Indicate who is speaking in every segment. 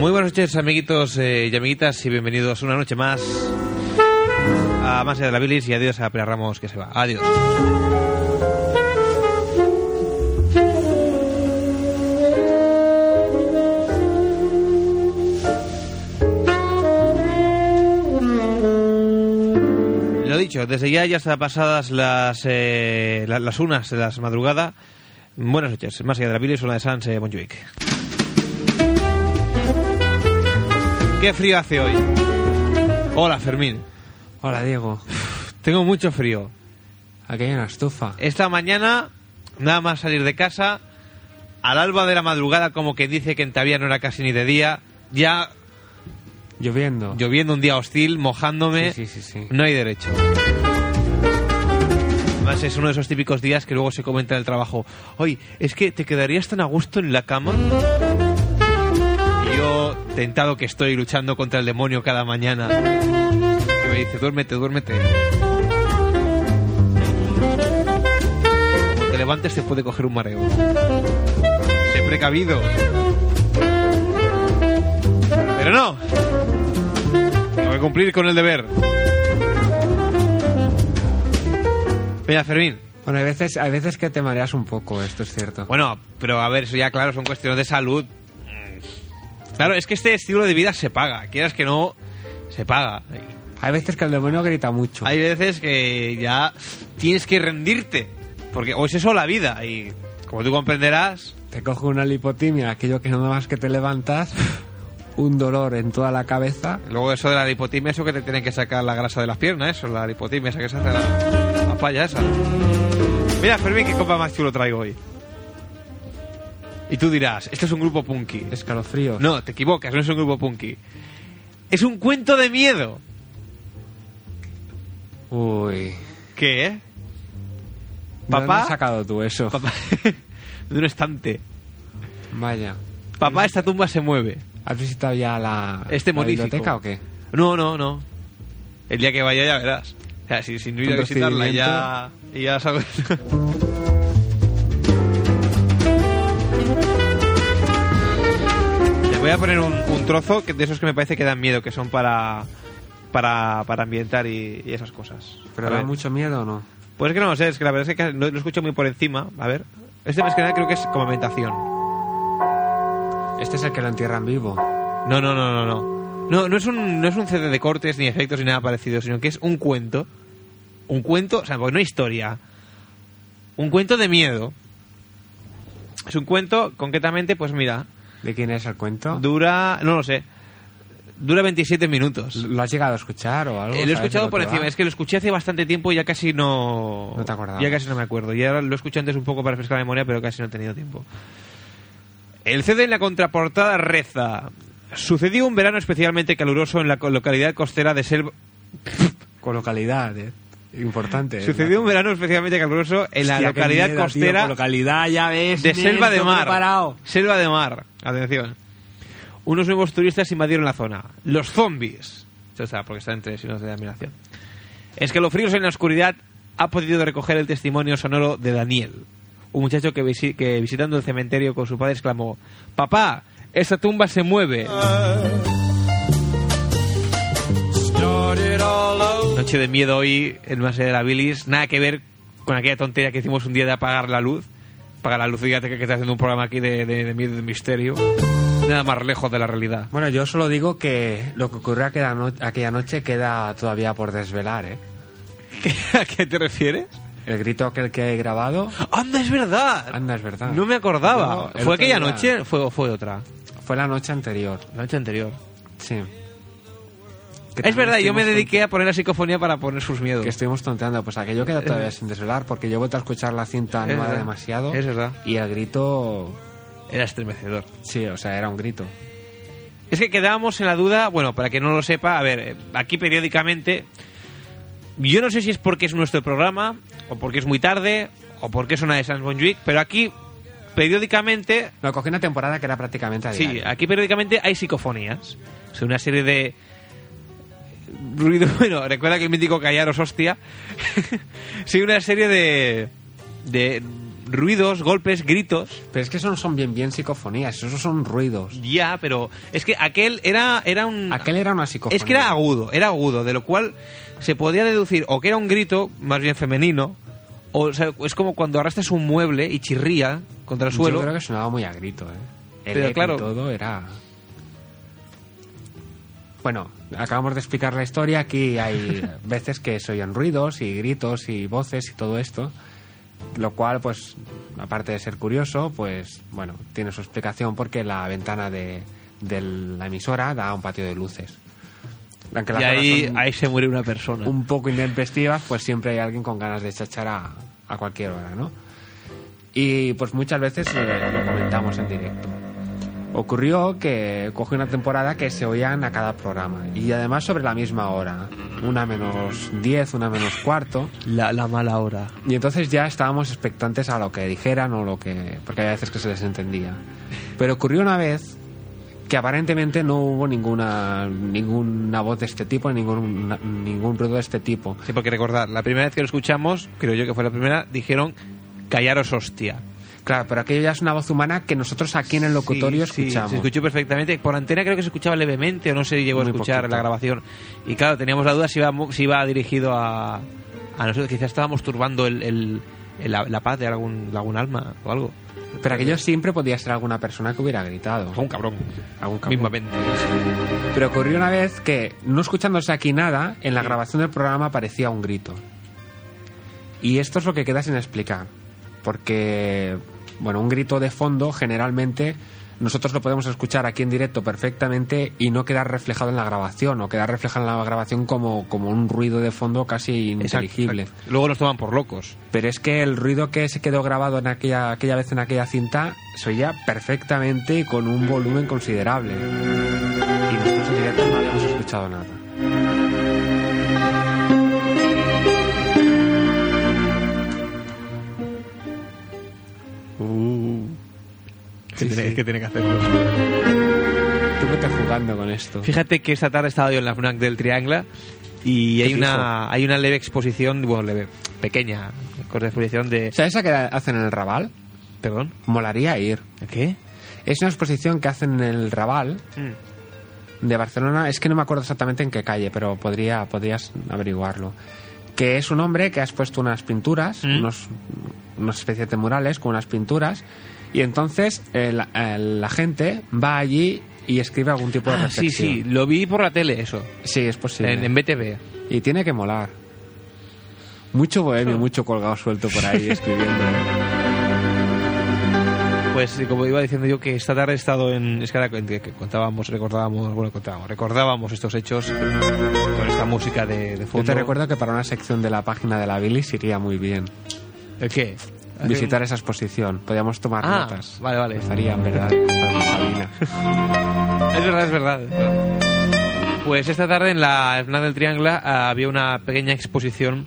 Speaker 1: noches, amiguitos eh, y amiguitas, y bienvenidos una noche más a Más allá de la Bilis y adiós a Pera Ramos que se va. Adiós. Lo dicho, desde ya ya está pasadas las, eh, la- las unas de las madrugada. Buenas noches, Más allá de la Bilis, una de Sans eh, Montjuic. Qué frío hace hoy. Hola, Fermín.
Speaker 2: Hola Diego,
Speaker 1: Tengo mucho frío.
Speaker 2: aquí hay una estufa.
Speaker 1: Esta mañana, nada más salir de casa, al alba de la madrugada, como que dice que en Tavía no era casi ni de día, ya
Speaker 2: Lloviendo.
Speaker 1: lloviendo un día hostil, mojándome,
Speaker 2: Sí, sí, sí, sí.
Speaker 1: no hay derecho. Además, es uno de esos típicos días que luego se comenta en el trabajo. Oye, es que te quedarías tan a gusto en la cama. Y yo, tentado que estoy luchando contra el demonio cada mañana, que me dice, duérmete, duérmete. Cuando te levantes te puede coger un mareo. Sé precavido. Pero no. Tengo que cumplir con el deber. Mira, Fermín.
Speaker 2: Bueno, hay veces, hay veces que te mareas un poco, esto es cierto.
Speaker 1: Bueno, pero a ver, eso ya claro, son cuestiones de salud. Mm. Claro, es que este estilo de vida se paga. Quieras que no, se paga.
Speaker 2: Hay veces que el demonio grita mucho.
Speaker 1: Hay veces que ya tienes que rendirte. Porque o es eso o la vida. Y como tú comprenderás,
Speaker 2: Te coge una lipotimia, aquello que nada más que te levantas, un dolor en toda la cabeza.
Speaker 1: luego eso de la lipotimia, eso que te tienen que sacar la grasa de las piernas, eso, la lipotimia, esa que se hace la, la palla esa. Mira, Fermín, qué copa más chulo traigo hoy. Y tú dirás, esto es un grupo punky.
Speaker 2: Escalofríos.
Speaker 1: No, te equivocas, no es un grupo punky. Es un cuento de miedo.
Speaker 2: Uy.
Speaker 1: ¿Qué?
Speaker 2: ¿De dónde
Speaker 1: Papá-
Speaker 2: has sacado tú eso?
Speaker 1: Papá. de un estante.
Speaker 2: Vaya.
Speaker 1: Papá, esta tumba se mueve.
Speaker 2: ¿Has visitado ya la,
Speaker 1: Este
Speaker 2: la
Speaker 1: monífico.
Speaker 2: biblioteca o qué?
Speaker 1: No, no, no. El día que vaya ya verás. O sea, si, si no ir a
Speaker 2: Un
Speaker 1: visitarla y ya, y ya sabes. Les voy a poner un, un trozo que- de esos que me parece que dan miedo, que son para, para, para ambientar y, y esas cosas.
Speaker 2: ¿Pero
Speaker 1: A
Speaker 2: da
Speaker 1: ver.
Speaker 2: mucho miedo o no?
Speaker 1: Pues es que no lo sé, es que la verdad es que no- lo escucho muy por encima. A ver. Este más que nada creo que es como ambientación.
Speaker 2: Este es el que lo entierran vivo.
Speaker 1: No, no, no, no, no. No, no es un, no es un CD de cortes, ni efectos, ni nada parecido, sino que es un cuento. Un cuento, o sea, pues no historia. Un cuento de miedo. Es un cuento, concretamente, pues mira,
Speaker 2: ¿De quién es el cuento?
Speaker 1: dura, no lo sé, dura 27 minutos.
Speaker 2: ¿Lo has llegado a escuchar o algo?
Speaker 1: Eh,
Speaker 2: ¿Sabes
Speaker 1: lo he
Speaker 2: de
Speaker 1: escuchado
Speaker 2: qué
Speaker 1: por
Speaker 2: va?
Speaker 1: encima, es que lo escuché hace bastante tiempo y ya casi no...
Speaker 2: No te acordabas.
Speaker 1: Ya casi no me acuerdo. Y ahora lo escuché antes un poco para refrescar la memoria, pero casi no he tenido tiempo. El CD en la contraportada reza... Sucedió un verano especialmente caluroso en la co- localidad costera de Selva...
Speaker 2: Con localidad, ¿eh? Importante.
Speaker 1: Sucedió un verano especialmente caluroso en la
Speaker 2: Hostia, qué
Speaker 1: localidad
Speaker 2: mierda, tío,
Speaker 1: costera...
Speaker 2: por localidad, ya ves.
Speaker 1: de Selva de
Speaker 2: esto
Speaker 1: Mar.
Speaker 2: preparado.
Speaker 1: Selva de Mar, atención. Unos nuevos turistas invadieron la zona. Los zombies. Esto está, porque está entre signos de admiración. Escalofríos en la oscuridad ha podido recoger el testimonio sonoro de Daniel, un muchacho que, visi- que visitando el cementerio con su padre exclamó: Papá, esa tumba se mueve. Noche de miedo hoy en una serie de la bilis. Nada que ver con aquella tontería que hicimos un día de apagar la luz. Apagar la luz, fíjate que que está haciendo un programa aquí de, de, de miedo y de misterio. Nada más lejos de la realidad.
Speaker 2: Bueno, yo solo digo que lo que ocurrió aquella, no- aquella noche queda todavía por desvelar, ¿eh?
Speaker 1: ¿A qué te refieres?
Speaker 2: El grito aquel que he grabado
Speaker 1: ¡Anda, es verdad!
Speaker 2: Anda, es verdad.
Speaker 1: No me
Speaker 2: No,
Speaker 1: acordaba.
Speaker 2: el
Speaker 1: ¿Fue
Speaker 2: otro
Speaker 1: aquella
Speaker 2: día.
Speaker 1: noche? Fue, o fue otra.
Speaker 2: fue la noche anterior.
Speaker 1: La noche anterior.
Speaker 2: Sí. Que
Speaker 1: Es
Speaker 2: también
Speaker 1: verdad, yo me
Speaker 2: estuvimos
Speaker 1: dediqué a poner la psicofonía para poner sus
Speaker 2: ton-
Speaker 1: miedos.
Speaker 2: Que estuvimos tonteando, pues aquello queda todavía sin desvelar porque yo he vuelto a escuchar la cinta
Speaker 1: Eh. Es
Speaker 2: no era
Speaker 1: verdad.
Speaker 2: demasiado.
Speaker 1: Es verdad.
Speaker 2: Y el grito.
Speaker 1: Era estremecedor.
Speaker 2: Sí, o sea, era un grito.
Speaker 1: Es que quedábamos en la duda, bueno, para que no lo sepa, a ver, eh, aquí periódicamente, yo no sé si es porque es nuestro programa, o porque es muy tarde, o porque es una de Sans Bonjuic, pero aquí periódicamente,
Speaker 2: No, cogí una temporada que era prácticamente a
Speaker 1: sí,
Speaker 2: diario.
Speaker 1: aquí periódicamente hay psicofonías, o sea, una serie de ruido, bueno, recuerda que el mítico callaros hostia, sí, una serie de, de ruidos, golpes, gritos.
Speaker 2: Pero es que eso no son bien bien psicofonías, esos son ruidos.
Speaker 1: Ya, pero es que aquel era, era un...
Speaker 2: Aquel era una psicofonía.
Speaker 1: Es que era agudo, era agudo, de lo cual se podía deducir o que era un grito, más bien femenino, o, o sea, es como cuando arrastras un mueble y chirría contra el suelo.
Speaker 2: Yo creo que sonaba muy a grito, ¿eh? El
Speaker 1: Pero
Speaker 2: eco y
Speaker 1: claro.
Speaker 2: todo era... Bueno, acabamos de explicar la historia. Aquí hay veces que se oyen ruidos y gritos y voces y todo esto. Lo cual, pues, aparte de ser curioso, pues, bueno, tiene su explicación porque la ventana de, de la emisora da a un patio de luces. Aunque las
Speaker 1: y
Speaker 2: horas
Speaker 1: ahí,
Speaker 2: son-
Speaker 1: ahí se murió una persona.
Speaker 2: un poco intempestivas, pues siempre hay alguien con ganas de chachar a, a cualquier hora, ¿no? Y pues muchas veces eh, lo comentamos en directo. Ocurrió que cogió una temporada que se oían a cada programa y además sobre la misma hora, una menos 10, una menos cuarto.
Speaker 1: La, la mala hora.
Speaker 2: Y entonces ya estábamos expectantes a lo que dijeran o lo que. porque hay veces que se les entendía. Pero ocurrió una vez que aparentemente no hubo ninguna ninguna voz de este tipo, ningún, ningún ruido de este tipo.
Speaker 1: Sí, porque recordad, la primera vez que lo escuchamos, creo yo que fue la primera, dijeron callaros hostia.
Speaker 2: Claro, pero aquello ya es una voz humana que nosotros aquí en el locutorio
Speaker 1: Sí, sí,
Speaker 2: escuchamos.
Speaker 1: se escuchó perfectamente. Por antena creo que se escuchaba levemente, o no se llegó a
Speaker 2: Muy
Speaker 1: escuchar
Speaker 2: poquito.
Speaker 1: la grabación. Y claro, teníamos la duda si iba, mu- si iba dirigido a, a nosotros. Quizás estábamos turbando el, el- el- la, la paz de algún, de algún alma o algo.
Speaker 2: Pero aquello siempre podía ser alguna persona que hubiera gritado.
Speaker 1: Algún cabrón.
Speaker 2: Algún cabrón.
Speaker 1: Mismamente.
Speaker 2: Pero ocurrió una vez que, no escuchándose aquí nada, en la grabación del programa aparecía un grito. Y esto es lo que queda sin explicar. Porque, bueno, un grito de fondo generalmente nosotros lo podemos escuchar aquí en directo perfectamente y no quedar reflejado en la grabación, o quedar reflejado en la grabación como, como un ruido de fondo casi
Speaker 1: Exacto,
Speaker 2: ininteligible.
Speaker 1: exacto. Luego nos toman por locos.
Speaker 2: Pero es que el ruido que se quedó grabado en aquella, aquella vez en aquella cinta se oía perfectamente y con un volumen considerable. Y nosotros en directo no habíamos escuchado nada.
Speaker 1: Que
Speaker 2: Sí,
Speaker 1: Uh, tiene-
Speaker 2: sí.
Speaker 1: que tiene que hacerlo.
Speaker 2: Tú vete jugando con esto.
Speaker 1: Fíjate que esta tarde he estado yo en la FNAC del Triangla y
Speaker 2: Qué
Speaker 1: hay
Speaker 2: fijo.
Speaker 1: una, hay una leve exposición, bueno, leve, pequeña cosa de exposición de...
Speaker 2: ¿Sabes esa que hacen en el Raval?
Speaker 1: ¿Perdón?
Speaker 2: Molaría ir.
Speaker 1: ¿Qué?
Speaker 2: Es una exposición que hacen en el Raval de Barcelona. Es que no me acuerdo exactamente en qué calle, pero podría, podrías averiguarlo. Que es un hombre que has puesto unas pinturas,
Speaker 1: ¿Mm?
Speaker 2: unos, unas especies de murales con unas pinturas, y entonces eh, la, eh, la gente va allí y escribe algún tipo de
Speaker 1: Ah, sí,
Speaker 2: reflexión.
Speaker 1: sí, lo vi por la tele eso,
Speaker 2: Sí, es posible.
Speaker 1: en, en BTV.
Speaker 2: Y tiene que molar. Mucho bohemio, mucho colgado suelto por ahí escribiendo.
Speaker 1: Pues y como iba diciendo yo que esta tarde he estado en... Es que ahora que que contábamos, recordábamos, bueno, contábamos, recordábamos estos hechos con esta música de, de
Speaker 2: Yo
Speaker 1: fondo.
Speaker 2: te recuerdo que para una sección de la página de la Bilis iría muy bien
Speaker 1: ¿El qué?
Speaker 2: visitar esa exposición. Podríamos tomar
Speaker 1: Ah,
Speaker 2: notas.
Speaker 1: vale, vale.
Speaker 2: Estaría, en verdad, bastante sabina.
Speaker 1: Es verdad, es verdad. Pues esta tarde en la FNAC del Triangla ah, había una pequeña exposición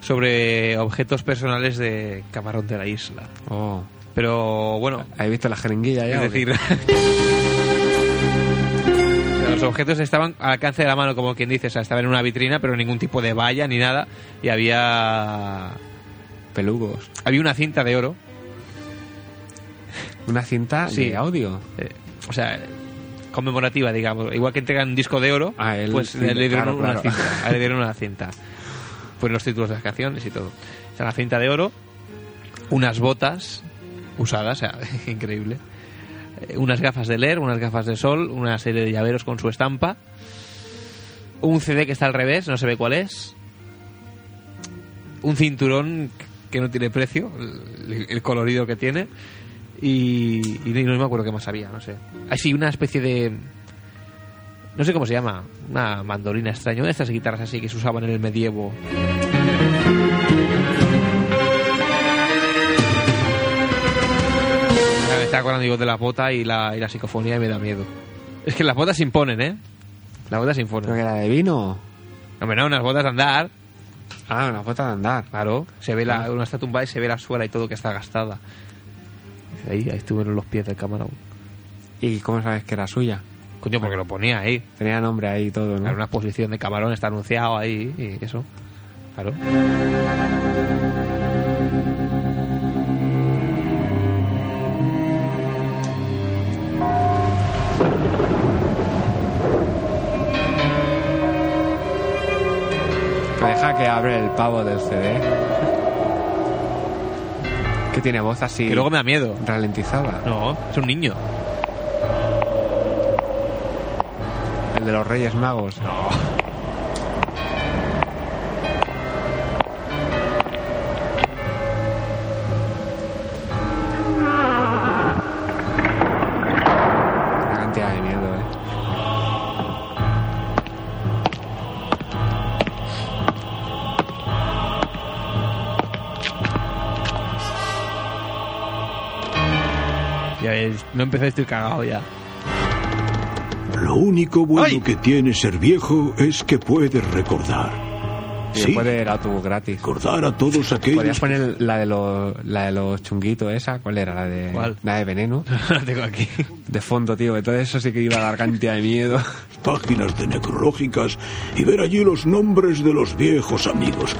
Speaker 1: sobre objetos personales de Camarón de la Isla.
Speaker 2: Oh.
Speaker 1: Pero bueno,
Speaker 2: ¿Habéis visto la jeringuilla ya?
Speaker 1: es
Speaker 2: o qué?
Speaker 1: decir... o sea, Los objetos estaban al alcance de la mano, como quien dice, o sea, estaban en una vitrina, pero ningún tipo de valla ni nada. Y había
Speaker 2: Pelugos.
Speaker 1: había una cinta de oro,
Speaker 2: Una cinta
Speaker 1: Sí.
Speaker 2: de audio.
Speaker 1: eh, o sea, conmemorativa, digamos. Igual que entregan un disco de oro,
Speaker 2: Ah, el
Speaker 1: pues
Speaker 2: cinta,
Speaker 1: le, dieron
Speaker 2: claro,
Speaker 1: una
Speaker 2: claro.
Speaker 1: cinta, Ah, le dieron una cinta. Pues los títulos de las canciones y todo. O sea, una cinta de oro, unas botas usadas, o sea, increíble. Eh, Unas gafas de leer, unas gafas de sol, una serie de llaveros con su estampa. Un CD que está al revés, no se ve cuál es. Un cinturón que no tiene precio, el, el colorido que tiene. Y, y no me acuerdo qué más había, no sé. Así, una especie de. No sé cómo se llama. Una mandolina extraña. Una de estas guitarras así que se usaban en el medievo. Ya Me estaba acordando digo, de la bota y la, y la psicofonía y me da miedo. Es que las botas se imponen, ¿eh? Las botas se
Speaker 2: Creo
Speaker 1: imponen.
Speaker 2: que era de vino.
Speaker 1: Hombre, no, unas botas de andar.
Speaker 2: Ah, una bota de andar. Ah.
Speaker 1: Claro, se ve la, uno está tumbada y se ve la suela y todo que está gastada. Ahí, ahí estuvieron los pies del camarón.
Speaker 2: ¿Y cómo sabes que era suya?
Speaker 1: Coño, porque lo ponía ahí.
Speaker 2: Tenía nombre ahí y todo, ¿no?
Speaker 1: Era una exposición de camarón, está anunciado ahí y eso. Claro.
Speaker 2: Deja que abre el pavo del CD. Que tiene voz así.
Speaker 1: Que luego me da miedo.
Speaker 2: Ralentizada.
Speaker 1: No, es un niño.
Speaker 2: El de los Reyes Magos. No. cantidad de miedo, eh.
Speaker 1: Ya ves, no empecé, estoy cagado ya.
Speaker 3: Lo único bueno
Speaker 1: ¡Ay!
Speaker 3: que tiene ser viejo es que puedes recordar.
Speaker 2: Y
Speaker 3: Sí,
Speaker 2: después del autobús gratis.
Speaker 3: recordar a todos
Speaker 2: Podrías
Speaker 3: aquellos...
Speaker 2: poner la de los, la de los chunguitos esa, ¿cuál era? La de,
Speaker 1: ¿Cuál?
Speaker 2: la de veneno.
Speaker 1: La tengo aquí.
Speaker 2: De fondo, tío, que todo eso sí que iba a dar cantidad de miedo.
Speaker 3: páginas de necrológicas y ver allí los nombres de los viejos amigos.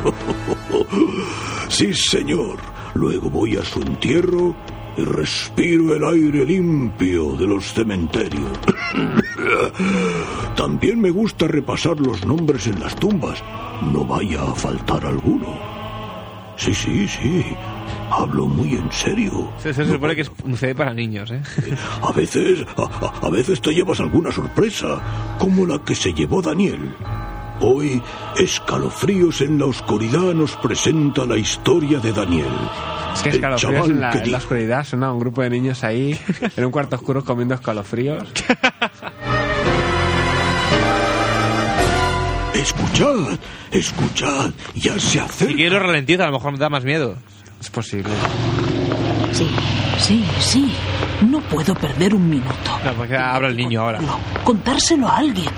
Speaker 3: sí, señor. Luego voy a su entierro y respiro el aire limpio de los cementerios. También me gusta repasar los nombres en las tumbas. No vaya a faltar alguno. Sí, sí, sí. Hablo muy en serio.
Speaker 1: Se, se supone que es un CD para niños, ¿eh?
Speaker 3: A veces, a- a, a veces te llevas alguna sorpresa, como la que se llevó Daniel. Hoy, Escalofríos en la Oscuridad nos presenta la historia de Daniel.
Speaker 2: Es que
Speaker 3: El
Speaker 2: escalofríos
Speaker 3: chaval
Speaker 2: en la,
Speaker 3: que
Speaker 2: en la
Speaker 3: di-
Speaker 2: oscuridad. Sonaba un grupo de niños ahí, en un cuarto oscuro, comiendo escalofríos.
Speaker 3: Escuchad, escuchad, ya se
Speaker 1: Si
Speaker 3: acerca.
Speaker 1: quiero lo ralentizo, a lo mejor me da más miedo.
Speaker 2: Es posible.
Speaker 4: Sí, sí, sí. No puedo perder un minuto.
Speaker 1: No,
Speaker 2: pues
Speaker 1: porque habla el niño ahora.
Speaker 4: No, contárselo a alguien.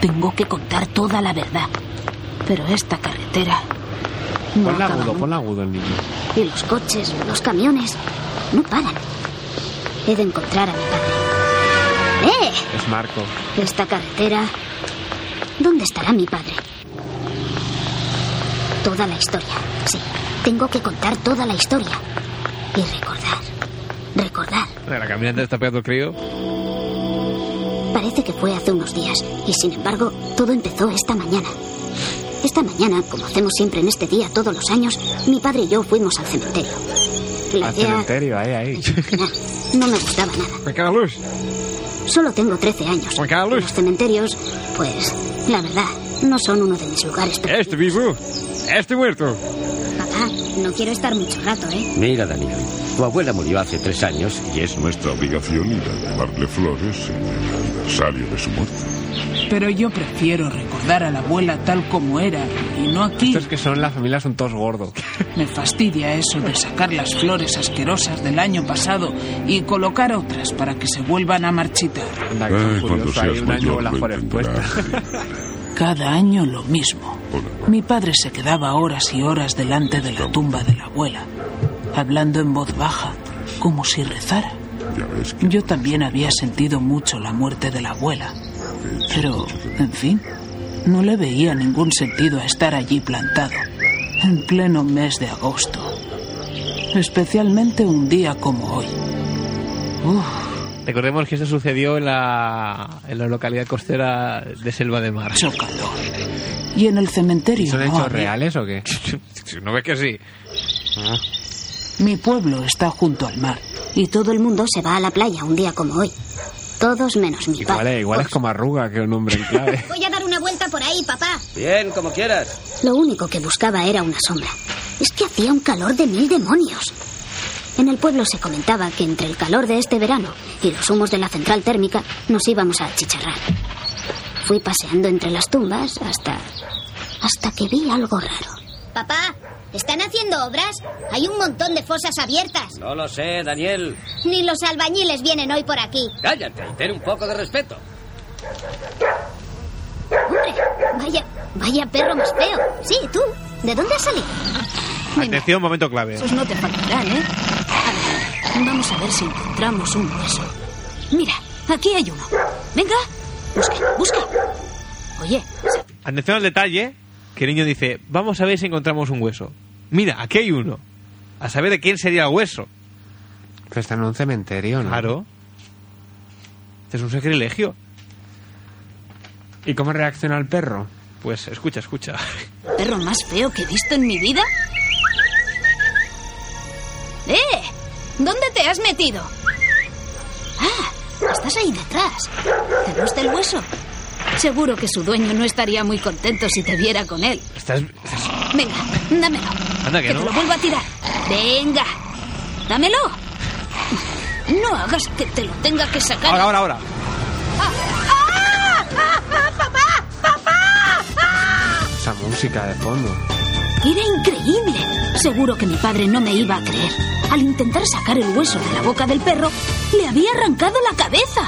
Speaker 4: Tengo que contar toda la verdad. Pero esta carretera. No
Speaker 2: Ponle
Speaker 4: acaba
Speaker 2: agudo,
Speaker 4: nunca.
Speaker 2: ponle agudo el niño.
Speaker 5: Y los coches, los camiones, no paran. He de encontrar a mi padre. ¡Eh!
Speaker 2: Es Marco.
Speaker 5: Esta carretera... ¿Dónde estará mi padre? Toda la historia, sí. Tengo que contar toda la historia. Y recordar. Recordar.
Speaker 1: La caminante está pegando el crío.
Speaker 5: Parece que fue hace unos días. Y sin embargo, todo empezó esta mañana. Esta mañana, como hacemos siempre en este día todos los años, mi padre y yo fuimos al cementerio. La
Speaker 2: Al
Speaker 5: idea-
Speaker 2: cementerio, ahí, ahí.
Speaker 5: No me gustaba nada.
Speaker 1: Me caga luz.
Speaker 5: Solo tengo 13 años.
Speaker 1: Juan Carlos.
Speaker 5: Los cementerios, pues, la verdad, no son uno de mis lugares
Speaker 1: Este
Speaker 5: preferidos.
Speaker 1: vivo. Este muerto.
Speaker 5: Papá, no quiero estar mucho rato, ¿eh?
Speaker 6: Mira, Daniel, tu abuela murió hace tres años y es nuestro...
Speaker 7: Nuestra obligación ir a llevarle flores en el aniversario de su muerte.
Speaker 8: Pero yo prefiero recordar a la abuela tal como era y no aquí.
Speaker 2: Estos que son, las familias son todos gordos.
Speaker 8: Me fastidia eso de sacar las flores asquerosas del año pasado y colocar otras para que se vuelvan a marchitar.
Speaker 2: Anda, que son
Speaker 7: Ay, Eh, cuando
Speaker 2: curiosos, ahí
Speaker 7: seas
Speaker 2: un año
Speaker 7: mayor
Speaker 2: con las
Speaker 7: lo
Speaker 2: flores
Speaker 7: entenderás.
Speaker 2: puestas.
Speaker 8: Cada año lo mismo. Mi padre se quedaba horas y horas delante de la tumba de la abuela, hablando en voz baja, como si rezara.
Speaker 7: Ya ves que
Speaker 8: Yo también había sentido mucho la muerte de la abuela. Pero, en fin, no le veía ningún sentido a estar allí plantado, en pleno mes de agosto. Especialmente un día como hoy. Uf,
Speaker 1: Recordemos que esto sucedió en la, en la localidad costera de Selva de Mar.
Speaker 8: mucho calor. Y en el
Speaker 2: ¿Y
Speaker 8: cementerio
Speaker 2: ¿Son
Speaker 8: no
Speaker 2: hechos
Speaker 8: había-
Speaker 2: reales o qué?
Speaker 1: ¿No ves que sí? Ah.
Speaker 8: Mi pueblo está junto al mar.
Speaker 5: Y todo el mundo se va a la playa un día como hoy. Todos menos mi
Speaker 2: Igual,
Speaker 5: padre.
Speaker 2: eh, igual es como arruga que un hombre en clave.
Speaker 5: Voy a dar una vuelta por ahí, papá.
Speaker 6: Bien, como quieras.
Speaker 5: Lo único que buscaba era una sombra. Es que hacía un calor de mil demonios. En el pueblo se comentaba que entre el calor de este verano y los humos de la central térmica nos íbamos a achicharrar. Fui paseando entre las tumbas hasta. hasta que vi algo raro.
Speaker 9: Papá, ¿están haciendo obras? Hay un montón de fosas abiertas.
Speaker 6: No lo sé, Daniel.
Speaker 9: Ni los albañiles vienen hoy por aquí.
Speaker 6: Cállate y ten un poco de respeto.
Speaker 9: Hombre, vaya, vaya perro más feo. Sí, tú. ¿De dónde has salido?
Speaker 1: Atención, momento clave.
Speaker 4: Esos no te faltarán, ¿eh?
Speaker 5: A ver, vamos a ver si encontramos un hueso.
Speaker 4: Mira, aquí hay uno. Venga, busca, busca.
Speaker 5: Oye,
Speaker 1: Atención al detalle, que el niño dice, vamos a ver si encontramos un hueso. Mira, aquí hay uno. A saber de quién sería el hueso.
Speaker 2: Pero está en un cementerio, ¿no?
Speaker 1: Claro. Este es un sacrilegio.
Speaker 2: ¿Y cómo reacciona el perro?
Speaker 1: Pues escucha, escucha.
Speaker 4: ¿Perro más feo que he visto en mi vida?
Speaker 9: ¡Eh! ¿Dónde te has metido?
Speaker 4: Ah, estás ahí detrás. ¿Te gusta el hueso? Seguro que su dueño no estaría muy contento si te viera con él.
Speaker 1: Estás... estás-
Speaker 4: Venga, dámelo.
Speaker 1: Anda, que
Speaker 4: te
Speaker 1: no.
Speaker 4: lo vuelvo a tirar. Venga, dámelo. No hagas que te lo tenga que sacar. Ah,
Speaker 1: Ahora, ahora, ahora.
Speaker 2: Esa música de fondo.
Speaker 4: Era increíble. Seguro que mi padre no me iba a creer. Al intentar sacar el hueso de la boca del perro, le había arrancado la cabeza.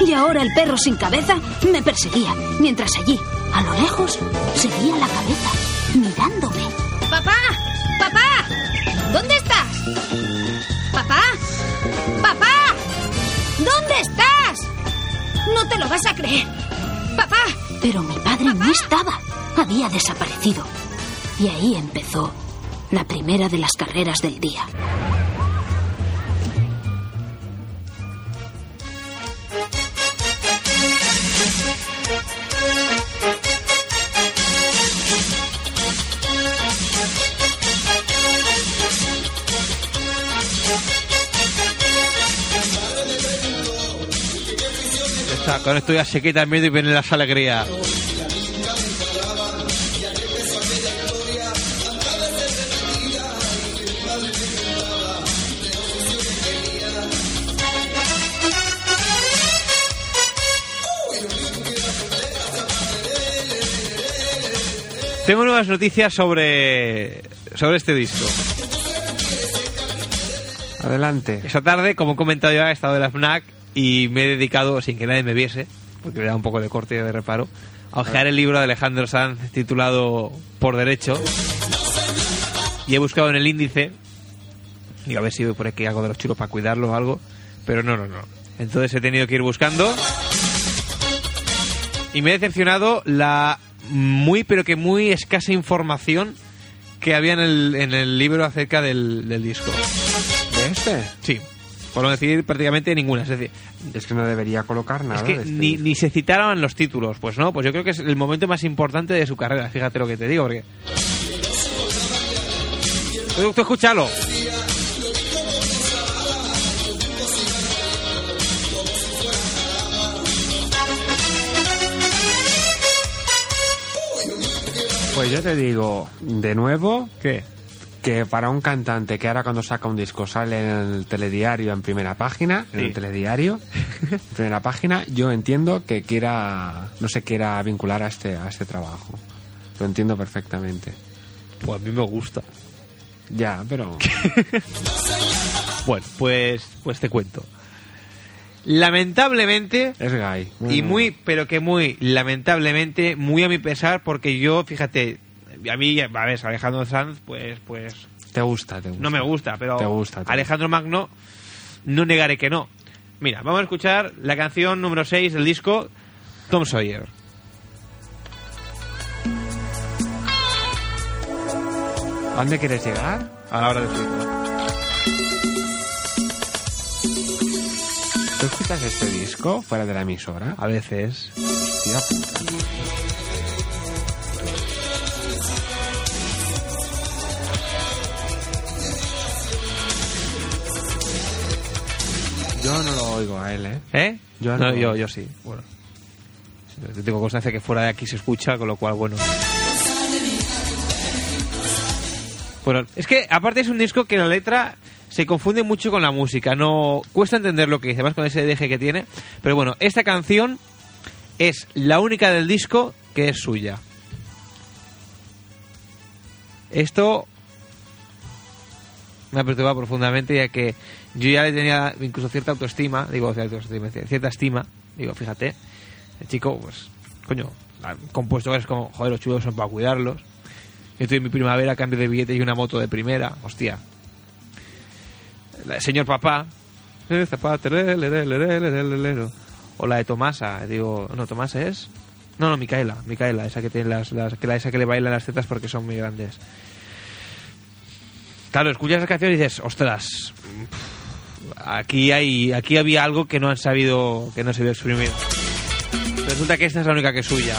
Speaker 4: Y ahora el perro sin cabeza me perseguía, mientras allí, a lo lejos, seguía la cabeza, mirándome.
Speaker 9: ¡Papá! ¡Papá! ¿Dónde estás? ¡Papá! ¡Papá! ¿Dónde estás? No te lo vas a creer. ¡Papá!
Speaker 4: Pero mi padre no estaba. Había desaparecido. Y ahí empezó la primera de las carreras del día.
Speaker 1: Ya está, con esto ya se quita el miedo y vienen las alegrías. Tengo nuevas noticias sobre, sobre este disco.
Speaker 2: Adelante.
Speaker 1: Esta tarde, como he comentado ya, he estado en la FNAC y me he dedicado, sin que nadie me viese, porque me da un poco de corte de reparo, a ojear el libro de Alejandro Sanz titulado Por Derecho. Y he buscado en el índice, digo, a ver si veo por aquí algo de los chulos para cuidarlos o algo, pero no, no, no. Entonces he tenido que ir buscando. Y me he decepcionado la muy, pero que muy escasa información que había en el, en el libro acerca del- del disco.
Speaker 2: ¿De este?
Speaker 1: Sí, por no decir prácticamente ninguna. Es decir,
Speaker 2: Es que no debería colocar nada.
Speaker 1: es que
Speaker 2: de este
Speaker 1: ni,
Speaker 2: disco.
Speaker 1: ni se citaban los títulos. Pues no, pues yo creo que es el momento más importante de su carrera. Fíjate lo que te digo, porque. Tú, tú escúchalo.
Speaker 2: Pues yo te digo, de nuevo,
Speaker 1: ¿Qué?
Speaker 2: que para un cantante que ahora cuando saca un disco sale en el telediario en primera página, en
Speaker 1: Sí.
Speaker 2: el telediario, en primera página, yo entiendo que quiera, no se quiera vincular a este, a este trabajo. Lo entiendo perfectamente.
Speaker 1: Pues a mí me gusta.
Speaker 2: Ya, pero
Speaker 1: Bueno, pues, pues te cuento. Lamentablemente,
Speaker 2: es gay.
Speaker 1: Y
Speaker 2: Bueno,
Speaker 1: muy, pero que muy, lamentablemente, muy a mi pesar, porque yo, fíjate, a mí, a ver, Alejandro Sanz, pues, pues,
Speaker 2: Te gusta, te gusta.
Speaker 1: no me gusta, pero
Speaker 2: Te gusta, te
Speaker 1: Alejandro Magno, no negaré que no. Mira, vamos a escuchar la canción número 6 del disco, Tom Sawyer.
Speaker 2: ¿A dónde quieres llegar?
Speaker 1: A la hora de decirlo.
Speaker 2: ¿Tú escuchas este disco fuera de la emisora?
Speaker 1: A veces.
Speaker 2: Hostia puta. Yo no lo oigo a él, ¿eh?
Speaker 1: ¿Eh?
Speaker 2: Yo
Speaker 1: no,
Speaker 2: no.
Speaker 1: yo, yo sí. Bueno. Yo Tengo constancia que fuera de aquí se escucha, con lo cual, bueno. Bueno, es que aparte es un disco que la letra se confunde mucho con la música. No cuesta entender lo que dice, más con ese deje que tiene. Pero bueno, esta canción es la única del disco que es suya. Esto me ha perturbado profundamente ya que yo ya le tenía incluso cierta autoestima, digo cierta autoestima, cierta estima, digo, fíjate, el chico, pues, coño, ha compuesto es como, joder, los chulos son para cuidarlos. Yo estoy en mi primavera, cambio de billete y una moto de primera, hostia. La- Señor papá, eh, zapate, le, le, le, le, le, le, le, le, le. o la de Tomasa, digo, no, Tomasa es... No, no, Micaela, Micaela, esa que tiene las, las- que la- esa que le bailan las tetas porque son muy grandes. Claro, escuchas esa canción y dices, ostras, aquí hay, aquí había algo que no han sabido, que no se había exprimido. Resulta que esta es la única que es suya.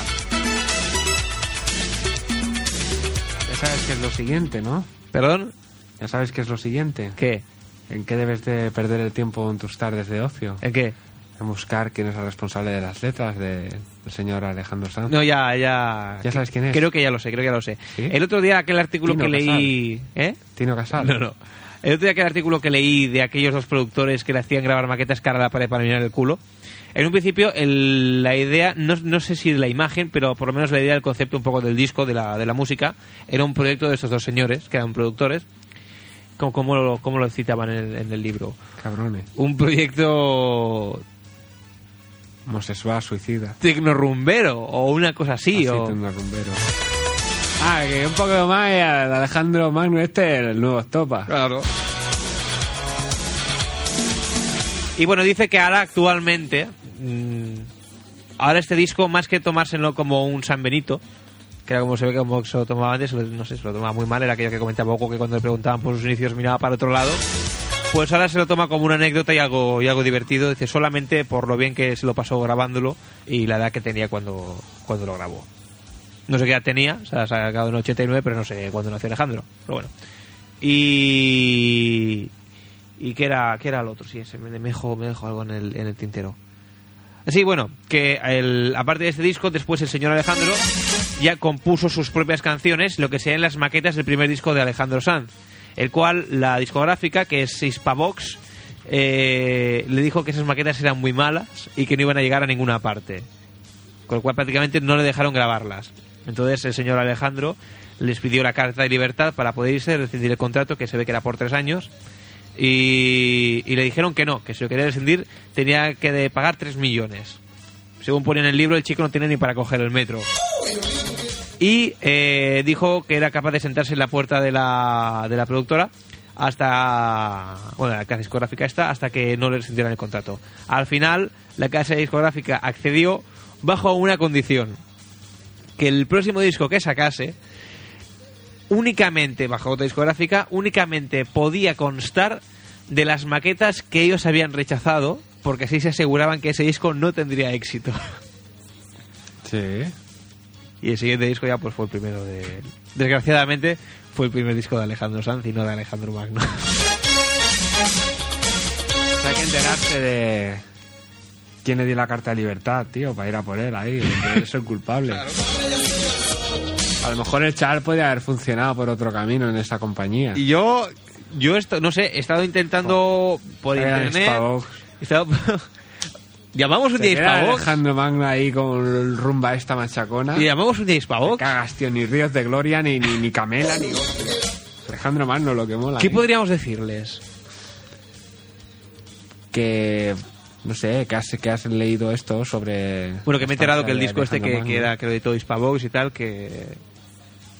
Speaker 2: sabes qué es lo siguiente, ¿no?
Speaker 1: ¿Perdón?
Speaker 2: Ya sabes qué es lo siguiente.
Speaker 1: ¿Qué?
Speaker 2: ¿En qué debes de perder el tiempo en tus tardes de ocio?
Speaker 1: ¿En qué?
Speaker 2: En buscar quién es el responsable de las letras de- del señor Alejandro Sanz.
Speaker 1: No, ya, ya.
Speaker 2: Ya sabes quién es.
Speaker 1: Creo que ya lo sé, creo que ya lo sé.
Speaker 2: ¿Sí?
Speaker 1: El otro día aquel artículo
Speaker 2: Tino
Speaker 1: que leí. ¿Eh?
Speaker 2: Tino Casal.
Speaker 1: No, no. El otro día aquel artículo que leí de aquellos dos productores que le hacían grabar maquetas cara a la pared para mirar el culo. En un principio, el- la idea, no, no sé si de la imagen, pero por lo menos la idea del concepto un poco del disco, de la, de la música, era un proyecto de estos dos señores, que eran productores, como, como, lo, como lo citaban en el, en el libro.
Speaker 2: Cabrones.
Speaker 1: Un proyecto
Speaker 2: Homosexual, suicida.
Speaker 1: tecnorumbero o una cosa así.
Speaker 2: Así,
Speaker 1: o...
Speaker 2: tendo rumbero. Ah, que un poco más y al Alejandro Magno este, el nuevo estopa.
Speaker 1: Claro. Y bueno, dice que ahora actualmente, mm, ahora este disco, más que tomárselo como un San Benito, que era como se ve que como se lo tomaba antes, se lo- no sé, se lo tomaba muy mal, era aquello que comentaba poco que cuando le preguntaban por sus inicios miraba para otro lado, pues ahora se lo toma como una anécdota y algo, y algo divertido, dice solamente por lo bien que se lo pasó grabándolo y la edad que tenía cuando, cuando lo grabó. No sé qué edad tenía, se ha sacado en 89, pero no sé cuándo nació Alejandro, pero bueno. Y. ¿Y qué era, qué era el otro? Sí, se me, me dejó, me dejó algo en el, en el tintero. Sí, bueno, que el- aparte de este disco, después el señor Alejandro ya compuso sus propias canciones, lo que serían las maquetas del primer disco de Alejandro Sanz, el cual la discográfica, que es Hispavox, eh, le dijo que esas maquetas eran muy malas y que no iban a llegar a ninguna parte con lo cual prácticamente no le dejaron grabarlas. Entonces el señor Alejandro les pidió la carta de libertad para poder irse, rescindir el contrato, que se ve que era por tres años, y, y le dijeron que no, que si lo quería rescindir tenía que de pagar tres millones. Según ponía en el libro, el chico no tenía ni para coger el metro. Y eh, dijo que era capaz de sentarse en la puerta de la, de la productora hasta. Bueno, la casa discográfica esta, hasta que no le rescindieran el contrato. Al final, la casa discográfica accedió bajo una condición: que el próximo disco que sacase, únicamente, bajo otra discográfica, únicamente podía constar de las maquetas que ellos habían rechazado, porque así se aseguraban que ese disco no tendría éxito.
Speaker 2: Sí.
Speaker 1: Y el siguiente disco ya pues fue el primero de... Desgraciadamente fue el primer disco de Alejandro Sanz y no de Alejandro Magno.
Speaker 2: Pues hay que enterarse de quién le dio la carta de libertad, tío, para ir a por él ahí. porque Él es el culpable. A lo mejor el char podría haber funcionado por otro camino en esta compañía.
Speaker 1: y yo, yo esto, no sé, he estado intentando por
Speaker 2: Era
Speaker 1: internet...
Speaker 2: Spavox.
Speaker 1: he estado- "Oh, llamamos un
Speaker 2: Se
Speaker 1: día a
Speaker 2: queda
Speaker 1: Hispavox,
Speaker 2: Alejandro Magno ahí con el rumba esta machacona.
Speaker 1: Y llamamos un día a Hispavox.
Speaker 2: Cagas, tío, ni ríos de gloria, ni, ni, ni camela, ni... Alejandro Magno, lo que mola.
Speaker 1: ¿Qué
Speaker 2: ¿eh?
Speaker 1: podríamos decirles?
Speaker 2: Que... No sé, que has, que has leído esto sobre...
Speaker 1: Bueno, que me he enterado que el
Speaker 2: de
Speaker 1: disco este que,
Speaker 2: Alejandro
Speaker 1: que
Speaker 2: Magno.
Speaker 1: era, que lo editó Hispavox y tal, que...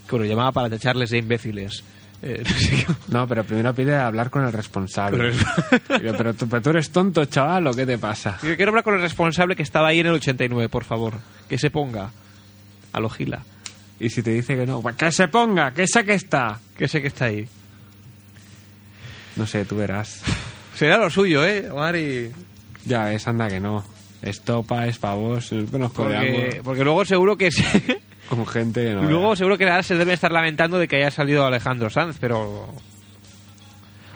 Speaker 1: Que bueno, llamaba para tacharles de imbéciles. Eh, no sé qué-
Speaker 2: No, pero primero pide hablar con el responsable.
Speaker 1: Pero-
Speaker 2: Digo, pero, tú, pero tú eres tonto, chaval, ¿o qué te pasa?
Speaker 1: Yo quiero hablar con el responsable que estaba ahí en el 89, por favor. Que se ponga. A lo gila.
Speaker 2: Y si te dice que no, pues que se ponga, que esa que está.
Speaker 1: Que sé que está ahí.
Speaker 2: No sé, tú verás.
Speaker 1: Será lo suyo, ¿eh? Mari.
Speaker 2: Ya ves, anda que no. Estopa, es pa' vos, nosotros nos
Speaker 1: Porque,
Speaker 2: codeamos
Speaker 1: porque luego seguro que... se-
Speaker 2: con gente que no.
Speaker 1: luego
Speaker 2: veas.
Speaker 1: seguro que ahora se debe estar lamentando de que haya salido Alejandro Sanz, pero...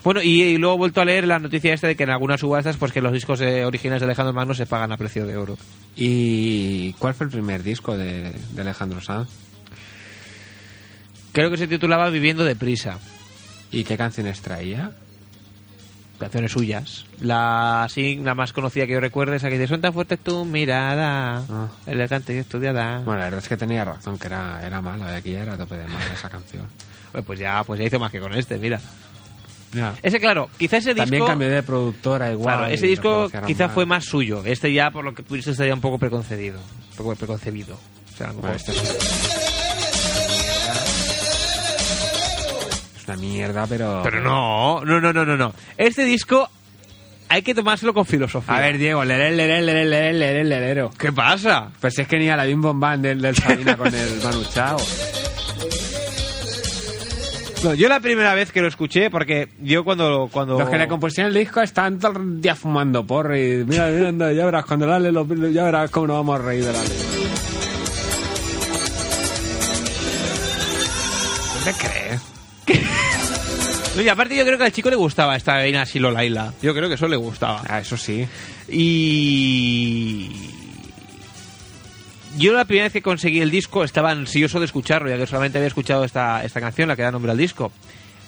Speaker 1: Bueno, y, y luego he vuelto a leer la noticia esta de que en algunas subastas pues que los discos eh, originales de Alejandro Magno se pagan a precio de oro.
Speaker 2: ¿Y cuál fue el primer disco de, de Alejandro Sanz?
Speaker 1: Creo que se titulaba Viviendo deprisa.
Speaker 2: ¿Y qué canciones traía?
Speaker 1: Canciones suyas. La así, la más conocida que yo recuerdo es aquella de Son tan fuertes tu mirada,
Speaker 2: Ah.
Speaker 1: elegante y estudiada.
Speaker 2: Bueno, la verdad es que tenía razón, que era, era mala, de aquí era a tope de mala esa canción.
Speaker 1: Eh, Pues ya, pues ya hizo más que con este, mira.
Speaker 2: Ya.
Speaker 1: Ese, claro, quizá ese
Speaker 2: También
Speaker 1: Este disco...
Speaker 2: cambió de productora igual.
Speaker 1: claro, ese
Speaker 2: y lo
Speaker 1: disco
Speaker 2: produjeron
Speaker 1: quizá
Speaker 2: mal.
Speaker 1: fue más suyo. Este ya, por lo que pudiste, estaría un poco preconcebido. Un poco preconcebido. O sea, a lo mejor- este
Speaker 2: Bueno, esto es... es una mierda, pero...
Speaker 1: Pero no, no, no, no, no, no. Este disco hay que tomárselo con filosofía.
Speaker 2: A ver, Diego, leré, leré, leré, leré, leré, lerero.
Speaker 1: ¿qué pasa?
Speaker 2: Pues si es que ni a la bim bom bam del, del Sabina con el Manu Chao.
Speaker 1: No, yo la primera vez que lo escuché, porque yo cuando... cuando...
Speaker 2: Los que le compusieron el disco están todo el día fumando porro y mira, mira, anda, ya verás, cuando la le lo, ya verás cómo nos vamos a reír de la ley. te crees?
Speaker 1: No, y aparte yo creo que al chico le gustaba esta vaina así lo Laila. Yo creo que eso le gustaba.
Speaker 2: Ah, eso sí.
Speaker 1: Y... Yo la primera vez que conseguí el disco estaba ansioso de escucharlo, ya que solamente había escuchado esta, esta canción, la que da nombre al disco.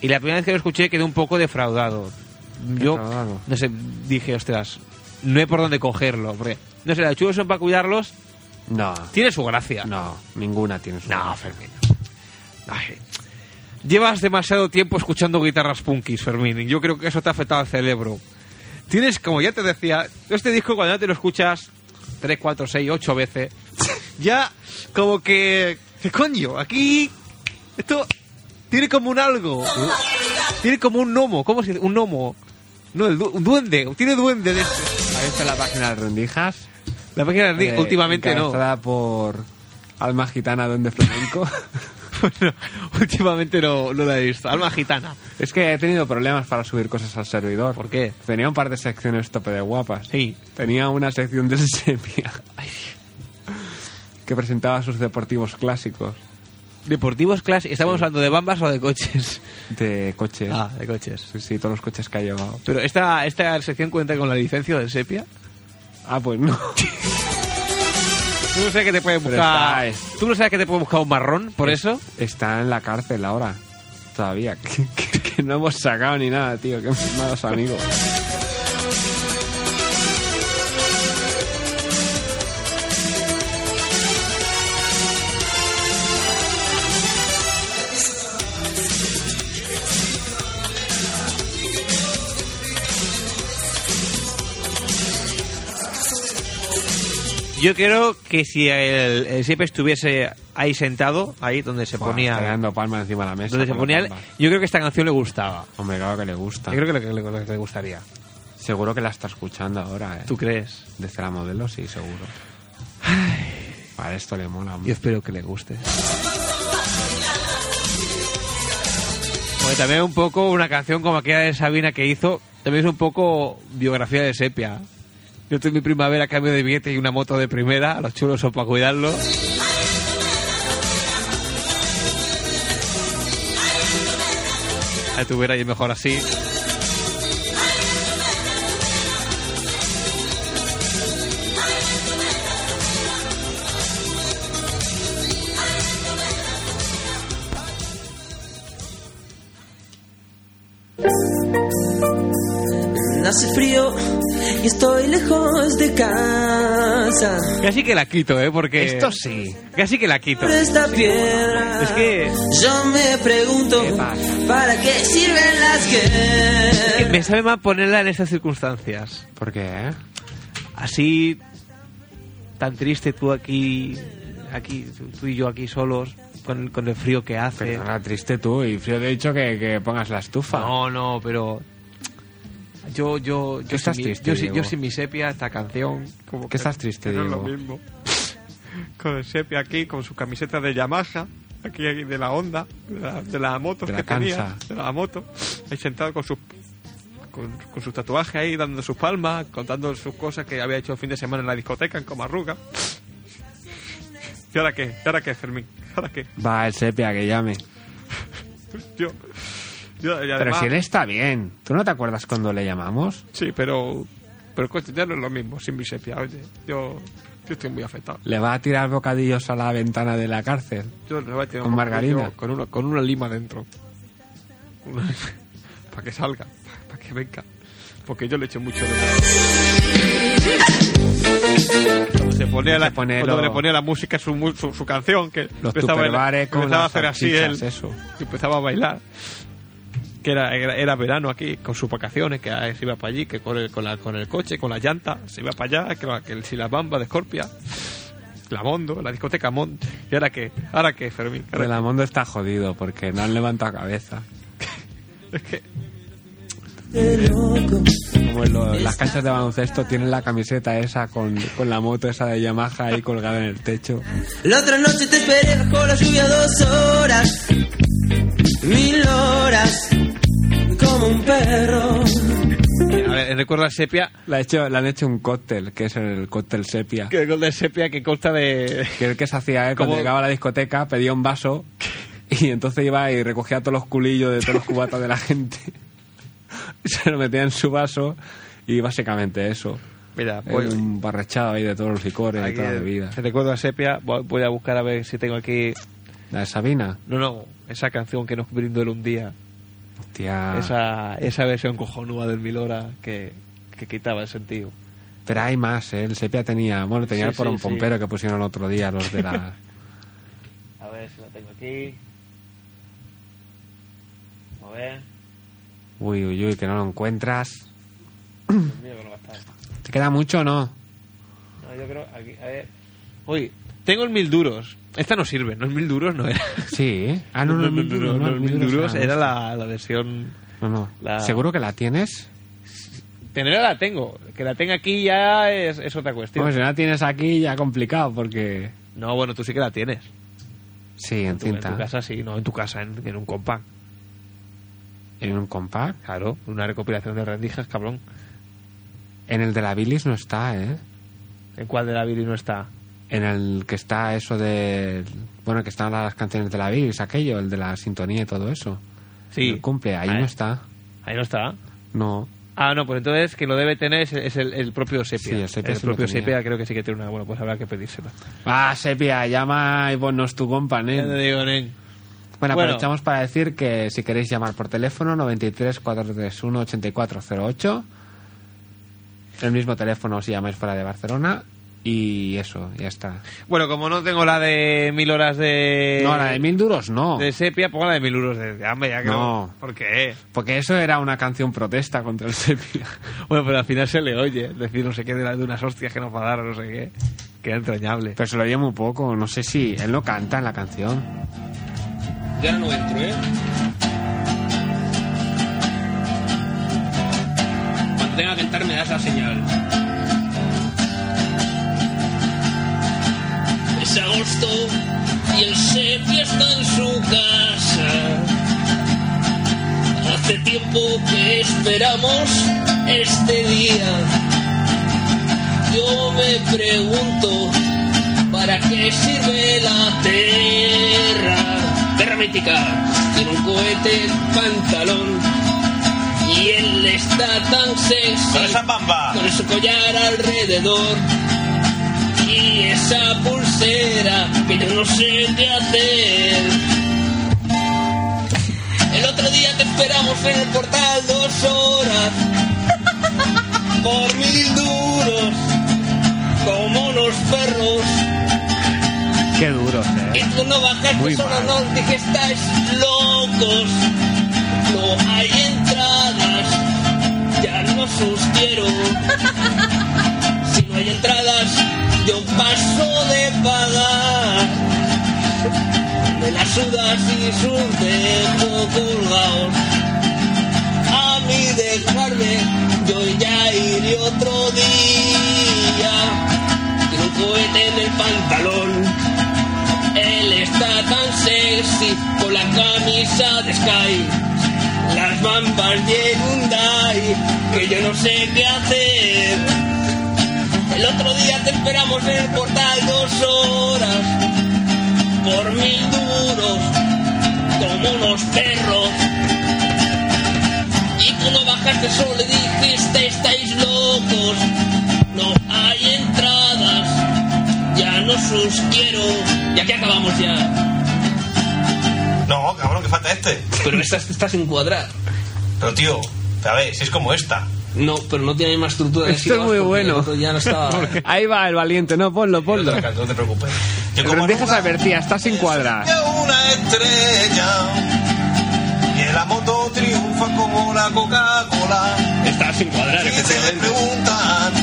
Speaker 1: Y la primera vez que lo escuché quedé un poco defraudado. Yo,
Speaker 2: Defraudado.
Speaker 1: no sé, dije, ostras, no hay por dónde cogerlo. Porque, no sé, los chulos son para cuidarlos,
Speaker 2: No.
Speaker 1: tiene su gracia.
Speaker 2: No, ninguna tiene su
Speaker 1: No, Fermín. Ay. Llevas demasiado tiempo escuchando guitarras punkis, Fermín. y Yo creo que eso te ha afectado al cerebro. Tienes, como ya te decía, este disco cuando ya te lo escuchas 3, 4, 6, 8 veces, ya como que... ¿Qué coño? Aquí... Esto tiene como un algo. ¿eh? Tiene como un gnomo. ¿Cómo se dice? Un gnomo. No, el du- un duende. Tiene duende. De este.
Speaker 2: ¿Habéis visto la página de Rendijas?
Speaker 1: La página de-
Speaker 2: Eh,
Speaker 1: últimamente no.
Speaker 2: encabezada por Alma Gitana Duende Flamenco.
Speaker 1: Bueno, últimamente no, no la he visto. Alma gitana.
Speaker 2: es que he tenido problemas para subir cosas al servidor.
Speaker 1: ¿Por qué?
Speaker 2: Tenía un par de secciones tope de guapas.
Speaker 1: Sí.
Speaker 2: Tenía una sección del Sepia. que presentaba sus deportivos clásicos
Speaker 1: Deportivos Clash, ¿estamos hablando de bambas o de coches?
Speaker 2: de coches.
Speaker 1: Ah, de coches.
Speaker 2: Sí, sí, todos los coches que ha llevado.
Speaker 1: Pero esta, esta sección cuenta con la licencia del Sepia.
Speaker 2: Ah, pues no.
Speaker 1: Tú no sabes que te pueden
Speaker 2: Pero
Speaker 1: buscar.
Speaker 2: está- eh.
Speaker 1: Tú no sabes que te pueden buscar un marrón por eso.
Speaker 2: Está en la cárcel ahora. Todavía. Que, que- que no hemos sacado ni nada, tío. Qué malos amigos.
Speaker 1: Yo creo que si el, el Sepia estuviese ahí sentado, ahí donde se
Speaker 2: Buah, está
Speaker 1: ponía.
Speaker 2: dando palma encima de la mesa.
Speaker 1: Donde se
Speaker 2: con la
Speaker 1: ponía él,
Speaker 2: palma.
Speaker 1: yo creo que esta canción le gustaba.
Speaker 2: Hombre, claro que le gusta.
Speaker 1: Yo creo que le, le- le- le gustaría.
Speaker 2: Seguro que la está escuchando ahora, ¿eh?
Speaker 1: ¿Tú crees?
Speaker 2: Desde la modelo, sí, seguro. Para esto le mola.
Speaker 1: Yo
Speaker 2: hombre.
Speaker 1: espero que le guste. Bueno, también un poco una canción como aquella de Sabina que hizo, también es un poco biografía de Sepia. Yo tuve mi primavera a cambio de billete y una moto de primera, los chulos son para cuidarlo. La tuviera y mejor así.
Speaker 10: Hace frío y estoy lejos de casa.
Speaker 1: Casi que la quito, ¿eh? Porque...
Speaker 2: Esto sí.
Speaker 1: Casi que la quito.
Speaker 10: Por esta piedra.
Speaker 1: Es que...
Speaker 10: Yo me pregunto.
Speaker 2: ¿Qué pasa?
Speaker 10: ¿Para qué sirven las
Speaker 1: es que
Speaker 10: que
Speaker 1: Me sabe más ponerla en estas circunstancias.
Speaker 2: ¿Por qué? eh?
Speaker 1: así tan triste tú aquí aquí tú y yo aquí solos con, con el frío que hace
Speaker 2: Perdona, triste tú. Y frío, de dicho que, que pongas la estufa.
Speaker 1: no no pero yo yo yo
Speaker 2: estás
Speaker 1: sin mi,
Speaker 2: triste,
Speaker 1: yo, sin- yo
Speaker 2: Diego?
Speaker 1: sin mi sepia esta canción como
Speaker 2: ¿Qué estás triste,
Speaker 1: que no es lo
Speaker 2: Diego?
Speaker 1: mismo con el sepia aquí con su camiseta de Yamaha aquí aquí, de la Honda de la, de la moto
Speaker 2: De la
Speaker 1: que tenía
Speaker 2: Kansa.
Speaker 1: de la moto ahí sentado con sus con, con su tatuaje ahí dando sus palmas contando sus cosas que había hecho el fin de semana en la discoteca en Comarruga ¿Y ahora qué? ¿Y ahora qué, Fermín? ¿Y ahora qué?
Speaker 2: Va, el sepia, que llame.
Speaker 1: Yo. yo- y
Speaker 2: Pero
Speaker 1: además-
Speaker 2: si él está bien. ¿Tú no te acuerdas cuando le llamamos?
Speaker 1: Sí, pero. Pero coche, ya no es lo mismo sin mi sepia, oye. Yo. Yo estoy muy afectado.
Speaker 2: ¿Le va a tirar bocadillos a la ventana de la cárcel?
Speaker 1: Yo le voy a tirar
Speaker 2: ¿Con
Speaker 1: un
Speaker 2: margarina?
Speaker 1: poquillo Con una, con una lima dentro. Una- para que salga, para que venga. Porque yo le eché mucho de menos. Cuando se ponía
Speaker 2: Se
Speaker 1: la,
Speaker 2: pone
Speaker 1: cuando
Speaker 2: lo-
Speaker 1: le ponía la música su, mu- su, su canción que
Speaker 2: Los
Speaker 1: empezaba, a bailar-
Speaker 2: tupperwares con
Speaker 1: empezaba a
Speaker 2: las
Speaker 1: hacer así él
Speaker 2: salchichas, eso.
Speaker 1: y empezaba a bailar que era, era, era verano aquí con sus vacaciones que se iba para allí que con el, con, la- con el coche con la llanta se iba para allá que, la- que el, si la bamba de Scorpia la Mondo la discoteca Mond y ahora qué ahora qué Fermín ¿Ahora
Speaker 2: Pero el mundo está jodido porque no han levantado cabeza. Como en lo- las canchas de baloncesto tienen la camiseta esa con, con la moto esa de Yamaha ahí colgada en el techo.
Speaker 10: La otra noche te esperé bajo la lluvia dos horas. Mil horas. Como un perro.
Speaker 1: A ver, recuerda a Sepia,
Speaker 2: La, ha hecho, le han hecho un cóctel, que es el cóctel sepia.
Speaker 1: que el gol de Sepia que consta de...
Speaker 2: Que el que se hacía él cuando
Speaker 1: ¿Cómo?
Speaker 2: llegaba a la discoteca, pedía un vaso Y entonces iba y recogía todos los culillos de todos los cubatas de la gente. Se lo metía en su vaso y básicamente eso.
Speaker 1: Mira,
Speaker 2: Era
Speaker 1: pues-
Speaker 2: un barrachado ahí de todos los licores, de
Speaker 1: Aquí,
Speaker 2: toda la bebida.
Speaker 1: te recuerdo a Sepia, voy voy a buscar a ver si tengo aquí...
Speaker 2: La de Sabina.
Speaker 1: No, no, esa canción que nos brindó él un día.
Speaker 2: Hostia.
Speaker 1: Esa, esa versión cojonuda del Milora que, que quitaba el sentido.
Speaker 2: Pero hay más, ¿eh? El Sepia tenía... Bueno, tenía
Speaker 1: Sí,
Speaker 2: el porón
Speaker 1: sí, sí.
Speaker 2: pompero que pusieron el otro día los de la...
Speaker 1: A ver si la tengo aquí. A ver.
Speaker 2: Uy, uy, uy, que no lo encuentras.
Speaker 1: Dios mío, que no va a estar.
Speaker 2: ¿Te queda mucho o no?
Speaker 1: No, yo creo aquí, a ver. Uy, tengo el mil duros. Esta no sirve, no es mil duros, no era.
Speaker 2: Sí. Ah, no, no, no, no, no, no,
Speaker 1: no, el mil
Speaker 2: no,
Speaker 1: duros
Speaker 2: no,
Speaker 1: era
Speaker 2: no.
Speaker 1: la, la versión.
Speaker 2: No, no.
Speaker 1: La-
Speaker 2: ¿Seguro que la tienes?
Speaker 1: Tenerla la tengo, que la tenga aquí ya es, es otra cuestión.
Speaker 2: Pues si no la tienes aquí ya complicado porque...
Speaker 1: no, bueno, tú sí que la tienes.
Speaker 2: Sí, en
Speaker 1: Tú, en tu
Speaker 2: cinta.
Speaker 1: casa sí, no, en tu casa, en, en un compás.
Speaker 2: En un compact.
Speaker 1: Claro, una recopilación de rendijas, cabrón.
Speaker 2: En el de la bilis no está, ¿eh?
Speaker 1: ¿En cuál de la Billy no está?
Speaker 2: En el que está eso de... Bueno, que están las canciones de la bilis, aquello, el de la sintonía y todo eso.
Speaker 1: Sí.
Speaker 2: El cumple, ahí
Speaker 1: Ah,
Speaker 2: no
Speaker 1: eh.
Speaker 2: está.
Speaker 1: Ahí no está.
Speaker 2: No.
Speaker 1: Ah, no, pues entonces que lo debe tener es, es el, el propio Sepia.
Speaker 2: Sí, el Sepia sí lo
Speaker 1: propio
Speaker 2: tenía.
Speaker 1: Sepia creo que sí que tiene una. Bueno, pues habrá que pedírsela.
Speaker 2: Ah, Sepia, llama y ponnos tu compa,
Speaker 1: Ya
Speaker 2: ¿eh?
Speaker 1: te digo, nen. Bueno.
Speaker 2: Bueno, aprovechamos para decir que si queréis llamar por teléfono 93 431 8408 el mismo teléfono si llamáis fuera de Barcelona y eso, ya está.
Speaker 1: Bueno, como no tengo la de mil horas de.
Speaker 2: no, la de mil duros no,
Speaker 1: De Sepia, pongo la de mil euros de. de hambre, ya que
Speaker 2: No.
Speaker 1: ¿Por qué?
Speaker 2: porque eso era una canción protesta contra el sepia.
Speaker 1: Bueno, pero al final se le oye. es Decir no sé qué de, la- de unas hostias que nos va a dar, o no sé qué. Queda entrañable.
Speaker 2: Pero se lo oye muy poco, no sé si él no canta en la canción.
Speaker 1: Ya no entro, ¿eh? Cuando tenga que entrar, me das la señal.
Speaker 10: Es agosto y el sepia está en su casa. Hace tiempo que esperamos este día. Yo me pregunto, ¿para qué sirve la tierra? Tierra mítica, tiene un cohete pantalón. Y él está tan sexy con su collar alrededor. Y esa pulsera que yo no sé qué hacer. El otro día te esperamos en el portal dos horas. Por mil duros, como los perros.
Speaker 2: Qué duro,
Speaker 10: Y
Speaker 2: ¿eh?
Speaker 10: tú no bajaste,
Speaker 2: Muy
Speaker 10: solo
Speaker 2: mal.
Speaker 10: nos pues, dije, estáis locos. No hay entradas, ya no sugiero. Si no hay entradas, yo paso de pagar. Me las sudas y sus dejo colgados. A mí dejarme, yo ya iré otro día. Tiene un cohete en el pantalón. Él está tan sexy con la camisa de Sky. Las bambas de Hyundai que yo no sé qué hacer. El otro día te esperamos en el portal dos horas por mil duros como unos perros. Y tú no bajaste solo y dijiste estáis locos. No hay entradas ya no sus quiero. Y aquí acabamos ya.
Speaker 11: No, cabrón, que falta este.
Speaker 10: Pero esta está sin cuadrar.
Speaker 11: Pero tío, a ver, si es como esta.
Speaker 10: No, pero no tiene la misma estructura. de
Speaker 2: Esto es
Speaker 10: sílabas
Speaker 2: muy
Speaker 10: porque
Speaker 2: bueno.
Speaker 10: el otro Ya no estaba.
Speaker 2: Ahí va el valiente, no, ponlo, ponlo.
Speaker 11: Otra, No te preocupes. Yo como
Speaker 2: Rendijas
Speaker 11: Aruba,
Speaker 2: advertía, está sin cuadra.
Speaker 11: yo una estrella. Y en la moto triunfa como la Coca-Cola.
Speaker 10: Estaba sin cuadrar, este
Speaker 11: Y se le preguntan,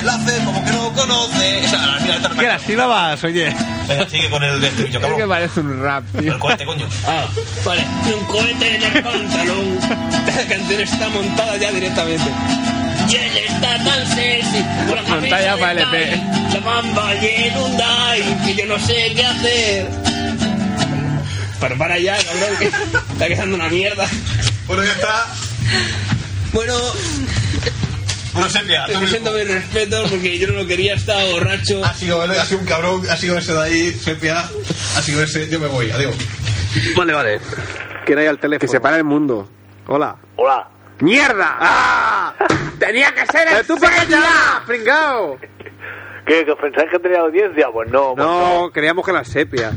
Speaker 11: él hace como que no conoce. Esa, mira, esta no me
Speaker 1: ¿Qué las sílabas, oye?
Speaker 11: Venga, sigue con el estribillo,
Speaker 2: Es que
Speaker 11: cabrón.
Speaker 2: parece un rap, tío.
Speaker 11: El cohete, coño.
Speaker 10: Ah, vale. Y un cohete en el pantalón. La canción está montada ya directamente. Y él está tan sexy. con la
Speaker 2: Montada
Speaker 10: camisa
Speaker 2: ya para
Speaker 10: de
Speaker 2: LP.
Speaker 10: Kai, La mamba y el Hyundai. Que yo no sé qué hacer. Pero para allá, cabrón, que está quedando una mierda.
Speaker 11: Bueno, ya está.
Speaker 10: Bueno,
Speaker 11: Bueno, Sepia, tú
Speaker 10: te presento mi respeto porque yo no lo quería, estaba borracho.
Speaker 11: Ha sido, él, ha sido un cabrón, ha sido ese de ahí, Sepia. Ha sido ese, yo me voy, adiós.
Speaker 1: Vale, vale. ¿Quién hay al teléfono?
Speaker 2: Que se para el mundo.
Speaker 1: Hola.
Speaker 12: Hola.
Speaker 2: ¡Mierda! ¡Ah! ¡Tenía que ser el
Speaker 1: ¡Tú
Speaker 2: ya, pringao!
Speaker 12: ¿Qué? ¿Que pensáis que tenía audiencia? Pues no.
Speaker 1: No, creíamos que la sepia.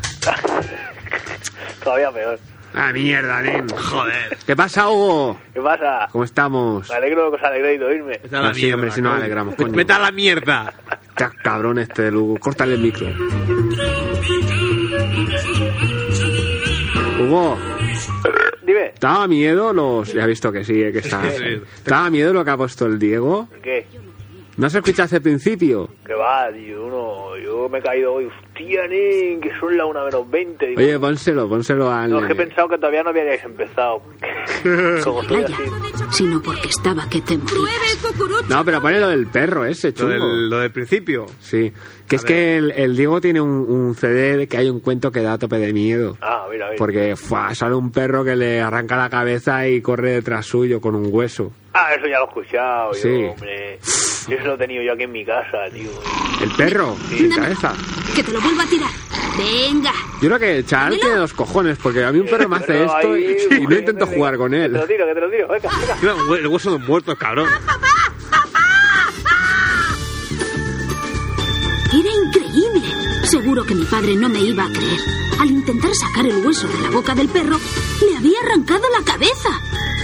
Speaker 12: Todavía peor.
Speaker 2: ¡Ah, mierda, nen! ¡Joder! ¿Qué pasa, Hugo?
Speaker 12: ¿Qué pasa?
Speaker 2: ¿Cómo estamos?
Speaker 12: Me alegro que os alegréis de oírme.
Speaker 1: a la
Speaker 2: No, sí,
Speaker 1: mierda,
Speaker 2: hombre, si nos
Speaker 1: coño.
Speaker 2: alegramos, coño.
Speaker 1: Vete a la mierda.
Speaker 2: Estás cabrón este de Lugo. Córtale el micro. Hugo,
Speaker 12: Dime,
Speaker 2: ¿te daba miedo los...? Ya he visto que sí, eh, que está...
Speaker 12: Sí.
Speaker 2: ¿Te daba miedo lo que ha puesto el Diego?
Speaker 12: ¿qué?
Speaker 2: ¿No se escuchaste al principio?
Speaker 12: ¿Qué va, tío? Uno, yo me he caído hoy. Hostia, nen, que son las una menos 20. Digo,
Speaker 2: Oye, pónselo, pónselo al...
Speaker 12: no, es que he pensado que todavía no habíais empezado. Como estoy así.
Speaker 4: sino porque estaba que te morías.
Speaker 2: No, pero ponle lo del perro ese,
Speaker 1: Lo
Speaker 2: chungo.
Speaker 1: del, lo del principio.
Speaker 2: Sí, que es que el, el Diego tiene un, un CD de que hay un cuento que da a tope de miedo.
Speaker 12: Ah, mira, mira.
Speaker 2: Porque fuá, sale un perro que le arranca la cabeza y corre detrás suyo con un hueso.
Speaker 12: Ah, eso ya lo he escuchado, yo,
Speaker 2: Sí.
Speaker 12: hombre. Yo eso lo he tenido yo aquí en mi casa, tío.
Speaker 2: El perro, sin cabeza.
Speaker 4: Que te lo vuelva a tirar. Venga.
Speaker 2: Yo creo que Charles tiene dos cojones, porque a mí un perro me hace esto y, y no intento jugar con
Speaker 12: Que pues, te
Speaker 2: él.
Speaker 12: lo tiro, que te lo tiro. Venga, venga.
Speaker 1: Mira, un hue- El hueso de un muerto, cabrón.
Speaker 4: Era increíble.
Speaker 5: Seguro que mi padre no me iba a creer. Al intentar sacar el hueso de la boca del perro, le había arrancado la cabeza.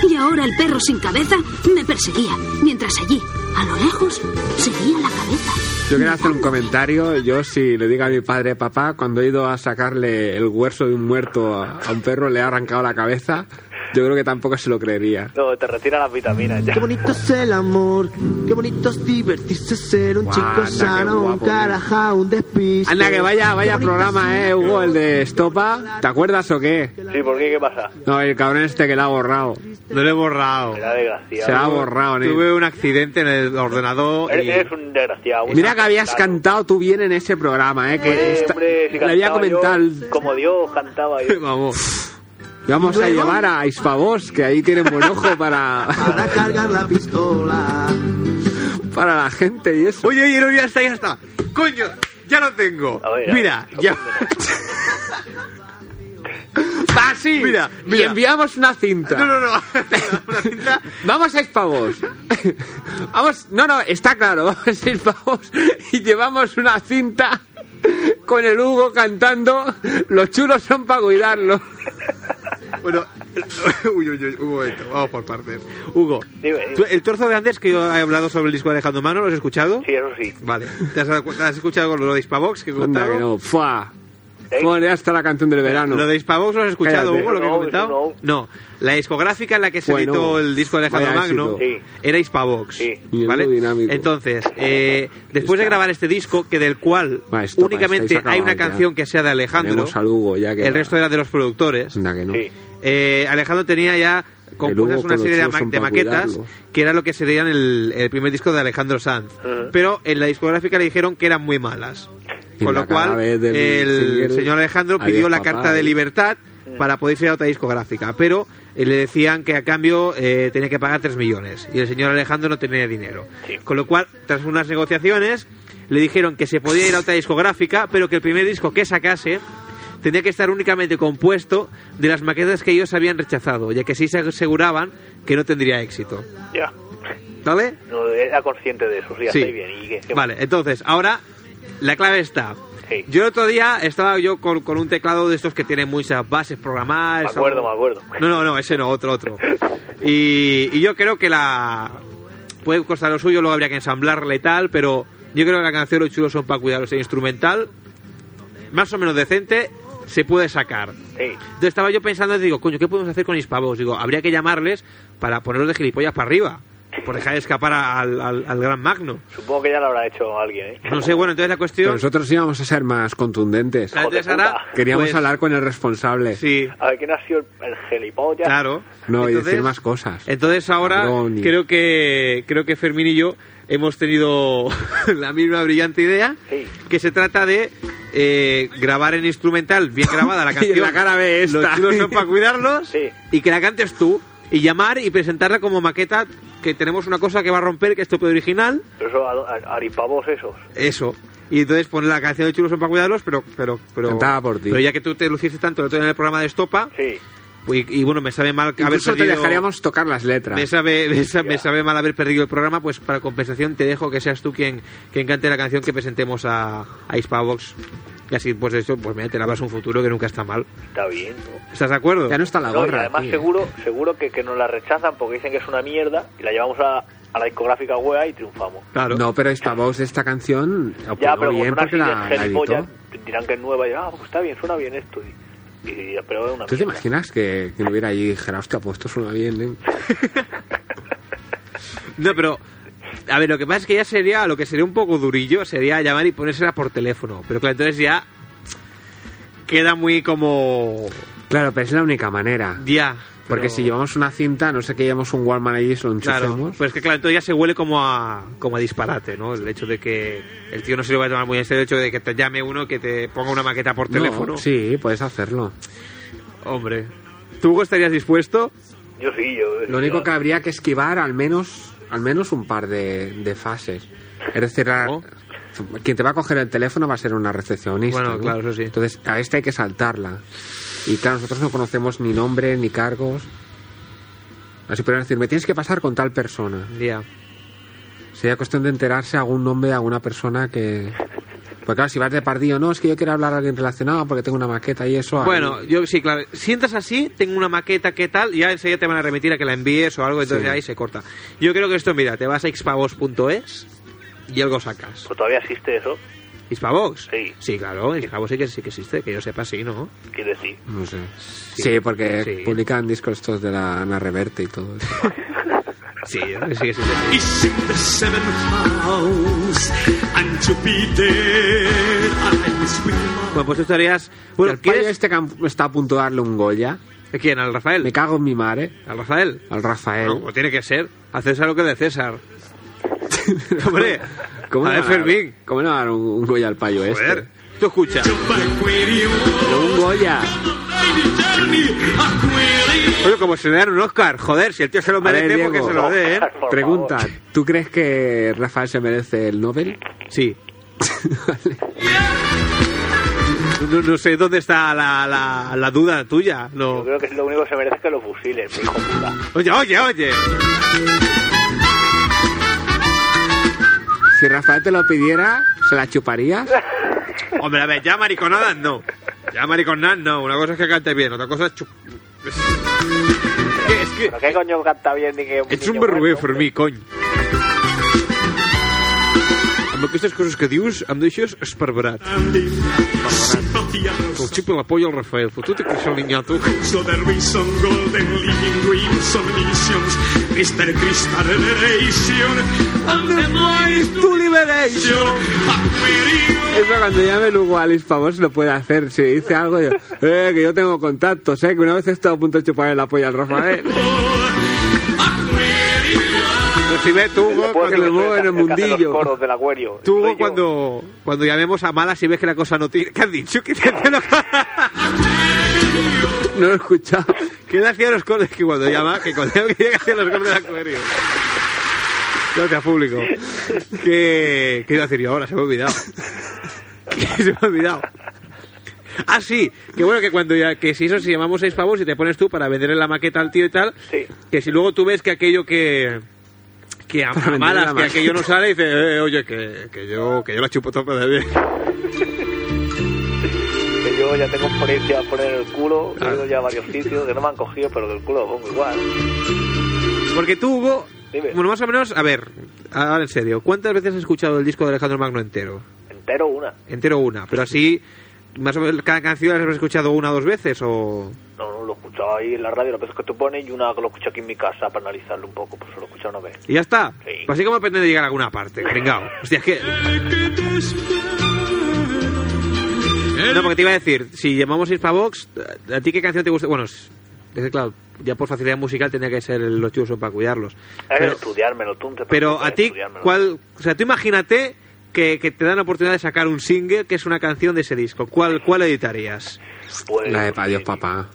Speaker 5: Y ahora el perro sin cabeza me perseguía, mientras allí, a lo lejos, seguía la cabeza.
Speaker 2: Yo quería hacer un comentario. Yo, si le digo a mi padre, papá, cuando he ido a sacarle el hueso de un muerto a, a un perro, le he arrancado la cabeza, yo creo que tampoco se lo creería.
Speaker 12: No, te retira las vitaminas ya.
Speaker 13: Qué bonito es el amor, qué bonito es divertirse, ser un
Speaker 2: Guau,
Speaker 13: chico
Speaker 2: anda, qué
Speaker 13: sano,
Speaker 2: guapo, eh.
Speaker 13: un carajá, un despiste.
Speaker 2: Anda, que vaya, vaya programa, eh, Hugo, el de Estopa. ¿Te acuerdas o qué?
Speaker 12: Sí, ¿por qué? ¿Qué pasa?
Speaker 2: No, el cabrón este que la ha borrado.
Speaker 1: No lo he borrado.
Speaker 12: Era desgraciado.
Speaker 2: Se la ha borrado, nen.
Speaker 1: Tuve un accidente en el ordenador.
Speaker 12: Eres,
Speaker 1: y-
Speaker 12: eres un desgraciado. un
Speaker 2: Mira que habías
Speaker 12: desgraciado.
Speaker 2: cantado tú bien en ese programa, eh, que
Speaker 12: Hombre,
Speaker 2: esta-
Speaker 12: hombre, si
Speaker 2: le había
Speaker 12: cantaba yo
Speaker 2: comentado. el-
Speaker 12: Como Dios cantaba yo.
Speaker 1: Vamos.
Speaker 2: Le Vamos a llevar a Ispavos, que ahí tienen buen ojo para,
Speaker 13: Para cargar la pistola.
Speaker 2: para la gente y eso.
Speaker 1: Oye, oye, no, ya está, ya está. Coño, ya lo tengo.
Speaker 12: A ver, a
Speaker 1: Mira,
Speaker 12: ver.
Speaker 1: ya.
Speaker 2: ¡Va, sí!
Speaker 1: Mira,
Speaker 2: Y
Speaker 1: mira.
Speaker 2: enviamos una cinta.
Speaker 1: No, no, no. Una cinta.
Speaker 2: Vamos a Ispavos. Vamos, no, no, está claro. Vamos a Ispavos y llevamos una cinta con el Hugo cantando Los chulos son para cuidarlo.
Speaker 1: Bueno, uy, uy, uy, un momento, vamos por partes. Hugo,
Speaker 12: Dime, dime.
Speaker 1: tú- el torzo de antes que yo he hablado sobre el disco de Alejandro Mano, ¿lo has escuchado?
Speaker 12: Sí, eso sí.
Speaker 1: Vale, ¿te has, dado cu- te has escuchado lo de Hispavox que he
Speaker 2: Anda,
Speaker 1: contado?
Speaker 2: que no. ¡Fua!
Speaker 12: ¿Eh?
Speaker 2: Bueno, ya está la canción del verano.
Speaker 1: ¿Lo de Hispavox lo has escuchado,
Speaker 2: Cállate.
Speaker 1: Hugo, lo que he
Speaker 12: No,
Speaker 1: comentado? No. La discográfica en la que se
Speaker 2: Bueno,
Speaker 1: editó el disco de Alejandro
Speaker 2: vaya
Speaker 1: Magno
Speaker 12: éxito.
Speaker 1: era Hispavox.
Speaker 12: Sí.
Speaker 2: Y el
Speaker 1: ¿Vale?
Speaker 2: dúo dinámico.
Speaker 1: Entonces, eh, después de grabar este disco, que del cual
Speaker 2: Va, esto, va,
Speaker 1: únicamente
Speaker 2: estáis
Speaker 1: hay una
Speaker 2: acabados ya.
Speaker 1: canción que sea de Alejandro,
Speaker 2: Tenemos al Hugo, ya que.
Speaker 1: el resto era de los productores.
Speaker 2: Anda, que no.
Speaker 12: Sí.
Speaker 1: Eh, Alejandro tenía ya compuestas
Speaker 2: Lugo
Speaker 1: una
Speaker 2: con
Speaker 1: serie de,
Speaker 2: los
Speaker 1: ma-
Speaker 2: son
Speaker 1: de
Speaker 2: pa'
Speaker 1: maquetas
Speaker 2: cuidarlos.
Speaker 1: que era lo que sería en el, el primer disco de Alejandro Sanz.
Speaker 12: Ujú.
Speaker 1: Pero en la discográfica le dijeron que eran muy malas.
Speaker 2: Y
Speaker 1: Con
Speaker 2: la
Speaker 1: lo
Speaker 2: cara
Speaker 1: cual,
Speaker 2: vez del
Speaker 1: el
Speaker 2: Singer,
Speaker 1: señor Alejandro
Speaker 2: adiós,
Speaker 1: pidió la
Speaker 2: papá, ¿eh?
Speaker 1: carta de
Speaker 2: y-
Speaker 1: libertad para poder ir a otra discográfica. Pero eh, le decían que a cambio eh, tenía que pagar 3 millones. Y el señor Alejandro no tenía dinero.
Speaker 12: Sí.
Speaker 1: Con lo cual, tras unas negociaciones, le dijeron que se podía ir a otra discográfica, pero que el primer disco que sacase tendría que estar únicamente compuesto de las maquetas que ellos habían rechazado, ya que sí se aseguraban que no tendría éxito.
Speaker 12: Ya.
Speaker 1: ¿Vale?
Speaker 12: No, era consciente de eso, sí, Pues ya estoy bien. ¿Y qué? ¿Qué-
Speaker 1: Vale, entonces, ahora la clave está.
Speaker 12: Sí.
Speaker 1: Yo el otro día estaba yo con, con un teclado de estos que tienen muchas bases programadas.
Speaker 12: Me acuerdo, me acuerdo.
Speaker 1: No, no, no, ese no, otro, otro. Y, y yo creo que la... Puede costar lo suyo, luego habría que ensamblarle y tal, pero yo creo que la canción Los chulos son para cuidarlos. El instrumental, más o menos decente, se puede sacar.
Speaker 12: Sí.
Speaker 1: Entonces estaba yo pensando, digo, coño, ¿qué podemos hacer con Hispavos? Digo, habría que llamarles para ponerlos de gilipollas para arriba, por dejar escapar al, al- al gran magno.
Speaker 12: Supongo que ya lo habrá hecho alguien, ¿eh?
Speaker 1: No sé, bueno, pues, entonces la
Speaker 2: Pero
Speaker 1: cuestión...
Speaker 2: nosotros íbamos a ser más contundentes.
Speaker 1: la entonces
Speaker 12: Joder,
Speaker 1: ahora,
Speaker 12: puta.
Speaker 2: Queríamos
Speaker 1: pues,
Speaker 2: hablar con el responsable.
Speaker 1: Sí,
Speaker 12: A ver, ¿quién ha sido el, el gilipollas?
Speaker 1: claro.
Speaker 2: No, y
Speaker 1: Entonces-
Speaker 2: decir más cosas.
Speaker 1: Entonces ahora
Speaker 2: Cabrón, y-
Speaker 1: creo que creo que Fermín y yo hemos tenido la misma brillante idea,
Speaker 12: Sí.
Speaker 1: que se trata de eh, grabar en instrumental, bien grabada la
Speaker 2: Y
Speaker 1: canción.
Speaker 2: la cara de esta.
Speaker 1: Los chulos son para cuidarlos
Speaker 12: Sí.
Speaker 1: y que la cantes tú y llamar y presentarla como maqueta que tenemos una cosa que va a romper que es tu original,
Speaker 12: Pero eso, a- a- aripavos esos.
Speaker 1: eso. Y entonces ponen la canción de Chulos son para cuidarlos, pero, pero, pero,
Speaker 2: Cantaba por ti.
Speaker 1: pero ya que tú te luciste tanto en el programa de Estopa, y, y bueno, me sabe mal que haber
Speaker 2: Incluso te
Speaker 1: perdido-
Speaker 2: dejaríamos tocar las letras.
Speaker 1: me sabe, me, sa- me sabe mal haber perdido el programa, pues para compensación te dejo que seas tú quien, quien cante la canción que presentemos a, a Hispavox. Y así, pues eso, pues mira, te lavas un futuro que nunca está mal.
Speaker 12: Está bien, ¿no?
Speaker 1: ¿Estás de acuerdo? Ya no está
Speaker 12: No, y además seguro, seguro que, que nos la rechazan porque dicen que es una mierda y la llevamos a, a la discográfica wea y triunfamos.
Speaker 2: No, pero esta voz de esta canción la
Speaker 12: Ya,
Speaker 2: opinó
Speaker 12: pero como
Speaker 2: bien
Speaker 12: una
Speaker 2: porque la, la editó.
Speaker 12: gilipollas dirán que es nueva y dirán, ah, pues está bien, suena bien esto. Y, y- pero es una
Speaker 2: ¿Tú te
Speaker 12: mierda.
Speaker 2: imaginas que, que lo hubiera allí y dijera, hostia, pues esto suena bien, eh"?
Speaker 1: No, pero. A ver, lo que pasa es que ya sería. Lo que sería un poco durillo sería llamar y ponérsela por teléfono. Pero claro, entonces ya. Queda muy como.
Speaker 2: Claro, pero es la única manera.
Speaker 1: Oh. Ya.
Speaker 2: Porque
Speaker 1: pero-
Speaker 2: si llevamos una cinta, no sé que llevamos un Walkman allí y se lo
Speaker 1: Claro,
Speaker 2: enchufemos.
Speaker 1: pues es que claro, entonces ya se huele como a, como a disparate, ¿no? El hecho de que el tío no se lo va a tomar muy en serio, el hecho de que te llame uno que te ponga una maqueta por
Speaker 2: No,
Speaker 1: teléfono.
Speaker 2: sí, puedes hacerlo.
Speaker 1: Hombre, ¿tú Hugo, estarías dispuesto?
Speaker 12: Yo sí, yo.
Speaker 2: Lo único que habría que esquivar al menos al menos un par de, de fases. Es decir, la- quien te va a coger el teléfono va a ser una recepcionista.
Speaker 1: Bueno,
Speaker 2: ¿no?
Speaker 1: claro, eso sí.
Speaker 2: Entonces, a esta hay que saltarla. Y claro, nosotros no conocemos ni nombre ni cargos. Así podrían decir, me tienes que pasar con tal persona.
Speaker 1: Ya.
Speaker 2: Sería cuestión de enterarse algún nombre de alguna persona que... Pues claro, si vas de pardillo, no, es que yo quiero hablar a alguien relacionado porque tengo una maqueta y eso. ahí-
Speaker 1: Bueno, yo sí, claro. Si entras así, tengo una maqueta, ¿qué tal? Ya enseguida te van a remitir a que la envíes o algo, entonces
Speaker 2: Sí.
Speaker 1: ahí se corta. Yo creo que esto, mira, te vas a xpavos.es y algo sacas.
Speaker 12: Pues todavía existe eso,
Speaker 1: ¿Xpavox?
Speaker 12: Sí.
Speaker 1: Sí, claro, Xpavox sí que, sí que existe, que yo sepa, sí, ¿no?
Speaker 12: quiero decir.
Speaker 2: No sé. Sí, porque
Speaker 1: sí.
Speaker 2: publican discos estos de la Ana Reverte y todo eso.
Speaker 1: Sí, yo creo que sí que existe.
Speaker 14: It's in the seventh house, and to be there, I was with my
Speaker 1: Bueno, pues tú estarías... Bueno,
Speaker 2: el payo este que está a punto de darle un Goya.
Speaker 1: ¿Quién? ¿Al Rafael?
Speaker 2: Me cago en mi madre.
Speaker 1: ¿Al Rafael? Ah,
Speaker 2: Al Rafael.
Speaker 1: No, como tiene que ser. A César lo que de César. Hombre,
Speaker 2: ¿Cómo
Speaker 1: a ver,
Speaker 2: le van a dar-
Speaker 1: Fermín.
Speaker 2: ¿Cómo le van a dar un, un Goya al payo
Speaker 1: Joder,
Speaker 2: este?
Speaker 1: tú escucha.
Speaker 2: Pero un Goya.
Speaker 1: Oye, como si le dan un Oscar. Joder, si el tío se lo
Speaker 2: A ver,
Speaker 1: merece,
Speaker 2: Diego,
Speaker 1: porque se lo dé, ¿eh?
Speaker 2: Pregunta, ¿tú crees que Rafael se merece el Nobel?
Speaker 1: Sí. No, no sé dónde está la, la, la duda tuya.
Speaker 12: Yo
Speaker 1: No.
Speaker 12: creo que lo único que se merece es que lo fusilen, hijo de puta.
Speaker 1: Oye, oye, oye.
Speaker 2: Si Rafael te lo pidiera, ¿se la chuparías?
Speaker 1: Hombre, a ver, ya mariconadas no. Ya mariconadas no. Una cosa es que cante bien, otra cosa es chup. ¿Qué, es que...
Speaker 12: ¿Pero qué coño canta bien ni que
Speaker 1: Ets
Speaker 12: niño
Speaker 1: un barroer,
Speaker 12: muerto?
Speaker 1: Fermí, cony. Amb aquestes coses que dius, em deixes esparverat.
Speaker 14: sympathy and
Speaker 1: El xip i la polla al Rafael. Fotut que això l'inyato.
Speaker 14: So there is some golden living dreams, some illusions, Mr. Crystal Generation, and the mind to liberation.
Speaker 2: Eso cuando llamen Hugo Alice Pavos lo puede hacer. Si dice algo, yo, eh, que yo tengo contactos, eh, que una vez he estado a punto de chuparle la polla al eh". Rafael.
Speaker 1: Però si ve tu, Hugo,
Speaker 12: Puedo
Speaker 1: quan,
Speaker 12: decir que
Speaker 1: tu,
Speaker 12: soy
Speaker 2: en el
Speaker 12: que hace
Speaker 2: mundillo.
Speaker 12: Los coros del agüero.
Speaker 1: Hugo, cuando, cuando llamemos a Mala, si ves que la cosa no tira... ¿Qué has dicho? ¿Qué te hacía los...
Speaker 2: No lo he escuchado.
Speaker 1: ¿Qué te hacía los cortes? Que cuando llama, que cuando llama, que llega hacia los cortes del acuario. Gracias, público. ¿Qué, ¿Qué iba a decir yo ahora? Se me ha olvidado. Que se me ha olvidado. Ah, sí, que bueno que cuando ya, que si eso, si llamamos seis pavos y te pones tú para venderle la maqueta al tío y tal, que si luego tú ves que aquello que. que a,
Speaker 2: Para
Speaker 1: a
Speaker 2: venderle
Speaker 1: malas,
Speaker 2: la
Speaker 1: que aquello no
Speaker 2: maqueta.
Speaker 1: sale, y dices, "Eh, oye, que, que yo, que yo la chupo toda de bien.
Speaker 12: Que yo ya tengo experiencia a poner el culo, he ido ya a
Speaker 1: Ah.
Speaker 12: varios sitios que no me han cogido, pero que el culo lo pongo igual.
Speaker 1: Porque tú, Hugo,
Speaker 12: Dime.
Speaker 1: bueno, más o menos, a ver, ahora en serio, ¿cuántas veces has escuchado el disco de Alejandro Magno entero?
Speaker 12: Entero una.
Speaker 1: Entero una, pero así, más o menos, cada canción la has escuchado una o dos veces o...
Speaker 12: No, no, lo escuchaba ahí en la radio, las veces que tú pones, y una que lo escucho aquí en mi casa para analizarlo un poco, pues lo escucha una vez.
Speaker 1: Y ya está. Pues así como pretende llegar a alguna parte, pringao. Hostia, es que... No, porque te iba a decir, si llamamos Hispavox, ¿a a ti qué canción te gusta? Bueno, es es que claro, ya por facilidad musical tenía que ser el- los chicos son para cuidarlos.
Speaker 12: Es
Speaker 1: Pero-
Speaker 12: estudiármelo, tú no te
Speaker 1: Pero
Speaker 12: preocupes,
Speaker 1: a ti,
Speaker 12: estudiármelo.
Speaker 1: ¿cuál? O sea, tú imagínate que, que te dan la oportunidad de sacar un single que es una canción de ese disco. ¿Cuál, cuál editarías?
Speaker 12: Pues,
Speaker 2: La de pa' Dios papá.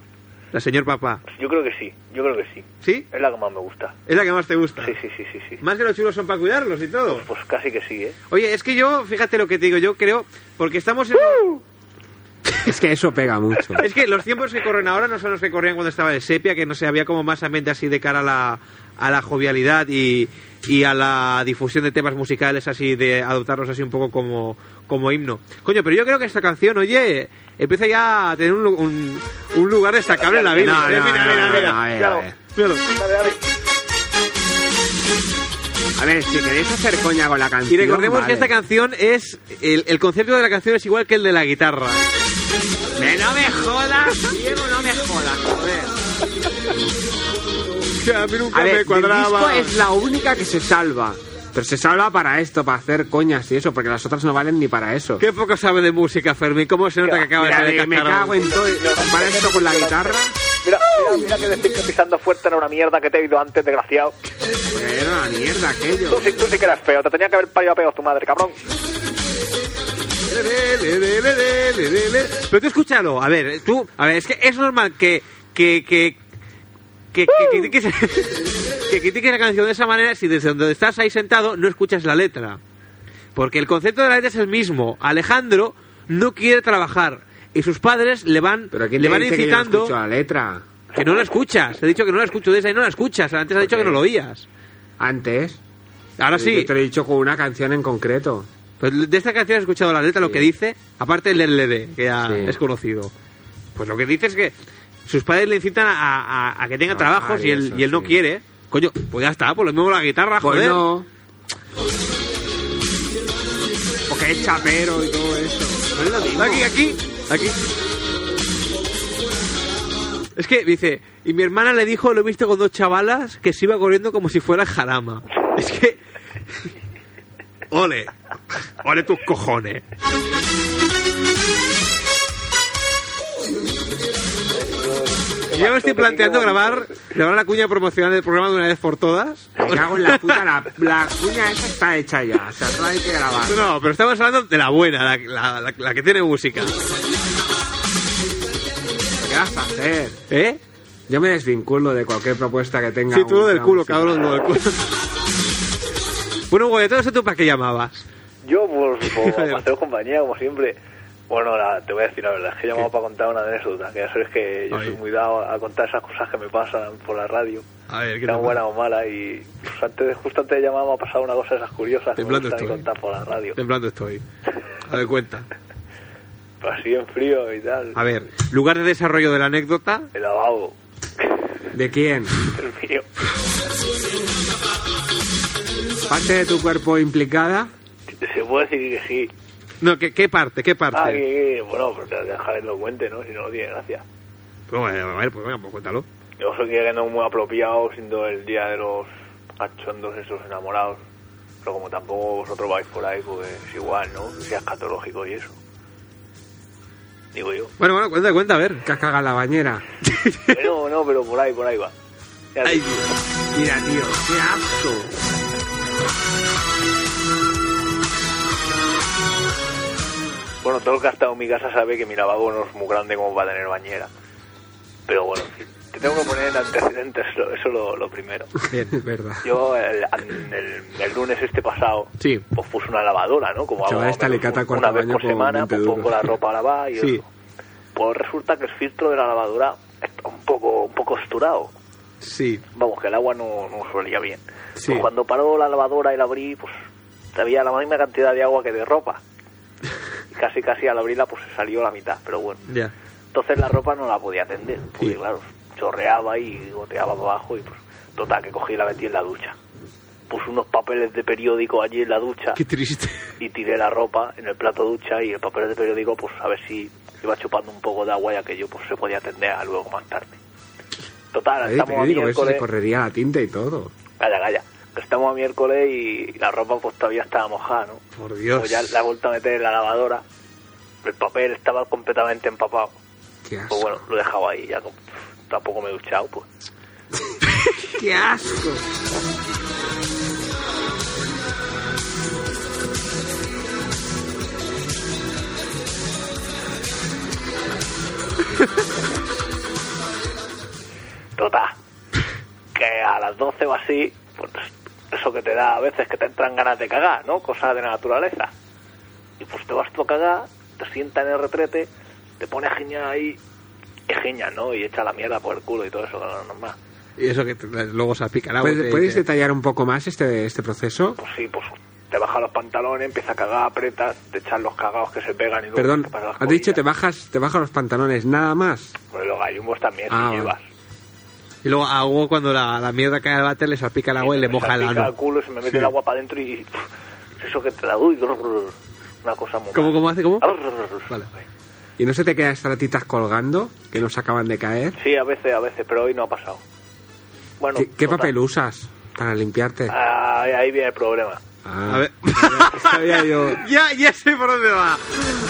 Speaker 1: La señor papá.
Speaker 12: Yo creo que sí, yo creo que sí.
Speaker 1: ¿Sí?
Speaker 12: Es la que más me gusta.
Speaker 1: ¿Es la que más te gusta?
Speaker 12: Sí, sí, sí, sí. sí.
Speaker 1: Más que los chulos son para cuidarlos y todo.
Speaker 12: Pues casi que sí, ¿eh?
Speaker 1: Oye, es que yo, fíjate lo que te digo, yo creo, porque estamos en...
Speaker 2: Es que eso pega mucho.
Speaker 1: Es que los tiempos que corren ahora no son los que corrían cuando estaba de sepia, que no se había como más ambiente así de cara a la, a la jovialidad y, y a la difusión de temas musicales así, de adoptarlos así un poco como, como himno. Coño, pero yo creo que esta canción, oye, empieza ya a tener un, lu- un, un lugar destacable en la vida.
Speaker 2: No, no,
Speaker 1: Eh, mira,
Speaker 2: no,
Speaker 1: mira,
Speaker 2: no,
Speaker 1: mira.
Speaker 2: no, a ver,
Speaker 1: Míralo,
Speaker 2: a ver.
Speaker 1: míralo.
Speaker 2: A ver, si queréis hacer coña con la canción.
Speaker 1: Y recordemos
Speaker 2: vale.
Speaker 1: que esta canción es. El, el concepto de la canción es igual que el de la guitarra.
Speaker 2: Me- No me jodas, Diego, no me jodas, joder.
Speaker 1: a mí
Speaker 2: A ver, del disco es la única que se salva. Pero se salva para esto, para hacer coñas y eso, porque las otras no valen ni para eso.
Speaker 1: Qué poco sabe de música, Fermín. ¿Cómo se nota que acaba de
Speaker 2: Mira,
Speaker 1: salir
Speaker 2: me- me
Speaker 1: cascarón?
Speaker 2: cago en todo. Para esto con la guitarra.
Speaker 12: Mira, mira, mira que decir que pisando fuerte era una mierda que te he oído antes, desgraciado.
Speaker 2: Era una mierda aquello.
Speaker 12: Tú, sí- tú sí que eres feo, te tenía que haber parido a peos tu madre, cabrón.
Speaker 1: Pero tú escúchalo, a ver, tú, a ver, es que es normal que que que que, que critiques, que critiques la canción de esa manera si desde donde estás ahí sentado no escuchas la letra. Porque el concepto de la letra es el mismo. Alejandro no quiere trabajar y sus padres le van
Speaker 2: Pero aquí
Speaker 1: le van incitando
Speaker 2: Que yo no escucho la letra.
Speaker 1: que no la escuchas. Te he dicho que no la escucho desde ahí no la escuchas. Antes has dicho que no lo oías.
Speaker 2: Antes.
Speaker 1: Ahora
Speaker 2: Yo
Speaker 1: sí.
Speaker 2: Te lo he dicho con una canción en concreto.
Speaker 1: Pues de esta canción he escuchado la letra, lo que dice, aparte el LD, que ya
Speaker 2: Sí.
Speaker 1: es conocido. Pues lo que dice es que sus padres le incitan a, a- a que tenga
Speaker 2: Trabajar
Speaker 1: trabajos
Speaker 2: y
Speaker 1: y él,
Speaker 2: eso,
Speaker 1: y él no
Speaker 2: sí.
Speaker 1: quiere. Coño, pues ya está, por lo mismo la guitarra,
Speaker 2: Pues
Speaker 1: joder.
Speaker 2: no. Porque es chapero y todo eso. No es lo mismo.
Speaker 1: Aquí, aquí, aquí. Es que dice, y mi hermana le dijo, lo he visto con dos chavalas, que se iba corriendo como si fuera jarama. Es que... Ole, ole tus cojones. Yo ya me estoy planteando grabar, grabar la cuña promocional del programa de una vez por todas.
Speaker 2: Me cago en la puta, la, la cuña esa está hecha ya. O sea, no hay que grabar.
Speaker 1: No, pero estamos hablando de la buena, la, la- la- la que tiene música.
Speaker 2: ¿Qué vas a hacer?
Speaker 1: ¿Eh?
Speaker 2: Yo me desvinculo de cualquier propuesta que tenga.
Speaker 1: Sí, tú lo
Speaker 2: un-
Speaker 1: del
Speaker 2: una
Speaker 1: culo,
Speaker 2: música.
Speaker 1: cabrón, lo del culo. Bueno, güey, todo eso tú para qué llamabas.
Speaker 12: Yo, pues, por para hacer compañía, como siempre. Bueno, la- te voy a decir la verdad, es que he llamado para contar una anécdota, que ya sabes que yo
Speaker 1: Ay.
Speaker 12: soy muy dado a contar esas cosas que me pasan por la radio,
Speaker 1: A ver, ¿qué
Speaker 12: sean
Speaker 1: te
Speaker 12: buenas o malas, y pues, antes, justo antes de llamar me ha pasado una cosa de esas curiosas que me
Speaker 1: Temblando
Speaker 12: gustan y
Speaker 1: estoy.
Speaker 12: contar por la radio.
Speaker 1: Temblando estoy. A ver, cuenta.
Speaker 12: Pero así en frío y tal.
Speaker 1: A ver, lugar de desarrollo de la anécdota.
Speaker 12: El lavabo,
Speaker 2: ¿De quién?
Speaker 12: el mío.
Speaker 2: ¿Parte de tu cuerpo implicada?
Speaker 12: Se puede decir que sí.
Speaker 1: No, ¿qué, qué parte? ¿Qué
Speaker 12: Ah,
Speaker 1: parte?
Speaker 12: que, que- bueno, pero te dejaré lo cuente, ¿no? Si no, no tiene gracia.
Speaker 1: Pues, bueno, a ver, pues venga, pues cuéntalo.
Speaker 12: Yo soy que no muy apropiado siendo el día de los cachondos esos enamorados. Pero como tampoco vosotros vais por ahí, pues es igual, ¿no? Que sea escatológico y eso. Digo yo.
Speaker 1: Bueno, bueno, cuenta, cuenta, a ver.
Speaker 2: ¿Que has cagado en la bañera?
Speaker 12: Pero no, pero por ahí, por ahí va. Ya te-
Speaker 2: Mira, tío, qué asco.
Speaker 12: Bueno, todo el que ha estado en mi casa sabe que mi lavabo no es muy grande como para tener bañera. Pero bueno, en fin, te tengo que poner en antecedentes, lo- eso lo, lo primero.
Speaker 1: Bien.
Speaker 2: Es verdad.
Speaker 12: Yo el, el- el lunes este pasado
Speaker 1: Sí,
Speaker 12: pues puse una lavadora, ¿no? Como
Speaker 2: Chaval,
Speaker 12: hago
Speaker 2: esta
Speaker 12: menos
Speaker 2: licata
Speaker 12: un-
Speaker 2: corta
Speaker 12: Pues una vez
Speaker 2: baño
Speaker 12: por
Speaker 2: con
Speaker 12: semana,
Speaker 2: 20
Speaker 12: pues pongo
Speaker 2: duros.
Speaker 12: la ropa a lavar y
Speaker 1: Sí.
Speaker 12: eso. Pues resulta que el filtro de la lavadora está un poco, un poco esturado.
Speaker 1: sí.
Speaker 12: Vamos, que el agua no, no solía bien.
Speaker 1: Sí.
Speaker 12: Pues cuando paró la lavadora y la abrí, pues había la misma cantidad de agua que de ropa. Y casi, casi al abrirla, pues se salió la mitad, pero bueno.
Speaker 1: Ya.
Speaker 12: Entonces la ropa no la podía atender, porque
Speaker 1: Sí.
Speaker 12: claro, chorreaba y goteaba para abajo y pues total, que cogí y la metí en la ducha. Puse unos papeles de periódico allí en la ducha
Speaker 1: Qué triste.
Speaker 12: y tiré la ropa en el plato de ducha y el papel de periódico, pues a ver si iba chupando un poco de agua y aquello pues se podía atender a luego más tarde. Total,
Speaker 2: Ahí,
Speaker 12: estamos a
Speaker 2: periódico, eso
Speaker 12: miércoles,
Speaker 2: se correría la tinta y todo.
Speaker 12: calla, calla, que estamos a miércoles y la ropa pues todavía estaba mojada, ¿no?
Speaker 1: Por Dios.
Speaker 12: Pues ya la he vuelto a meter en la lavadora, el papel estaba completamente empapado.
Speaker 2: Qué
Speaker 12: Pues
Speaker 2: asco.
Speaker 12: bueno, lo he dejado ahí, ya como, tampoco me he duchado, pues.
Speaker 2: Qué asco.
Speaker 12: Total. Que a las 12 o así, pues eso que te da a veces que te entran ganas de cagar, ¿no? Cosas de la naturaleza. Y pues te vas tú a cagar, te sientas en el retrete, te pones a giñar ahí, y giñas, ¿no? Y echa la mierda por el culo y todo eso, que es lo normal.
Speaker 1: Y eso que te- luego salpica el agua.
Speaker 2: ¿Puedes,
Speaker 1: te
Speaker 2: puedes
Speaker 1: dice-
Speaker 2: detallar un poco más este, este proceso?
Speaker 12: Pues sí, pues te bajas los pantalones, empieza a cagar, apretas, te echan los cagados que se pegan y luego
Speaker 2: Perdón,
Speaker 12: te pasas las
Speaker 2: has dicho te bajas, te bajas los pantalones, nada más.
Speaker 12: cosas. Pues los gallumbos también
Speaker 2: Ah,
Speaker 12: se
Speaker 2: vale.
Speaker 12: llevas.
Speaker 1: Y luego a Hugo cuando la, la mierda cae al váter le salpica el agua y le moja el
Speaker 12: salpica
Speaker 1: ano.
Speaker 12: el culo, se me mete
Speaker 1: Sí.
Speaker 12: el agua para adentro y pff, eso que te da uy, grr, grr, una cosa muy
Speaker 1: ¿Cómo,
Speaker 12: mala.
Speaker 1: cómo hace? ¿Cómo?
Speaker 12: Grr, grr, grr.
Speaker 2: ¿Y no se te quedan estratitas colgando que nos acaban de caer?
Speaker 12: Sí, a veces, a veces, pero hoy no ha pasado. Bueno,
Speaker 2: ¿Qué, qué
Speaker 12: total.
Speaker 2: papel usas para limpiarte?
Speaker 12: Ah, ahí viene el problema.
Speaker 2: Ah.
Speaker 1: A ver.
Speaker 2: Sabía yo.
Speaker 1: Ya, ya sé por dónde va.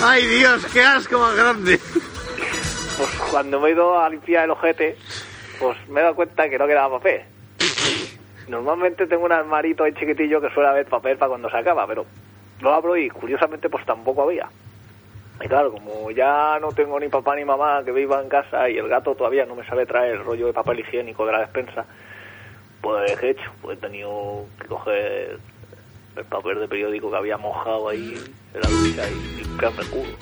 Speaker 1: Ay, Dios, qué asco más grande.
Speaker 12: Pues cuando me he ido a limpiar el ojete, pues me he dado cuenta que no quedaba papel. Normalmente tengo un armarito ahí chiquitillo que suele haber papel para cuando se acaba, pero lo abro y curiosamente pues tampoco había. Y claro, como ya no tengo ni papá ni mamá que viva en casa y el gato todavía no me sabe traer el rollo de papel higiénico de la despensa, pues ¿qué he hecho, pues he tenido que coger el papel de periódico que había mojado ahí en la ducha y limpiarme el culo.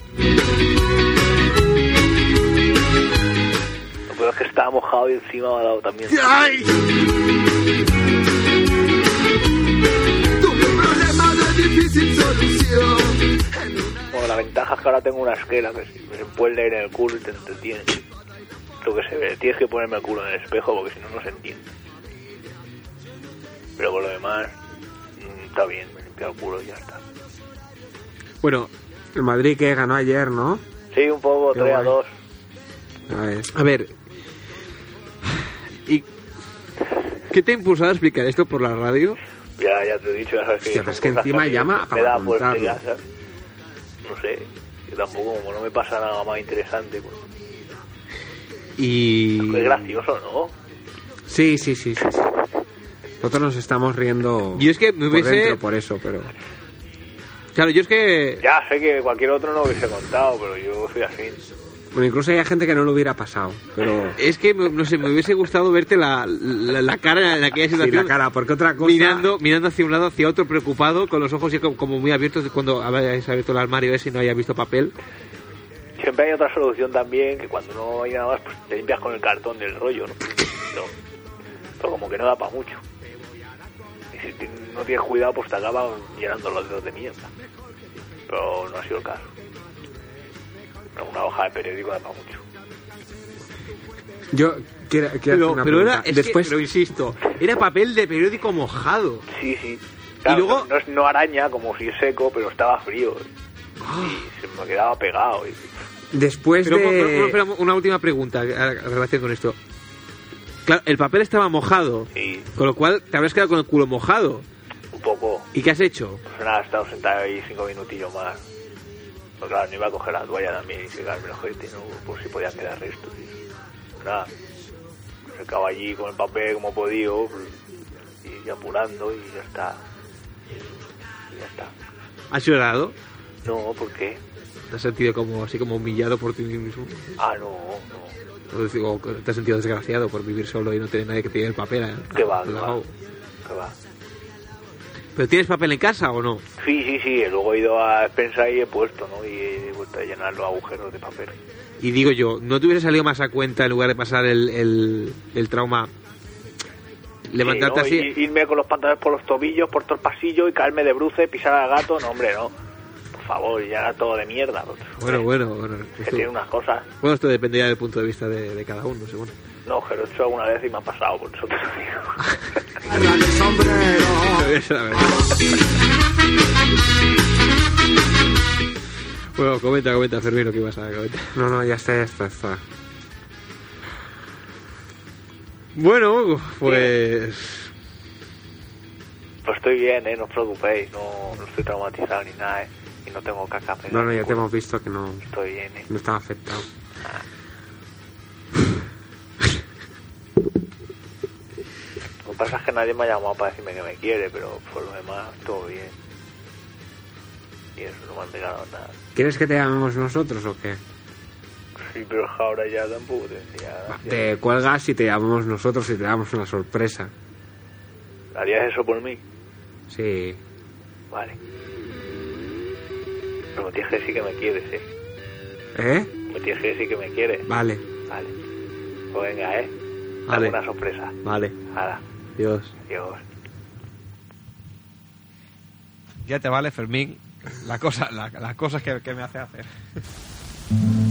Speaker 12: Lo peor es que estaba mojado y encima me ha dado también.
Speaker 14: ¡Ay!
Speaker 12: problema de difícil solución. Bueno, la ventaja es que ahora tengo una esquela que si se puede leer en el culo y te entretiene. Lo que se ve, tienes que ponerme el culo en el espejo porque si no, no se entiende. Pero por lo demás, mm, está bien, me he limpiado el culo y ya está.
Speaker 2: Bueno, el Madrid que ganó ayer, ¿no?
Speaker 12: Sí, un poco,
Speaker 2: Qué
Speaker 12: 3 a
Speaker 2: guay.
Speaker 12: 2.
Speaker 2: A ver.
Speaker 1: A ver. ¿Y qué te ha impulsado a explicar esto por la radio?
Speaker 12: Ya, ya te he dicho, ya sabes que.
Speaker 1: Hostia,
Speaker 12: son
Speaker 1: pero es que
Speaker 12: cosas
Speaker 1: encima
Speaker 12: a mí
Speaker 1: llama
Speaker 12: me
Speaker 1: para
Speaker 12: da fuerte
Speaker 1: contarlo.
Speaker 12: ya, ¿sabes? No sé, yo tampoco, como no me pasa nada más interesante, pues.
Speaker 1: Y...
Speaker 12: Es gracioso, ¿no?
Speaker 2: Sí, sí, sí, sí, sí. Nosotros nos estamos riendo.
Speaker 1: Yo es que me hubiese-
Speaker 2: por, dentro por eso, pero
Speaker 1: Claro, yo es que...
Speaker 12: Ya sé que cualquier otro no hubiese contado, pero yo soy así.
Speaker 2: bueno, incluso hay gente que no lo hubiera pasado, pero
Speaker 1: Es que, me- no sé, me hubiese gustado verte la, la, la cara en aquella situación.
Speaker 2: la cara, porque otra cosa-
Speaker 1: Mirando, mirando hacia un lado, hacia otro, preocupado, con los ojos ya como, como muy abiertos cuando habéis abierto el armario ese y no haya visto papel.
Speaker 12: Siempre hay otra solución también, que cuando no hay nada más, pues te limpias con el cartón del rollo, ¿no? Pero, pero como que no da para mucho. Y si ti- no tienes cuidado, pues te acaban llenando los dedos de mierda. Pero no ha sido el caso. Pero una hoja de periódico da para mucho.
Speaker 2: yo quiero, quiero hacer
Speaker 1: Pero,
Speaker 2: una
Speaker 1: pero era,
Speaker 2: pregunta.
Speaker 1: es que,
Speaker 2: Después,
Speaker 1: pero insisto, era papel de periódico mojado.
Speaker 12: Sí, sí. Claro,
Speaker 1: luego-
Speaker 12: no, no es- no araña como si es seco, pero estaba frío. Y se me quedaba pegado. y-
Speaker 2: después
Speaker 1: Pero,
Speaker 2: de
Speaker 1: pero, pero, espera, una última pregunta eh, en relación con esto. Claro, el papel estaba mojado,
Speaker 12: Sí.
Speaker 1: con lo cual te habrás quedado con el culo mojado.
Speaker 12: un poco.
Speaker 1: ¿Y qué has hecho?
Speaker 12: Pues nada, he estado sentado ahí cinco minutillos más. Pues claro, no iba a coger la toalla también y secarme los ojete, ¿no? Por si podía quedar resto, tío. Nada, me secaba allí con el papel como he podido pues, y apurando y ya está. Y ya está.
Speaker 1: ¿Has llorado?
Speaker 12: No, ¿por qué?
Speaker 1: ¿Te has sentido como así como humillado por ti mismo?
Speaker 12: Ah, no, no.
Speaker 1: O decir, o te has sentido desgraciado por vivir solo y no tener nadie que te lleve el papel. eh,
Speaker 12: ¿Qué va?
Speaker 1: al
Speaker 12: ¿Qué va?
Speaker 1: lavabo?
Speaker 12: ¿Qué va?
Speaker 1: ¿Pero tienes papel en casa o no?
Speaker 12: Sí, sí, sí. Luego he ido a Spencer y he puesto, ¿no? Y he vuelto a llenar los agujeros de papel.
Speaker 1: Y digo yo, ¿no te hubiera salido más a cuenta en lugar de pasar el, el, el trauma? Levantarte
Speaker 12: Sí, ¿no?
Speaker 1: así.
Speaker 12: Y- irme con los pantalones por los tobillos, por todo el pasillo y caerme de bruces, pisar al gato. No, hombre, no. Por favor, ya era todo de mierda.
Speaker 1: Pues Bueno, bueno, bueno.
Speaker 12: Que
Speaker 1: esto-
Speaker 12: tiene unas cosas.
Speaker 1: Bueno, esto dependería del punto de vista de, de cada uno, seguro.
Speaker 12: No, que lo he hecho alguna vez y me ha pasado, por eso te lo digo.
Speaker 1: Eso, la verdad. Bueno, comenta, comenta, Fermín, lo que ibas a comentar.
Speaker 2: No, no, ya está, ya está, ya está.
Speaker 1: Bueno, Hugo, pues...
Speaker 12: Pues estoy bien, ¿eh? No os preocupéis. No, no estoy traumatizado ni nada, ¿eh? Y no tengo caca. pero
Speaker 2: No, no, ya te hemos visto que no,
Speaker 12: Estoy bien, ¿eh?
Speaker 2: no estaba afectado.
Speaker 12: Lo que pasa es que nadie me ha llamado para decirme que me quiere, pero por lo demás, todo bien. Y eso no me han regalado nada.
Speaker 2: ¿Quieres que te llamemos nosotros o qué?
Speaker 12: Sí, pero ahora ya tampoco tendría.
Speaker 1: Te cuelgas y te llamamos nosotros y te damos una sorpresa.
Speaker 12: ¿Harías eso por mí?
Speaker 1: Sí.
Speaker 12: Vale. Pero me tienes que decir que me quieres, ¿eh?
Speaker 1: ¿Eh?
Speaker 12: Me tienes que decir que me quieres.
Speaker 1: Vale,
Speaker 12: Vale. Pues venga, ¿eh? Dame
Speaker 1: Vale.
Speaker 12: una sorpresa.
Speaker 1: vale.
Speaker 12: Hala,
Speaker 1: Dios.
Speaker 12: adiós.
Speaker 15: Ya te vale, Fermín. La cosa, la, las cosas que, que me hace hacer.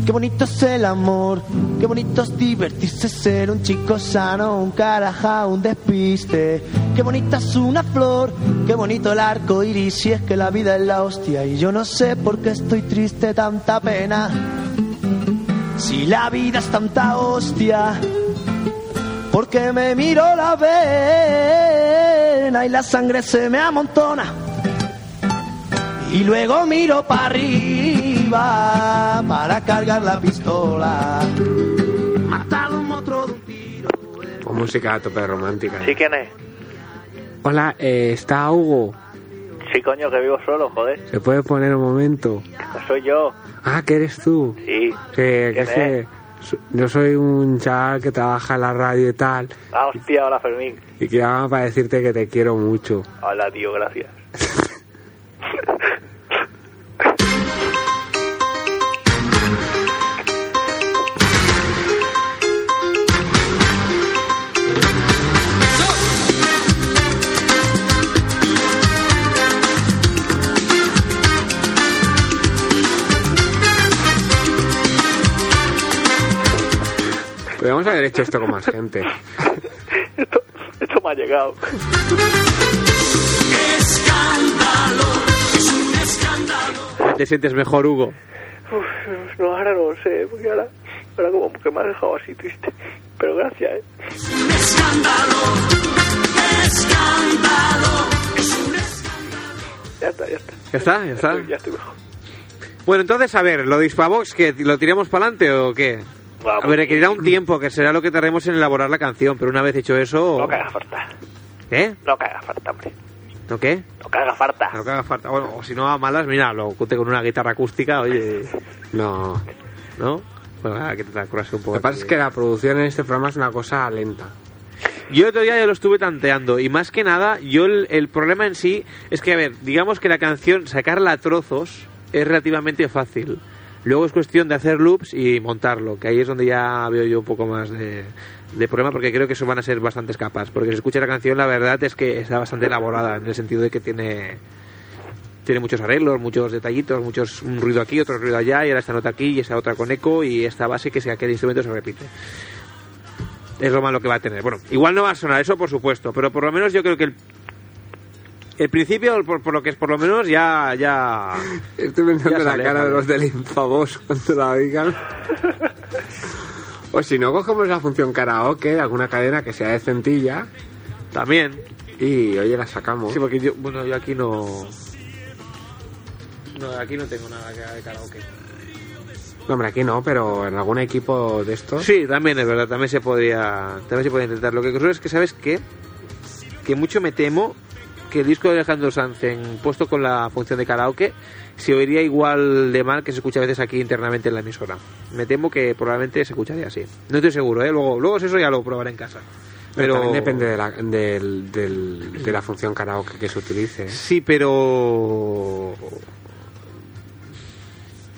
Speaker 13: Qué bonito es el amor, qué bonito es divertirse, ser un chico sano, un caraja, un despiste. Qué bonita es una flor, qué bonito el arco iris, si es que la vida es la hostia y yo no sé por qué estoy triste, tanta pena. Si la vida es tanta hostia, porque me miro la vena y la sangre se me amontona. Y luego miro para arriba para cargar la pistola. Matar un otro de un
Speaker 1: Con música a tope romántica.
Speaker 12: ¿Sí quién es?
Speaker 1: Hola, eh, está Hugo.
Speaker 12: Sí, coño, que vivo solo, joder.
Speaker 1: ¿Se puede poner un momento?
Speaker 12: Que soy yo.
Speaker 1: Ah, que eres tú.
Speaker 12: Sí.
Speaker 1: Que, que
Speaker 12: ¿Quién
Speaker 1: sé,
Speaker 12: es?
Speaker 1: so- yo soy un chaval que trabaja en la radio y tal.
Speaker 12: Ah, hostia, hola, Fermín.
Speaker 1: Y que llamaba para decirte que te quiero mucho.
Speaker 12: Hola, tío, gracias.
Speaker 1: Podríamos haber hecho esto con más gente.
Speaker 12: Esto me ha llegado.
Speaker 14: Escándalo, es un escándalo.
Speaker 1: ¿Te sientes mejor, Hugo?
Speaker 12: Uf, no, ahora no lo sé, porque ahora, ahora como que me ha dejado así triste. Pero gracias, ¿eh?
Speaker 14: Escándalo, escándalo, es un escándalo.
Speaker 12: Ya está, ya está.
Speaker 1: ¿Ya está? ¿Ya está?
Speaker 12: Ya estoy mejor.
Speaker 1: Bueno, entonces, a ver, ¿lo de Hispavox, que lo tiramos para adelante o qué?
Speaker 12: Vamos.
Speaker 1: A ver, requerirá un tiempo, que será lo que tardemos en elaborar la canción, pero una vez hecho eso...
Speaker 12: No que haga falta.
Speaker 1: ¿Eh?
Speaker 12: No que haga falta, hombre.
Speaker 1: ¿No qué?
Speaker 12: No que haga falta.
Speaker 1: No que haga falta. Bueno, o si no a malas, mira, lo cute con una guitarra acústica, oye. No. ¿No? Pues, Bueno, nada, que te curarse un poco. Lo que pasa es que la producción en este programa es una cosa lenta. Yo el otro día ya lo estuve tanteando y más que nada, yo el, el problema en sí es que, a ver, digamos que la canción, sacarla a trozos es relativamente fácil. Luego es cuestión de hacer loops y montarlo, que ahí es donde ya veo yo un poco más de, de problema porque creo que eso van a ser bastantes capas. Porque si escucha la canción, la verdad es que está bastante elaborada en el sentido de que tiene tiene muchos arreglos, muchos detallitos, muchos un ruido aquí, otro ruido allá, y ahora esta nota aquí, y esta otra con eco, y esta base que sea que el instrumento se repite. Es lo malo que va a tener. Bueno, igual no va a sonar eso, por supuesto, pero por lo menos yo creo que el, el principio, por, por lo que es por lo menos, ya... ya
Speaker 2: Estoy pensando
Speaker 1: Ya
Speaker 2: en la
Speaker 1: sale,
Speaker 2: cara de
Speaker 1: vale.
Speaker 2: los del Infavos cuando la oigan.
Speaker 1: O si no, cogemos la función karaoke de alguna cadena que sea decentilla. También. Y oye, la sacamos. Sí, porque yo, bueno, yo aquí no... No, aquí no tengo nada que de karaoke. No, hombre, aquí no, pero en algún equipo de estos. Sí, también es verdad, también se podría, también se podría intentar. Lo que ocurre es que, ¿sabes qué? Que mucho me temo que el disco de Alejandro Sanz en- puesto con la función de karaoke se oiría igual de mal que se escucha a veces aquí internamente en la emisora. Me temo que probablemente se escucharía así. No estoy seguro, ¿eh? Luego, luego eso ya lo probaré en casa. Pero
Speaker 2: Pero también depende de la, del- del- de la función karaoke que se utilice. ¿eh?
Speaker 1: Sí, pero.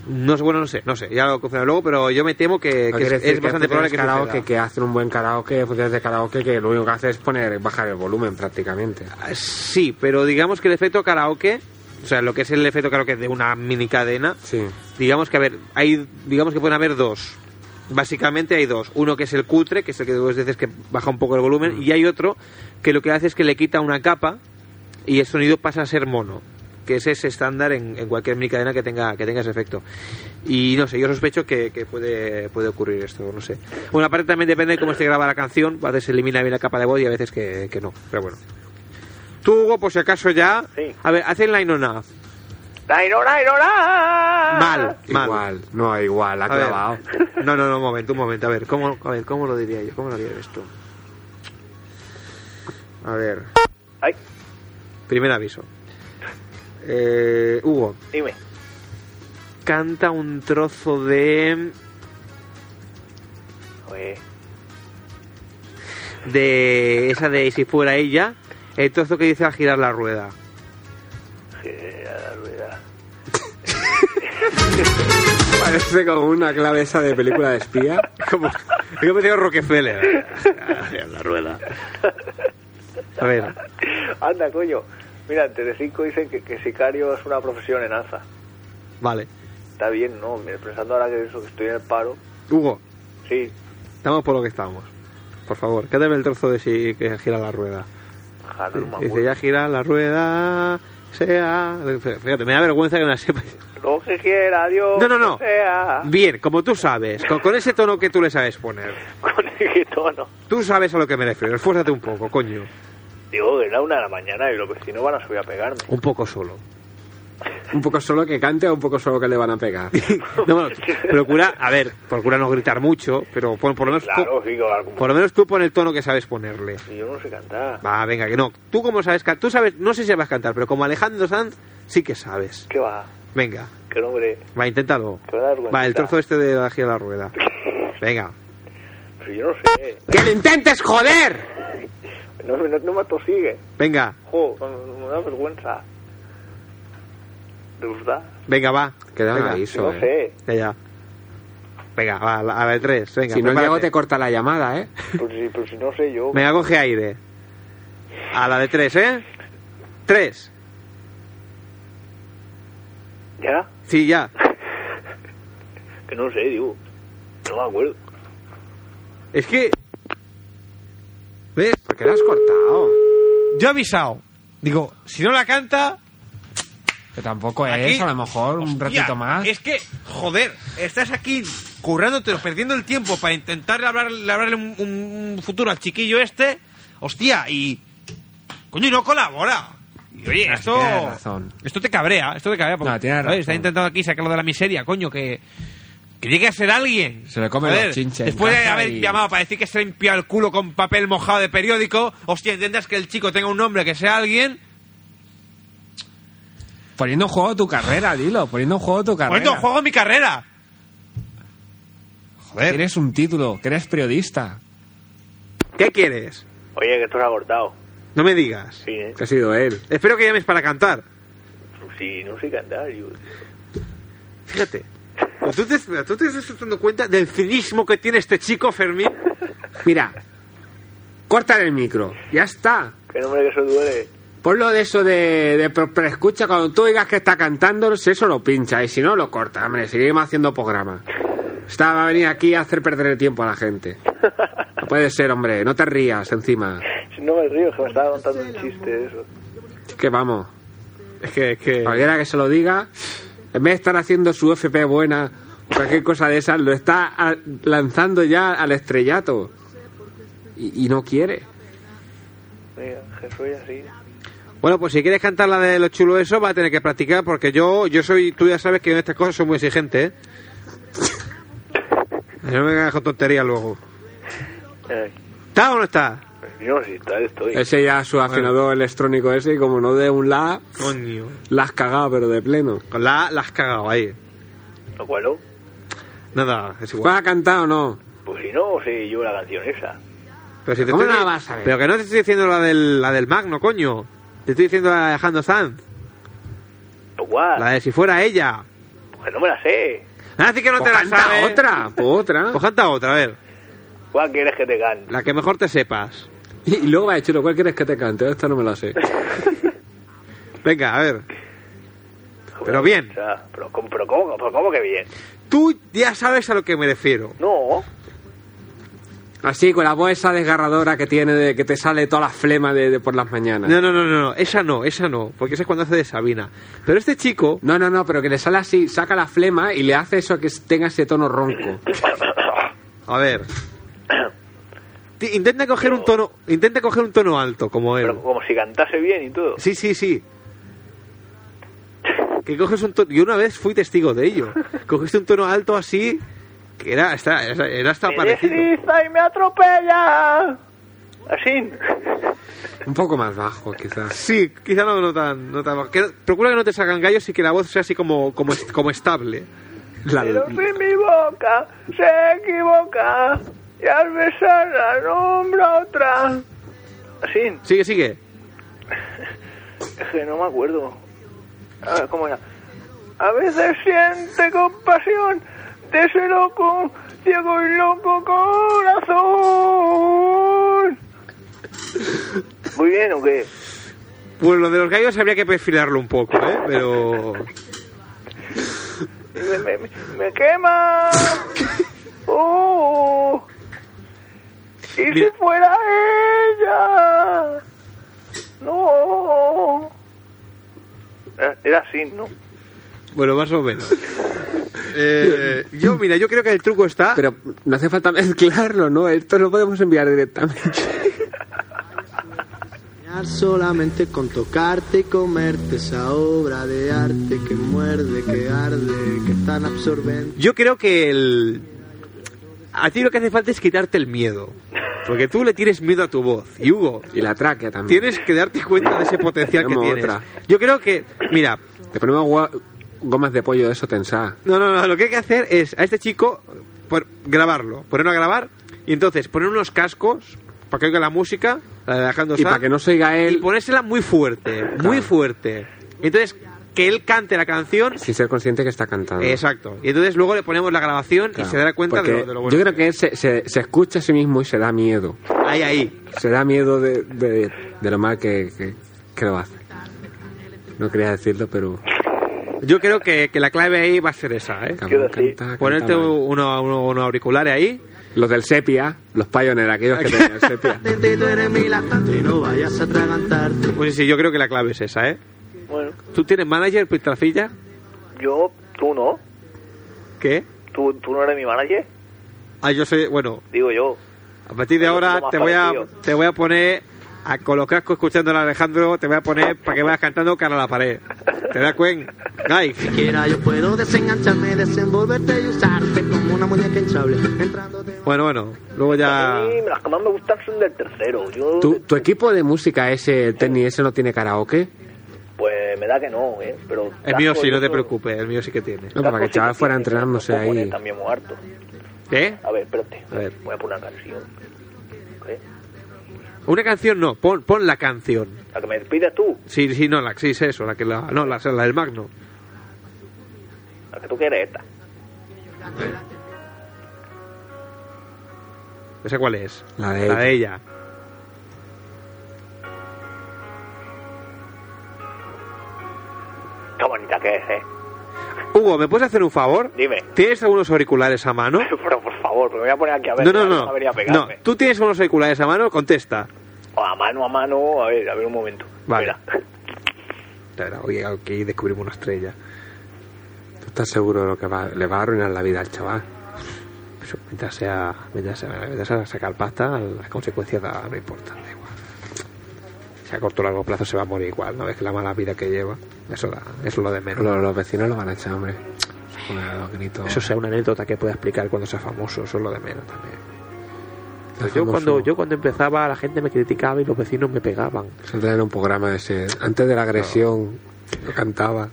Speaker 1: No sé, bueno, no sé, no sé, ya lo confirmo luego, pero yo me temo que,
Speaker 2: No
Speaker 1: que es,
Speaker 2: quiere decir
Speaker 1: es bastante probable
Speaker 2: funciones
Speaker 1: que
Speaker 2: karaoke,
Speaker 1: suceda.
Speaker 2: que hacen un buen karaoke, funciones de karaoke que lo único que hace es poner bajar el volumen prácticamente.
Speaker 1: Sí, pero digamos que el efecto karaoke, o sea, lo que es el efecto karaoke de una mini cadena, digamos que, a ver, hay, digamos que pueden haber dos. Básicamente hay dos. Uno que es el cutre, que es el que vos dices que baja un poco el volumen, y hay otro que lo que hace es que le quita una capa y el sonido pasa a ser mono, que ese es estándar en, en cualquier mini cadena que tenga, que tenga ese efecto. Y no sé, yo sospecho que, que puede, puede ocurrir esto, no sé. Bueno, aparte también depende de cómo se graba la canción, a veces se elimina bien la capa de voz y a veces que, que no, pero bueno. Tú, Hugo, por si acaso ya...
Speaker 12: Sí.
Speaker 1: A ver, haz el line on A.
Speaker 12: ¡Ay, no, ay, no, no!
Speaker 1: Mal, mal.
Speaker 2: Igual, no, igual, ha
Speaker 1: A ver.
Speaker 2: clavado.
Speaker 1: No, no, no, un momento, un momento. A ver, ¿cómo, a ver, ¿cómo lo diría yo? ¿Cómo lo diría esto? A ver.
Speaker 12: Ay.
Speaker 1: Primer aviso. Eh, Hugo,
Speaker 12: Dime.
Speaker 1: canta un trozo de.
Speaker 12: Oye,
Speaker 1: De esa de si fuera ella, el trozo que dice al girar la rueda.
Speaker 12: gira la rueda.
Speaker 2: Parece como una clave esa de película de espía. Como,
Speaker 1: yo me digo Rockefeller.
Speaker 16: La rueda.
Speaker 1: A ver,
Speaker 12: Anda, coño. Mira, en Telecinco dicen que, que sicario es una profesión en alza.
Speaker 1: vale.
Speaker 12: Está bien, ¿no? Mira, Pensando ahora que eso, que estoy en el paro.
Speaker 1: Hugo,
Speaker 12: Sí,
Speaker 1: estamos por lo que estamos. Por favor, quédame el trozo de si que gira la rueda.
Speaker 12: joder, no me
Speaker 1: Dice, ya gira la rueda, sea... Fíjate, me da vergüenza que me la sepa.
Speaker 12: Lo que quiera Dios.
Speaker 1: No, no, no.
Speaker 12: que Sea.
Speaker 1: Bien, como tú sabes, con, con ese tono que tú le sabes poner.
Speaker 12: Con qué tono.
Speaker 1: Tú sabes a lo que me refiero, esfuérzate un poco, coño.
Speaker 12: Digo, que era una de la mañana y los vecinos van a subir a pegarme.
Speaker 1: Un poco solo.
Speaker 2: un poco solo que cante o un poco solo que le van a pegar.
Speaker 1: No, no, procura, a ver, procura no gritar mucho, pero pon- por, lo menos
Speaker 12: Claro,
Speaker 1: tú,
Speaker 12: sí, que algún-
Speaker 1: por lo menos tú pon el tono que sabes ponerle.
Speaker 12: Si yo no sé cantar.
Speaker 1: Va, venga, que no. Tú como sabes, can- tú sabes, no sé si vas a cantar, pero como Alejandro Sanz sí que sabes.
Speaker 12: ¿Qué va?
Speaker 1: Venga,
Speaker 12: ¿Qué nombre?
Speaker 1: va, inténtalo.
Speaker 12: ¿Qué va a dar vergüenza?
Speaker 1: Va, el trozo este de la gira de la rueda. Venga.
Speaker 12: Si yo no sé.
Speaker 1: ¡Que lo intentes, joder!
Speaker 12: No, no, no me atosigue.
Speaker 1: Venga,
Speaker 12: Jo, no- no me da vergüenza. ¿De verdad?
Speaker 1: venga, va.
Speaker 2: Queda un
Speaker 1: Venga.
Speaker 2: aviso,
Speaker 12: No
Speaker 2: eh.
Speaker 12: sé.
Speaker 1: Ya, ya. Venga, va, a la, a la de tres, venga.
Speaker 2: si no,
Speaker 1: prepárate.
Speaker 2: Diego te corta la llamada, ¿eh?
Speaker 12: Pero Pues si, pero si no sé yo.
Speaker 1: Venga, coge aire. A la de tres, ¿eh? Tres.
Speaker 12: ¿Ya?
Speaker 1: Sí, ya.
Speaker 12: Que no sé, digo. No me acuerdo.
Speaker 1: Es que. ¿Ves?
Speaker 2: Porque lo has cortado.
Speaker 17: Yo he avisado. Digo, si no la canta.
Speaker 18: Que tampoco es,
Speaker 17: Aquí-
Speaker 18: a lo mejor, un
Speaker 17: Hostia, eh,
Speaker 18: ratito más.
Speaker 17: Es que, joder, estás aquí currándote, perdiendo el tiempo para intentar hablarle, hablarle un, un- un futuro al chiquillo este. Hostia, y. Coño, y no colabora. Y, oye,
Speaker 18: Ah, sí,
Speaker 17: esto.
Speaker 18: tienes razón.
Speaker 17: Esto te cabrea, esto te cabrea. Porque,
Speaker 18: No, tienes
Speaker 17: joder,
Speaker 18: razón.
Speaker 17: Está intentando aquí sacarlo de la miseria, coño, que. Que llegue a ser alguien.
Speaker 18: Se le comen
Speaker 17: Joder,
Speaker 18: los chinches en
Speaker 17: Después de
Speaker 18: casa
Speaker 17: haber
Speaker 18: y-
Speaker 17: llamado para decir que se limpió el culo con papel mojado de periódico, hostia, intentas que el chico tenga un nombre que sea alguien.
Speaker 18: Poniendo en juego tu carrera, dilo. Poniendo en juego tu carrera.
Speaker 17: Poniendo en juego mi carrera.
Speaker 18: Que eres un título, que eres periodista.
Speaker 1: ¿Qué quieres?
Speaker 12: Oye, que esto se ha cortado.
Speaker 1: No me digas.
Speaker 12: Sí, ¿eh? Pues
Speaker 2: Que ha sido él.
Speaker 1: Espero que llames para cantar.
Speaker 12: Si no sé cantar, yo.
Speaker 1: Fíjate. ¿Tú te, tú te estás dando cuenta del cinismo que tiene este chico, Fermín?
Speaker 2: Mira, corta el micro. Ya está.
Speaker 12: ¿Qué nombre que eso duele?
Speaker 2: Ponlo de eso de, de pro- preescucha. Cuando tú digas que está cantando, si eso lo pincha. Y si no, lo corta. Hombre, seguimos haciendo programa. Está, va a venir aquí a hacer perder el tiempo a la gente. No puede ser, hombre. No te rías encima.
Speaker 12: Si no me río, que me estaba contando un chiste de eso.
Speaker 2: Es que vamos.
Speaker 1: Es que, es que...
Speaker 2: Cualquiera que se lo diga, en vez de estar haciendo su FP buena o cualquier cosa de esas, lo está a- lanzando ya al estrellato. Y, y no quiere.
Speaker 12: Mira, que soy así.
Speaker 1: Bueno, pues si quieres cantar la de los chulos eso, va a tener que practicar porque yo, yo soy, tú ya sabes que en estas cosas soy muy exigente, ¿eh? No me hagas con tonterías luego.
Speaker 12: Eh, pues
Speaker 1: ¿Está o no está?
Speaker 12: yo no sé si tal estoy.
Speaker 2: Ese ya
Speaker 12: Ah,
Speaker 2: su afinador electrónico ese, y como no de un la,
Speaker 1: Coño. eh.
Speaker 2: la has cagado, pero de pleno.
Speaker 1: Con la, A la has cagado ahí.
Speaker 12: ¿Lo cual no?
Speaker 1: Nada, es igual.
Speaker 2: ¿Vas a cantar o no?
Speaker 12: Pues si no, sé yo la canción esa.
Speaker 1: Pero si te
Speaker 2: ¿Cómo
Speaker 1: estoy-
Speaker 2: no la vas a ver?
Speaker 1: Pero que no te estoy diciendo la del, la del Magno, coño. Te estoy diciendo la de Alejandro Sanz.
Speaker 12: Lo cual.
Speaker 1: La de si fuera ella.
Speaker 12: Pues no me la sé.
Speaker 1: Así que no
Speaker 2: Pues
Speaker 1: te la
Speaker 2: canta
Speaker 1: sabes.
Speaker 2: otra, pues otra.
Speaker 1: Pues canta otra, a ver.
Speaker 12: ¿Cuál quieres que te cante?
Speaker 1: La que mejor te sepas.
Speaker 2: Y, y luego va a decir, ¿cuál quieres que te cante? Esta no me la sé.
Speaker 1: Venga, a ver.
Speaker 12: Joder,
Speaker 1: Pero bien.
Speaker 12: o sea, pero, ¿cómo- pero, ¿cómo, pero ¿cómo que bien?
Speaker 1: Tú ya sabes a lo que me refiero.
Speaker 12: No.
Speaker 2: Así, con la voz esa desgarradora que tiene, de, que te sale toda la flema de, de por las mañanas.
Speaker 1: No, no, no, no, no. Esa no, esa no. Porque esa es cuando hace de Sabina. Pero este chico.
Speaker 2: No, no, no, pero que le sale así, saca la flema y le hace eso que tenga ese tono ronco.
Speaker 1: A ver. Ti- Intenta coger un tono. Intenta coger un tono alto, como él.
Speaker 12: Pero como si cantase bien y todo.
Speaker 1: Sí, sí, sí. Que coges un tono. Yo una vez fui testigo de ello. Cogiste un tono alto así. Que era hasta, era hasta
Speaker 12: Me
Speaker 1: parecido.
Speaker 12: desliza y me atropella. Así.
Speaker 2: Un poco más bajo, quizás.
Speaker 1: Sí, quizá no, no tan. No tan que no- procura que no te salgan gallos y que la voz sea así como, como, est- como estable.
Speaker 2: La-
Speaker 12: Pero si mi boca se equivoca. Ya al besarla, nombra otra. Así.
Speaker 1: Sigue, sigue.
Speaker 12: Es que no me acuerdo. A ver, ¿cómo era? A veces siente compasión de ese loco, ciego y loco corazón. ¿Muy bien o qué?
Speaker 1: Bueno, Pues lo de los gallos habría que perfilarlo un poco, ¿eh? Pero...
Speaker 12: Me, me- me- me quema. Oh. Y si fuera ella. No. Era- Era así, ¿no?
Speaker 1: Bueno, más o menos. Eh, yo, mira, yo creo que el truco está...
Speaker 2: Pero no hace falta mezclarlo, ¿no? Esto lo podemos enviar directamente.
Speaker 13: Soñar solamente con tocarte y comerte esa obra de arte que muerde, que arde, que es tan absorbente.
Speaker 1: Yo creo que el... A ti lo que hace falta es quitarte el miedo. Porque tú le tienes miedo a tu voz. Y Hugo...
Speaker 2: Y la tráquea también.
Speaker 1: Tienes que darte cuenta de ese potencial que
Speaker 2: Tenemos
Speaker 1: tienes.
Speaker 2: otra.
Speaker 1: Yo creo que... Mira,
Speaker 2: Te ponemos gua- gomas de pollo de eso tensada.
Speaker 1: No, no, no, lo que hay que hacer es a este chico por, grabarlo, ponerlo a grabar y entonces poner unos cascos para que oiga la música, la de Alejandro
Speaker 2: Y
Speaker 1: Sanz,
Speaker 2: para que no se oiga
Speaker 1: y
Speaker 2: él
Speaker 1: ponérsela muy fuerte, muy fuerte. Entonces, que él cante la canción.
Speaker 2: sin ser consciente que está cantando.
Speaker 1: Exacto. Y entonces luego le ponemos la grabación y
Speaker 2: Ah. Claro,
Speaker 1: se dará cuenta de
Speaker 2: porque
Speaker 1: lo, de lo
Speaker 2: Yo
Speaker 1: bueno.
Speaker 2: creo que él se, se- se escucha a sí mismo y se da miedo.
Speaker 1: Ahí, ahí.
Speaker 2: Se da miedo de, de- de lo mal que, que- que lo hace. No quería decirlo, pero...
Speaker 1: Yo creo que, que la clave ahí va a ser esa, ¿eh?
Speaker 2: Canta, canta
Speaker 1: Ponerte
Speaker 2: mal.
Speaker 1: uno, uno- unos auriculares ahí.
Speaker 2: Los del Sepia, los Pioneer, aquellos que tenían Sepia.
Speaker 13: Tente, tú eres mi lactante, no vayas a atragantarte.
Speaker 1: Pues sí, sí, yo creo que la clave es esa, ¿eh?
Speaker 12: Bueno,
Speaker 1: ¿Tú tienes manager, Pistrafilla?
Speaker 12: yo, tú no.
Speaker 1: ¿Qué?
Speaker 12: ¿Tú, tú no eres mi manager,
Speaker 1: Ah, yo soy... Bueno,
Speaker 12: digo yo.
Speaker 1: A partir de
Speaker 12: Es lo
Speaker 1: ahora
Speaker 12: más
Speaker 1: te voy a
Speaker 12: parecido.
Speaker 1: te voy a poner a, con los cascos escuchando a Alejandro, te voy a poner para que vayas cantando cara a la pared. ¿Te das cuenta? Guy.
Speaker 13: Quiera yo puedo desengancharme, desenvolverte y usarte como una muñeca hinchable. Entrando de...
Speaker 1: Bueno, bueno, luego ya
Speaker 12: A mí las que más me gustan son del tercero. Yo,
Speaker 2: ¿Tu, tu equipo de música ese, Tenny, ese no tiene karaoke?
Speaker 12: pues me da que no, ¿eh? Pero
Speaker 1: el mío sí, no te
Speaker 12: Casco,
Speaker 1: preocupes, el mío sí que tiene.
Speaker 2: No, para que el chaval fuera entrenándose
Speaker 12: yo
Speaker 2: ahí.
Speaker 12: también muy harto.
Speaker 1: ¿Eh?
Speaker 12: A ver, espérate.
Speaker 1: A ver,
Speaker 12: Voy a poner una canción. ¿eh?
Speaker 1: una canción no, pon, pon la canción.
Speaker 12: La que me pidas tú,
Speaker 1: Sí, sí, no, la sí es eso, la que la no, la, la del Magno.
Speaker 12: la que tú quieres, esta.
Speaker 1: Esa cuál es?
Speaker 2: La de
Speaker 1: La de ella.
Speaker 12: Qué bonita que es, ¿eh?
Speaker 1: Hugo, ¿me puedes hacer un favor?
Speaker 12: Dime.
Speaker 1: ¿Tienes algunos auriculares a mano?
Speaker 12: Pero por favor, me voy a poner aquí a ver.
Speaker 1: No, no,
Speaker 12: ya
Speaker 1: no.
Speaker 12: me venía a
Speaker 1: No,
Speaker 12: pegarme.
Speaker 1: tú tienes unos auriculares a mano, contesta.
Speaker 12: A mano, a mano. A ver, a ver un momento.
Speaker 1: Vale.
Speaker 12: Espera.
Speaker 1: Espera, Oye, aquí descubrimos una estrella.
Speaker 2: ¿Tú estás seguro de lo que va- le va a arruinar la vida al chaval?
Speaker 1: Eso, mientras sea, mientras sea, mientras sea sacar pasta, las consecuencias da- no importan, da igual. Si a corto o largo plazo se va a morir igual, ¿no? Es que la mala vida que lleva, eso da, eso es lo de menos.
Speaker 2: Los, los vecinos lo van a echar, hombre. Una- los gritos.
Speaker 1: Eso sea una anécdota que pueda explicar cuando sea famoso, eso es lo de menos también.
Speaker 2: El
Speaker 1: Yo
Speaker 2: famoso-
Speaker 1: cuando, yo cuando empezaba la gente me criticaba y los vecinos me pegaban.
Speaker 2: Saldrá en un programa ese. Antes de la agresión, lo cantaba.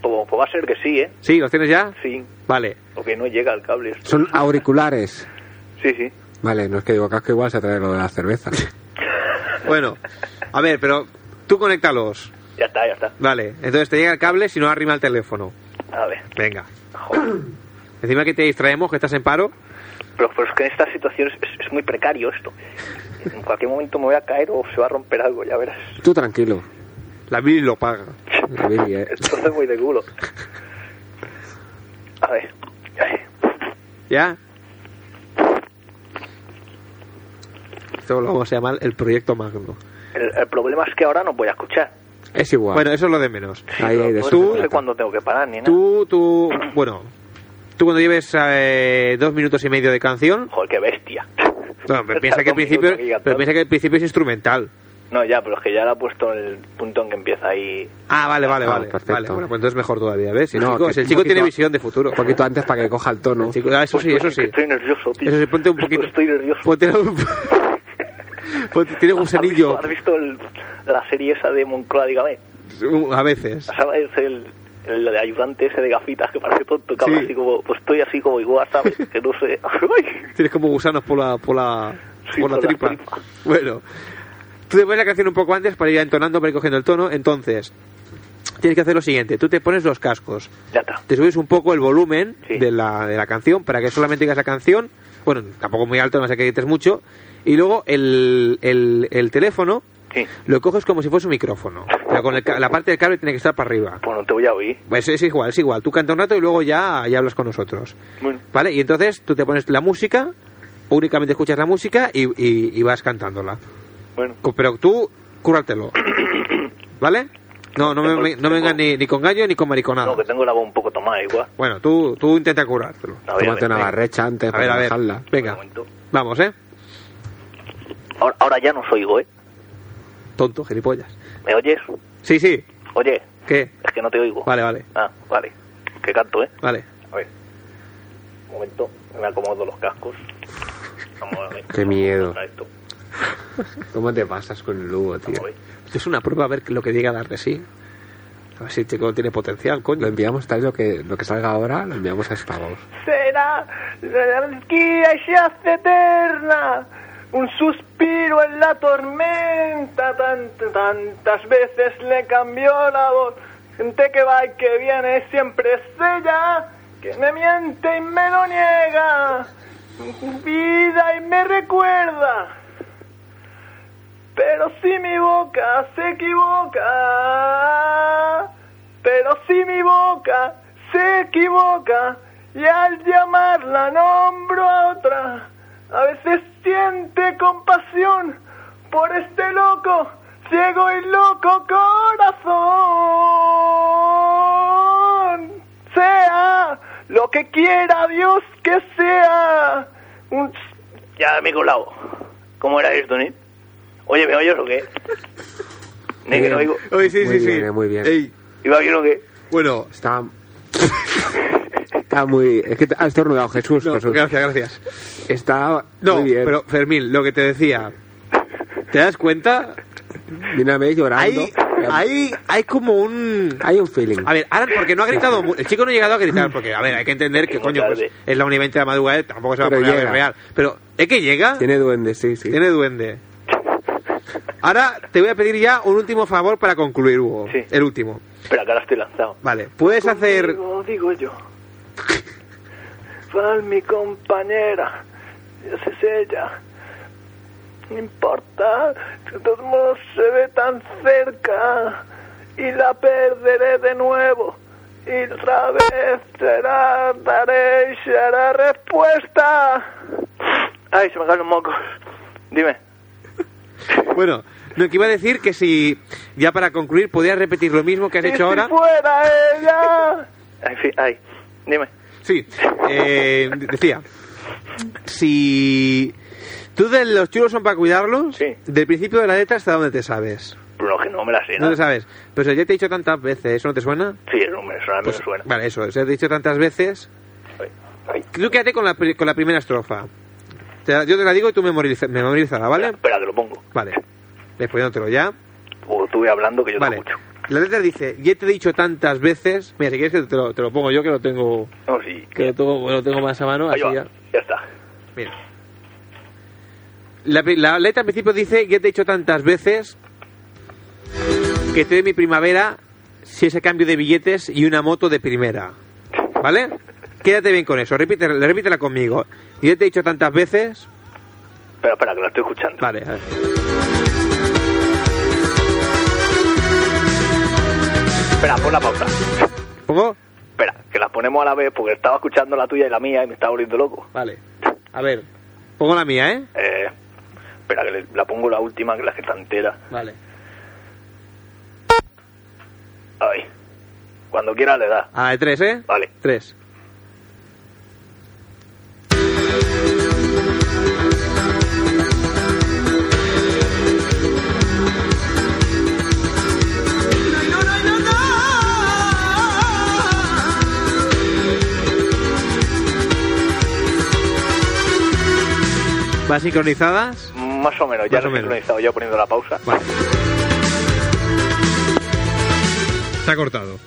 Speaker 12: Pues, pues va a ser que sí, ¿eh?
Speaker 1: ¿Sí? ¿Los tienes ya?
Speaker 12: Sí.
Speaker 1: Vale.
Speaker 12: Porque no llega el cable. esto.
Speaker 2: Son auriculares.
Speaker 12: Sí, sí.
Speaker 2: Vale, no es que digo casco, igual se trae lo de la cerveza.
Speaker 1: Bueno, a ver, pero tú conéctalos.
Speaker 12: Ya está, ya está.
Speaker 1: Vale, entonces te llega el cable si no arrima el teléfono.
Speaker 12: A ver.
Speaker 1: Venga. Encima que te distraemos, que estás en paro.
Speaker 12: Pero, pero es que en estas situaciones es, es muy precario esto. En cualquier momento me voy a caer o se va a romper algo, ya verás.
Speaker 2: Tú tranquilo.
Speaker 1: La Billy lo paga.
Speaker 2: La Billy, eh.
Speaker 12: Esto es muy de culo. A ver.
Speaker 1: ¿Ya? Esto lo vamos a llamar el proyecto Magno.
Speaker 12: El, el problema es que ahora no voy a escuchar.
Speaker 2: Es igual.
Speaker 1: Bueno, eso es lo de menos.
Speaker 2: ahí hay de
Speaker 12: Pues
Speaker 2: eso
Speaker 12: no
Speaker 2: se
Speaker 12: sé
Speaker 2: trata.
Speaker 12: cuándo tengo que parar ni nada.
Speaker 1: Tú, tú, bueno, tú cuando lleves eh, dos minutos y medio de canción,
Speaker 12: Joder, qué bestia.
Speaker 1: no, pero piensa que al
Speaker 12: Dos
Speaker 1: principio,
Speaker 12: minutos aquí cantando.
Speaker 1: pero piensa que al principio es instrumental.
Speaker 12: No, ya, pero es que ya le ha puesto el punto en que empieza ahí.
Speaker 1: Ah, vale, vale,
Speaker 2: Ah,
Speaker 1: vale.
Speaker 2: perfecto.
Speaker 1: Vale, bueno, pues entonces mejor todavía, ¿ves? El
Speaker 2: No,
Speaker 1: chico,
Speaker 2: que
Speaker 1: el
Speaker 2: un
Speaker 1: chico tiene
Speaker 2: poquito-
Speaker 1: visión de futuro.
Speaker 2: Un poquito antes para que coja el tono.
Speaker 1: El chico- ah,
Speaker 12: Pues
Speaker 1: eso sí, eso sí.
Speaker 12: Estoy nervioso, tío.
Speaker 1: Eso sí, ponte un poquito.
Speaker 12: Estoy nervioso.
Speaker 1: Ponte un... ponte- tiene un
Speaker 12: ¿Has visto,
Speaker 1: gusanillo
Speaker 12: has visto el- la serie esa de Moncloa, dígame?
Speaker 1: a veces.
Speaker 12: ¿Sabes el, el ayudante ese de gafitas que parece tonto, que habla
Speaker 1: Sí.
Speaker 12: así como, pues estoy así como igual, ¿sabes? Que no sé. Ay,
Speaker 1: Tienes como gusanos por la, por la,
Speaker 12: Sí,
Speaker 1: por la
Speaker 12: por la
Speaker 1: tripa. Bueno, tú te pones la canción un poco antes para ir entonando, para ir cogiendo el tono. Entonces, tienes que hacer lo siguiente: tú te pones los cascos,
Speaker 12: ya está.
Speaker 1: te subes un poco el volumen de, la, de la canción para que solamente digas la canción. Bueno, tampoco muy alto, no sé que grites mucho. Y luego el, el, el teléfono lo coges como si fuese un micrófono. Pero con el ca- la parte del cable tiene que estar para arriba.
Speaker 12: Bueno, te voy a oír.
Speaker 1: Pues es igual, es igual. Tú canta un rato y luego ya, ya hablas con nosotros.
Speaker 12: Bueno,
Speaker 1: ¿Vale? Y entonces tú te pones la música, únicamente escuchas la música y, y- y vas cantándola.
Speaker 12: Bueno.
Speaker 1: Co- Pero tú, cúrratelo. ¿Vale? No, no me, me- no me vengas ni, ni con gallo ni con mariconada.
Speaker 12: no, que tengo la voz un poco tomada igual.
Speaker 1: Bueno, tú, tú intenta currártelo.
Speaker 12: A ver, Tómate a ver, una venga.
Speaker 1: barrecha antes
Speaker 12: para
Speaker 1: dejarla. Venga, vamos, ¿eh?
Speaker 12: Ahora, ahora ya no soy oigo, ¿eh?
Speaker 1: Tonto, gilipollas.
Speaker 12: ¿Me oyes?
Speaker 1: Sí, sí.
Speaker 12: Oye,
Speaker 1: ¿Qué?
Speaker 12: es que no te oigo.
Speaker 1: Vale, vale,
Speaker 12: Ah, vale. Que canto, ¿eh?
Speaker 1: vale.
Speaker 12: A ver. Un momento, me acomodo los cascos. Vamos a ver.
Speaker 2: Qué miedo.
Speaker 12: Para esto.
Speaker 2: ¿Cómo te pasas con el Lugo, tío?
Speaker 1: Esto es una prueba a ver lo que llega a dar de sí. A ver si el chico tiene potencial, coño.
Speaker 2: Lo enviamos tal lo que lo que salga ahora, lo enviamos a Spavos.
Speaker 19: será la anarquía se hace eterna un suspiro en la tormenta tan- tantas veces le cambió la voz gente que va y que viene siempre es ella que me miente y me lo niega vida y me recuerda pero si mi boca se equivoca pero si mi boca se equivoca y al llamarla nombro a otra, a veces siente compasión por este loco, ciego y loco corazón. Sea lo que quiera Dios que sea. Un...
Speaker 12: Ya me he colado. ¿Cómo era esto, Nick? Oye, ¿me oyes o qué? Ni que no oigo.
Speaker 1: Oye, sí,
Speaker 2: muy
Speaker 1: sí,
Speaker 2: bien,
Speaker 1: sí.
Speaker 2: eh, muy bien.
Speaker 1: Ey.
Speaker 12: ¿Iba bien o qué?
Speaker 1: Bueno,
Speaker 2: Está... Está muy... Es que te- has estornudado, Jesús.
Speaker 1: No,
Speaker 2: Jesús.
Speaker 1: gracias, gracias.
Speaker 2: Está
Speaker 1: No,
Speaker 2: muy bien.
Speaker 1: pero Fermín, lo que te decía. ¿Te das cuenta?
Speaker 2: Mírame llorando.
Speaker 1: Hay, hay, hay como un...
Speaker 2: Hay un feeling.
Speaker 1: A ver, ahora porque no ha gritado... mu- El chico no ha llegado a gritar porque, a ver, hay que entender que, coño, pues, es la 1 y 20 de la madrugada, tampoco se va a
Speaker 2: Pero
Speaker 1: poner a
Speaker 2: llega.
Speaker 1: berrear. Pero es que llega,
Speaker 2: Tiene duende, sí, sí.
Speaker 1: tiene duende. Ahora te voy a pedir ya un último favor para concluir, Hugo. El último.
Speaker 12: Espera, que ahora estoy lanzado.
Speaker 1: Vale, puedes hacer...
Speaker 19: Digo, digo yo. Val, mi compañera. Dios es ella. No importa. De todos modos se ve tan cerca. Y la perderé de nuevo. Y otra vez será, daré y será respuesta. Ay, se me caen los mocos. Dime.
Speaker 1: Bueno, lo que iba a decir que si, ya para concluir, podías repetir lo mismo que has
Speaker 19: Y
Speaker 1: hecho ahora.
Speaker 19: Si fuera ella.
Speaker 12: Ay, sí, ay. Dime.
Speaker 1: Sí, eh, decía, si tú de los chulos son para cuidarlos, del principio de la letra hasta donde te sabes.
Speaker 12: Pero no, que no me la sé.
Speaker 1: No
Speaker 12: nada.
Speaker 1: te sabes. Pero ya te he dicho tantas veces, ¿eso no te suena? Pues,
Speaker 12: Sí, eso me suena, me suena.
Speaker 1: Vale, eso, ya te he dicho tantas veces. Tú quédate con la, pri- con la primera estrofa. Te la- yo te la digo y tú memoriza- memorízala, ¿vale?
Speaker 12: Espera, que lo pongo.
Speaker 1: Vale. Respondiéndotelo ya.
Speaker 12: O tú ve hablando que yo
Speaker 1: Vale.
Speaker 12: te escucho.
Speaker 1: La letra dice, ya te he dicho tantas veces... Mira, si quieres que te lo, te lo pongo yo, que lo tengo...
Speaker 12: No, sí.
Speaker 1: Que lo tengo, lo tengo más a mano,
Speaker 12: Ahí
Speaker 1: así
Speaker 12: va.
Speaker 1: ya...
Speaker 12: Ya está.
Speaker 1: Mira. La, pri- la letra al principio dice, ya te he dicho tantas veces que te doy mi primavera si ese cambio de billetes y una moto de primera. ¿Vale? Quédate bien con eso, repite, repítela conmigo. Ya te he dicho tantas veces...
Speaker 12: Espera, espera, que lo estoy escuchando.
Speaker 1: Vale, a ver.
Speaker 12: Espera, pon la pausa.
Speaker 1: ¿Pongo?
Speaker 12: Espera, que las ponemos a la vez porque estaba escuchando la tuya y la mía y me estaba volviendo loco.
Speaker 1: Vale. A ver, pongo la mía, ¿eh?
Speaker 12: Eh, espera, que le- la pongo la última, que es la que está entera.
Speaker 1: Vale.
Speaker 12: Ay. Cuando quiera le da.
Speaker 1: A la de tres, ¿eh?
Speaker 12: Vale.
Speaker 1: Tres. ¿Vas sincronizadas?
Speaker 12: Más o menos, ya
Speaker 1: Más
Speaker 12: lo
Speaker 1: o
Speaker 12: he
Speaker 1: menos.
Speaker 12: sincronizado yo poniendo la pausa.
Speaker 1: Se ha cortado.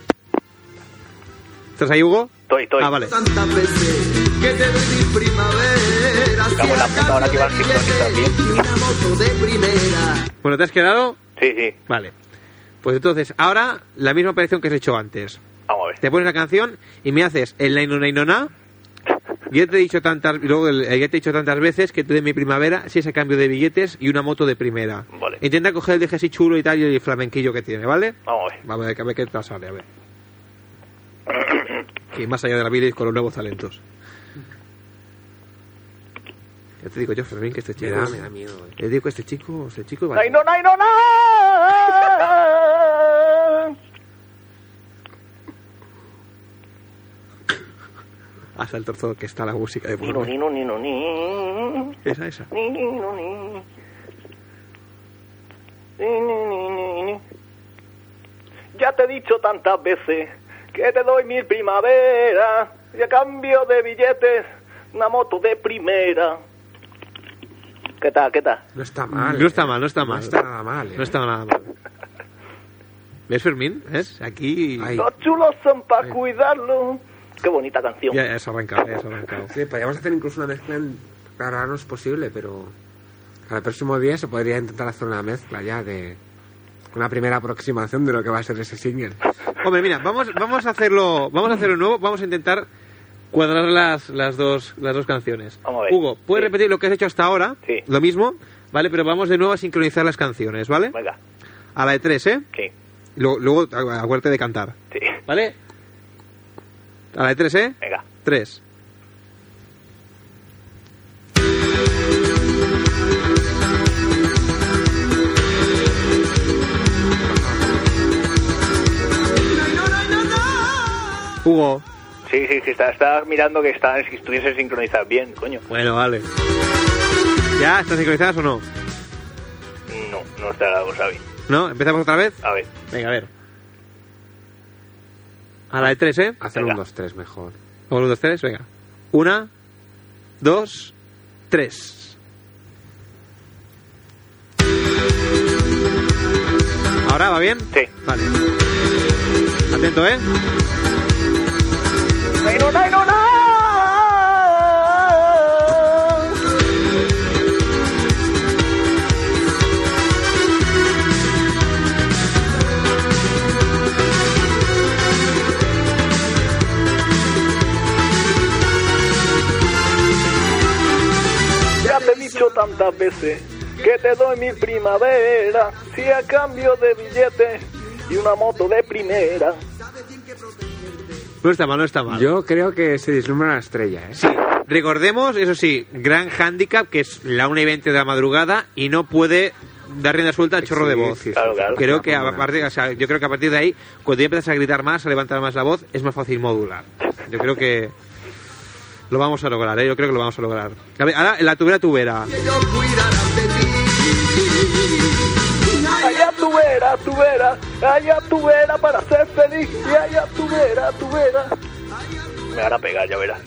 Speaker 1: ¿Estás ahí, Hugo?
Speaker 12: Estoy, estoy.
Speaker 1: Ah, vale.
Speaker 13: Tantas veces que te di primavera.
Speaker 12: Me cago en la
Speaker 13: si a
Speaker 12: puta, ahora que va el
Speaker 13: cambio de
Speaker 12: sincrónico también.
Speaker 13: billete y una moto de primera.
Speaker 1: Bueno, ¿te has quedado?
Speaker 12: Sí, sí.
Speaker 1: Vale. Pues entonces, ahora la misma operación que has hecho antes.
Speaker 12: Vamos a ver.
Speaker 1: Te pones la canción y me haces el Naino Nainona. Ya te he dicho tantas, y luego el- el ya te he dicho tantas veces que tú de mi primavera si es a cambio de billetes y una moto de primera.
Speaker 12: Vale.
Speaker 1: Intenta coger el deje así chulo y tal y el flamenquillo que tiene, ¿vale?
Speaker 12: Vamos a ver.
Speaker 1: Vamos a ver, a ver qué tal sale, a ver. Y más allá de la bilis con los nuevos talentos. Ya te digo yo, Fermín, que este chico.
Speaker 2: da-
Speaker 1: es-
Speaker 2: me da miedo, eh.
Speaker 1: Te digo, este chico, este chico. va-
Speaker 19: ¡Ay, no, ay, no, no!
Speaker 1: Hasta el torzo que está la música de
Speaker 19: Nino,
Speaker 1: volumen.
Speaker 19: nino, nino, ni.
Speaker 1: Esa, esa.
Speaker 19: Ni, ni, no, ni. Ni, ni, ni, ni, ni. Ya te he dicho tantas veces que te doy mil primaveras y a cambio de billetes una moto de primera. ¿Qué tal, qué tal?
Speaker 2: No está mal. eh.
Speaker 1: No está mal, no está mal.
Speaker 2: No está nada mal. eh.
Speaker 1: No está nada mal. ¿Ves, Fermín? ¿Ves? Aquí.
Speaker 19: Los chulos son para cuidarlo. Qué bonita canción.
Speaker 1: Ya, ya has arrancado,
Speaker 2: eh,
Speaker 1: ya has arrancado.
Speaker 2: Sí, podríamos hacer incluso una mezcla. En... Claro, ahora no es posible, pero. Al próximo día se podría intentar hacer una mezcla ya de. Una primera aproximación de lo que va a ser ese single.
Speaker 1: Hombre, mira, vamos, vamos a hacerlo. Vamos a hacerlo nuevo. Vamos a intentar cuadrar las, las, dos, las dos canciones.
Speaker 12: Vamos a ver.
Speaker 1: Hugo, ¿puedes repetir lo que has hecho hasta ahora?
Speaker 12: Sí.
Speaker 1: Lo mismo, ¿vale? Pero vamos de nuevo a sincronizar las canciones, ¿vale?
Speaker 12: Venga,
Speaker 1: A la de tres, ¿eh?
Speaker 12: sí,
Speaker 1: Luego, luego acu- acuérdate de cantar.
Speaker 12: sí.
Speaker 1: ¿Vale? A la de tres, ¿eh?
Speaker 12: Venga.
Speaker 1: Tres. Hugo.
Speaker 12: Sí, sí, sí, está, está mirando que está, si estuviese sincronizado bien, coño.
Speaker 1: Bueno, vale. ¿Ya? ¿Están sincronizadas o no?
Speaker 12: No, no está la cosa bien.
Speaker 1: ¿No? ¿Empezamos otra vez?
Speaker 12: A ver,
Speaker 1: Venga, a ver. A la de tres, ¿eh?
Speaker 2: Hacer
Speaker 12: Venga.
Speaker 2: un 2-3 mejor.
Speaker 1: Vamos, un, dos, tres, venga. Una, dos, tres. ¿Ahora va bien?
Speaker 12: sí.
Speaker 1: Vale. Atento, ¿eh?
Speaker 19: ¡Ay, no, ay, no, no! Ya te he dicho tantas veces que te doy mi primavera si a cambio de billetes y una moto de primera.
Speaker 1: No está mal, no está mal.
Speaker 2: Yo creo que se vislumbra una estrella, ¿eh?
Speaker 1: Sí. Recordemos, eso sí, gran handicap que es la 1 y 20 de la madrugada y no puede dar rienda suelta al chorro de
Speaker 2: Sí,
Speaker 1: voz.
Speaker 2: sí, sí,
Speaker 12: Claro,
Speaker 2: sí.
Speaker 12: claro.
Speaker 1: Creo que a
Speaker 2: Una-
Speaker 1: partir, o sea, yo creo que a partir de ahí, cuando ya empiezas a gritar más, a levantar más la voz, es más fácil modular. Yo creo que lo vamos a lograr, ¿eh? yo creo que lo vamos a lograr. A ver, ahora la tubera tubera.
Speaker 19: Allá tú verás, tú verás, allá tú verás para ser feliz y allá tú verás, tú verás.
Speaker 12: Me van a pegar, ya verás.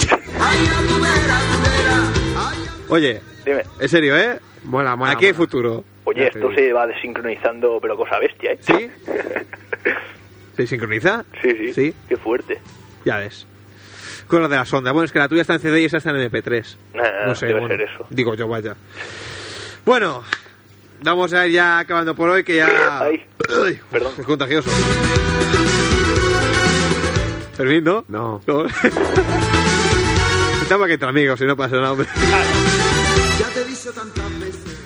Speaker 1: Oye,
Speaker 12: Dime.
Speaker 1: en serio, ¿eh?
Speaker 2: Mola, mola.
Speaker 1: Aquí hay
Speaker 2: mola.
Speaker 1: futuro.
Speaker 12: Oye,
Speaker 2: Ya te
Speaker 12: esto
Speaker 2: digo.
Speaker 12: se va desincronizando, pero cosa bestia, ¿eh?
Speaker 1: ¿Sí? ¿Se sincroniza?
Speaker 12: Sí, sí.
Speaker 1: Sí,
Speaker 12: Qué fuerte.
Speaker 1: ya ves. Con lo de la sonda. Bueno, es que la tuya está en CD y esa está en MP3.
Speaker 12: Nah,
Speaker 1: no sé,
Speaker 12: debe
Speaker 1: bueno,
Speaker 12: ser eso.
Speaker 1: Digo yo, vaya. Bueno, vamos a ir ya acabando por hoy, que ya.
Speaker 12: Ay.
Speaker 1: Ay,
Speaker 12: Perdón.
Speaker 1: Es contagioso. Fermín, ¿no?
Speaker 2: No.
Speaker 1: No. Estamos aquí entre amigos, si no pasa nada, hombre.
Speaker 13: Ya te he dicho tantas veces.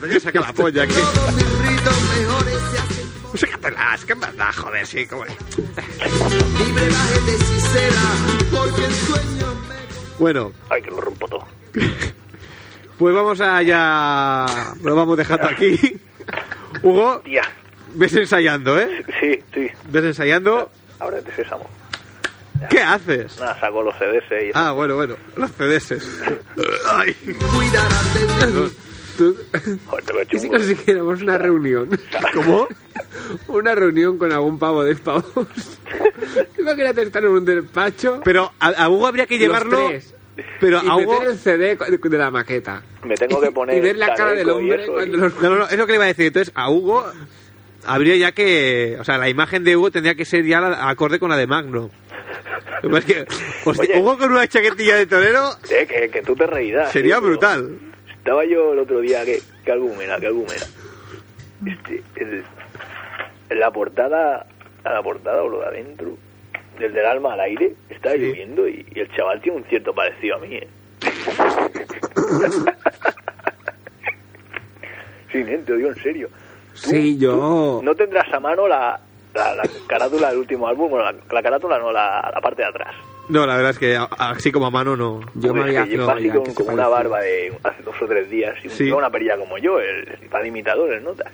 Speaker 1: Venga, saca la polla aquí.
Speaker 13: Todos mis ritos mejores se hacen
Speaker 1: Sácatela, es que en verdad, joder, sí, como.
Speaker 13: libre, bájete sincera, porque el sueño me...
Speaker 1: Bueno,
Speaker 12: Ay, que lo rompo todo.
Speaker 1: pues vamos allá. Lo vamos dejando aquí. Hugo,
Speaker 12: Tía.
Speaker 1: ves ensayando, ¿eh?
Speaker 12: Sí, sí.
Speaker 1: Ves ensayando.
Speaker 12: Ahora te sésamo.
Speaker 1: ¿Qué haces?
Speaker 12: Nada, saco los CDs y
Speaker 1: Ah, bueno, bueno, los CDs. Ay.
Speaker 2: Tú-
Speaker 12: Joder, te lo he hecho
Speaker 2: ¿Y si
Speaker 12: muy-
Speaker 2: consiguiéramos una reunión?
Speaker 1: ¿Cómo?
Speaker 2: Una reunión con algún pavo de pavos. Imagínate estar en un despacho.
Speaker 1: Pero a, a Hugo habría que
Speaker 2: Los
Speaker 1: llevarlo.
Speaker 2: tres.
Speaker 1: Pero
Speaker 2: y
Speaker 1: a Hugo.
Speaker 2: meter el CD cu- de la maqueta.
Speaker 12: Me tengo que poner
Speaker 2: Y ver la cara del
Speaker 12: chaleco y
Speaker 2: hombre
Speaker 12: eso,
Speaker 2: cuando
Speaker 12: y-
Speaker 2: los...
Speaker 1: No, no, no, es lo que le iba a decir. Entonces, a Hugo habría ya que. O sea, la imagen de Hugo tendría que ser ya la- acorde con la de Magno. Lo que pasa es que, hostia, Hugo con una chaquetilla de torero
Speaker 12: Eh, que, que tú te reirás.
Speaker 1: sería
Speaker 12: tío, pero
Speaker 1: brutal.
Speaker 12: Estaba yo el otro día, que, que argumenta, que argumenta. Este, el- en la portada, a la portada o lo de adentro, del del alma al aire, estaba lloviendo y, y el chaval tiene un cierto parecido a mí, ¿eh? sí, nen, te lo digo en serio.
Speaker 2: Sí, yo.
Speaker 12: No tendrás a mano la, la, la carátula del último álbum, bueno, la, la carátula no, la, la parte de atrás.
Speaker 1: No, la verdad es que a- así como a mano no.
Speaker 12: Yo me había
Speaker 1: no,
Speaker 12: así
Speaker 1: ya,
Speaker 12: con,
Speaker 1: que se
Speaker 12: con una
Speaker 1: parece.
Speaker 12: barba de hace dos o tres días y un-
Speaker 1: Sí.
Speaker 12: lleva una perilla como yo, el principal imitador, el notas.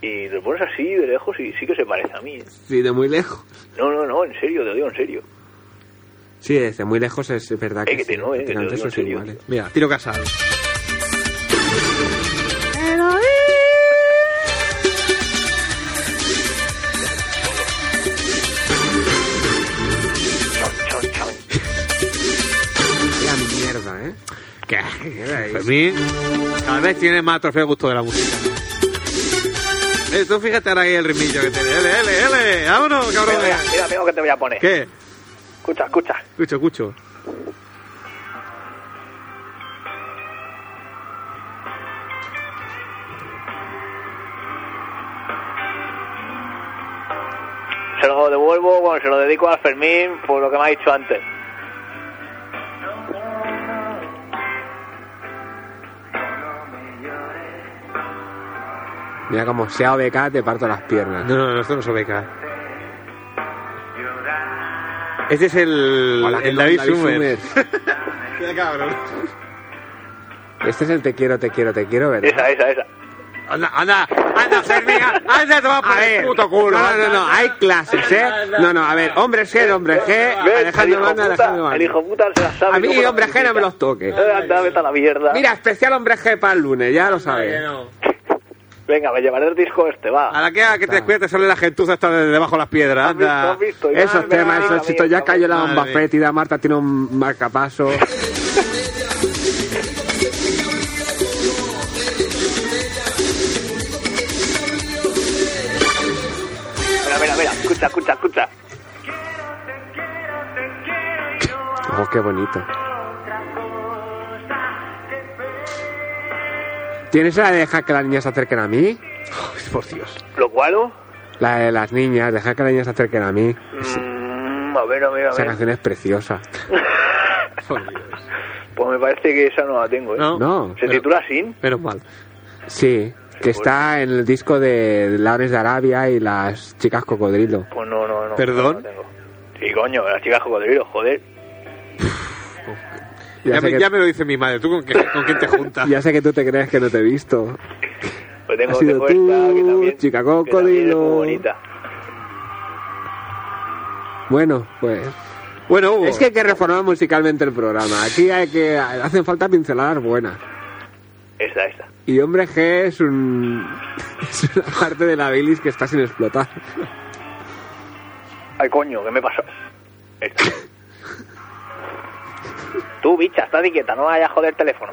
Speaker 12: Y lo pones así de lejos y sí que se parece a mí. ¿eh?
Speaker 2: Sí, de muy lejos.
Speaker 12: No, no, no, en serio, te lo digo en serio.
Speaker 2: Sí, desde muy lejos es verdad que.
Speaker 12: Eh, que te
Speaker 2: sí,
Speaker 12: no, eh, que te lo
Speaker 2: prácticamente
Speaker 12: digo
Speaker 2: son
Speaker 12: en serio.
Speaker 2: iguales. Mira, tiro casal.
Speaker 20: Era mierda, ¿eh?
Speaker 1: ¿Qué? Fermín, cada vez tiene más trofeo gusto de la música. Eh, tú fíjate ahora ahí el ritmillo que tiene. L, L, L. Vámonos, cabrón.
Speaker 12: Mira, mira, mira lo que te voy a poner.
Speaker 1: ¿Qué?
Speaker 12: Escucha, escucha.
Speaker 1: Escucho, escucho.
Speaker 12: Se lo devuelvo, bueno, se lo dedico al Fermín por lo que me ha dicho antes.
Speaker 2: Mira, como sea OBK, te parto las piernas.
Speaker 1: No, no, no, esto no es OBK. Este es el,
Speaker 2: Hola,
Speaker 1: el
Speaker 2: no,
Speaker 1: David,
Speaker 2: David
Speaker 1: Summer.
Speaker 2: Summers.
Speaker 1: Qué cabrón.
Speaker 2: Este es el te quiero, te quiero, te quiero, ¿verdad?
Speaker 12: Esa, esa, esa.
Speaker 1: Anda, anda, anda, Fermín, anda, te vas por el puto culo.
Speaker 2: No, no, no, hay clases, ¿eh? No, no, a ver, hombre G, hombre G, Alejandro
Speaker 12: el hijo
Speaker 2: Magno, Alejandro
Speaker 12: puta, el
Speaker 2: Magno.
Speaker 12: hijo puta se la sabe.
Speaker 2: A mí,
Speaker 12: cómo la
Speaker 2: hombre G, no me los toques.
Speaker 12: Eh, Anda, vete a la mierda.
Speaker 2: Mira, especial hombre G para el lunes, ya lo sabes.
Speaker 12: Venga, me llevaré el disco este, va.
Speaker 1: A la que, a que te despiertes sale la gentuza hasta de debajo de las piedras. Anda.
Speaker 12: ¿Has visto? ¿Has visto?
Speaker 2: Esos temas, esos chistos. Ya cayó la bomba
Speaker 1: Madre mía.
Speaker 2: fétida, Marta tiene un marcapaso.
Speaker 12: Mira, mira, mira, escucha, escucha, escucha.
Speaker 2: Oh, qué bonito. ¿Tienes la de dejar que las niñas se acerquen a mí?
Speaker 1: Por Dios.
Speaker 12: ¿Lo cual?
Speaker 2: La de las niñas, dejar que las niñas se acerquen a mí.
Speaker 12: Mm, a ver, a ver, a
Speaker 2: Esa
Speaker 12: ver.
Speaker 2: canción es preciosa.
Speaker 12: Pues me parece que esa no la tengo, ¿eh?
Speaker 2: No. No,
Speaker 12: ¿Se
Speaker 2: pero-
Speaker 12: titula Sin?
Speaker 1: Menos mal.
Speaker 2: Sí, que
Speaker 12: Pues-
Speaker 2: está en el disco de Lares de Arabia y las chicas cocodrilo.
Speaker 12: Pues no, no, no.
Speaker 2: ¿Perdón?
Speaker 12: No la tengo. Sí, coño, las chicas cocodrilos, joder.
Speaker 1: Ya,
Speaker 2: Ya sé
Speaker 1: me,
Speaker 2: que-
Speaker 1: ya me lo dice mi madre. ¿Tú con, qué, con quién te juntas?
Speaker 2: Ya sé que tú te crees que no te he visto.
Speaker 12: Pues tengo,
Speaker 2: Ha sido
Speaker 12: tengo
Speaker 2: tú,
Speaker 12: esta, que también,
Speaker 2: chica
Speaker 12: que también es muy
Speaker 2: cocodrilo.
Speaker 12: bonita.
Speaker 2: Bueno, pues.
Speaker 1: Bueno, Hugo.
Speaker 2: Es que hay que reformar musicalmente el programa. Aquí hay que hacen falta pinceladas buenas.
Speaker 12: Esta, esta.
Speaker 2: Y hombre G es un es una parte de la bilis que está sin explotar.
Speaker 12: Ay, coño, ¿qué me pasó? Esta. Tú, bicha, estás quieta, no vayas a joder el teléfono.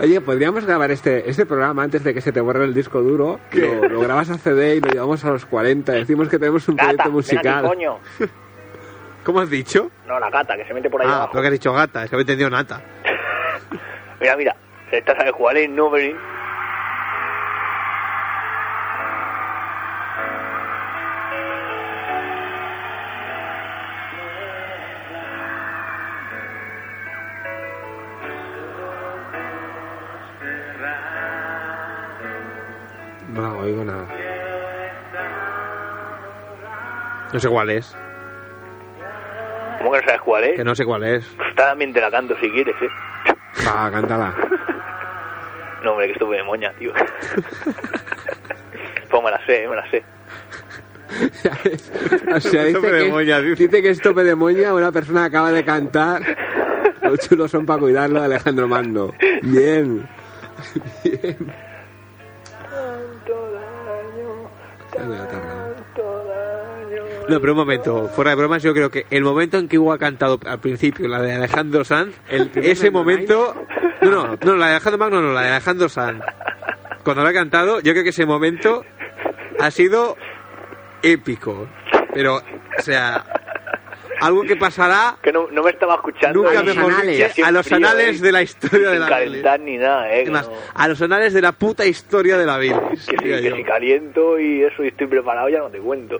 Speaker 2: Oye, podríamos grabar este este programa antes de que se te borre el disco duro. Lo, lo grabas a CD y lo llevamos a los 40. Decimos que tenemos un
Speaker 12: Gata,
Speaker 2: proyecto
Speaker 12: ven aquí,
Speaker 2: musical.
Speaker 12: coño.
Speaker 1: ¿Cómo has dicho?
Speaker 12: No, la gata, que se mete por ahí
Speaker 1: Ah,
Speaker 12: abajo.
Speaker 1: creo que has dicho gata. Es que había entendido nata.
Speaker 12: Mira, mira, esta sabe jugar ¿eh? en Noverin.
Speaker 2: No oigo nada.
Speaker 1: No sé cuál es.
Speaker 12: ¿Cómo que no sabes jugar, eh?
Speaker 1: Que no sé cuál es.
Speaker 12: Está también te la canto si quieres, eh.
Speaker 2: Va, cántala.
Speaker 12: No, hombre, que estuve de moña, tío. pues me la sé, eh, me la sé.
Speaker 2: O sea, dice
Speaker 12: Tope de moña,
Speaker 2: que, dice que es tope de moña. Una persona acaba de cantar. Los chulos son para cuidarlo de Alejandro Mando. Bien. Bien. Ya me ha tardado.
Speaker 1: No, pero un momento, fuera de bromas, yo creo que el momento en que Hugo ha cantado al principio la de Alejandro Sanz, el- ese momento. No, no, no, la de Alejandro Magno, no, la de Alejandro Sanz. Cuando la ha cantado, yo creo que ese momento ha sido épico. Pero, o sea, algo que pasará.
Speaker 12: Que no, no me estaba escuchando.
Speaker 1: Ah. Nunca
Speaker 12: A los
Speaker 1: mejor
Speaker 12: anales.
Speaker 1: dicho,
Speaker 12: Así en
Speaker 1: a los
Speaker 12: frío,
Speaker 1: anales
Speaker 12: eh.
Speaker 1: de la historia de
Speaker 12: Sin
Speaker 1: la
Speaker 12: calentar ni nada, eh.
Speaker 1: Es
Speaker 12: que
Speaker 1: más,
Speaker 12: no-
Speaker 1: a los anales de la puta historia de la bilis.
Speaker 12: que,
Speaker 1: diría
Speaker 12: si, que
Speaker 1: yo.
Speaker 12: si caliento y eso y estoy preparado ya no te cuento.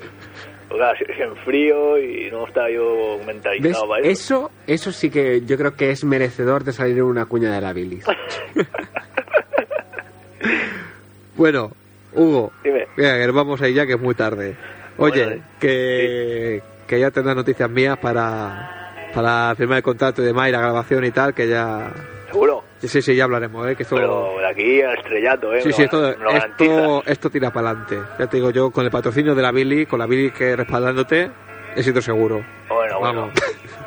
Speaker 12: O sea, si, si enfrío y no estaba yo
Speaker 2: ¿Ves?
Speaker 12: mentalizado para
Speaker 2: Eso,
Speaker 12: eso.
Speaker 2: eso sí que yo creo que es merecedor de salir en una cuña de la bilis.
Speaker 1: Bueno, Hugo,
Speaker 12: Dime.
Speaker 1: venga, que nos vamos ahí ya que es muy tarde. Oye,
Speaker 12: Bueno, eh,
Speaker 1: que, que ya tendrás noticias mías para, para firmar el contrato y demás y la grabación y tal, que ya.
Speaker 12: Seguro.
Speaker 1: Sí, sí, ya hablaremos, ¿eh? Que esto.
Speaker 12: Pero Pues de aquí al estrellato, ¿eh?
Speaker 1: Sí,
Speaker 12: me
Speaker 1: sí,
Speaker 12: lo
Speaker 1: esto,
Speaker 12: gar- me lo garantizo.
Speaker 1: esto, esto tira para adelante. Ya te digo yo, con el patrocinio de la Billy, con la Billy que respaldándote, éxito seguro.
Speaker 12: Bueno,
Speaker 1: Vamos.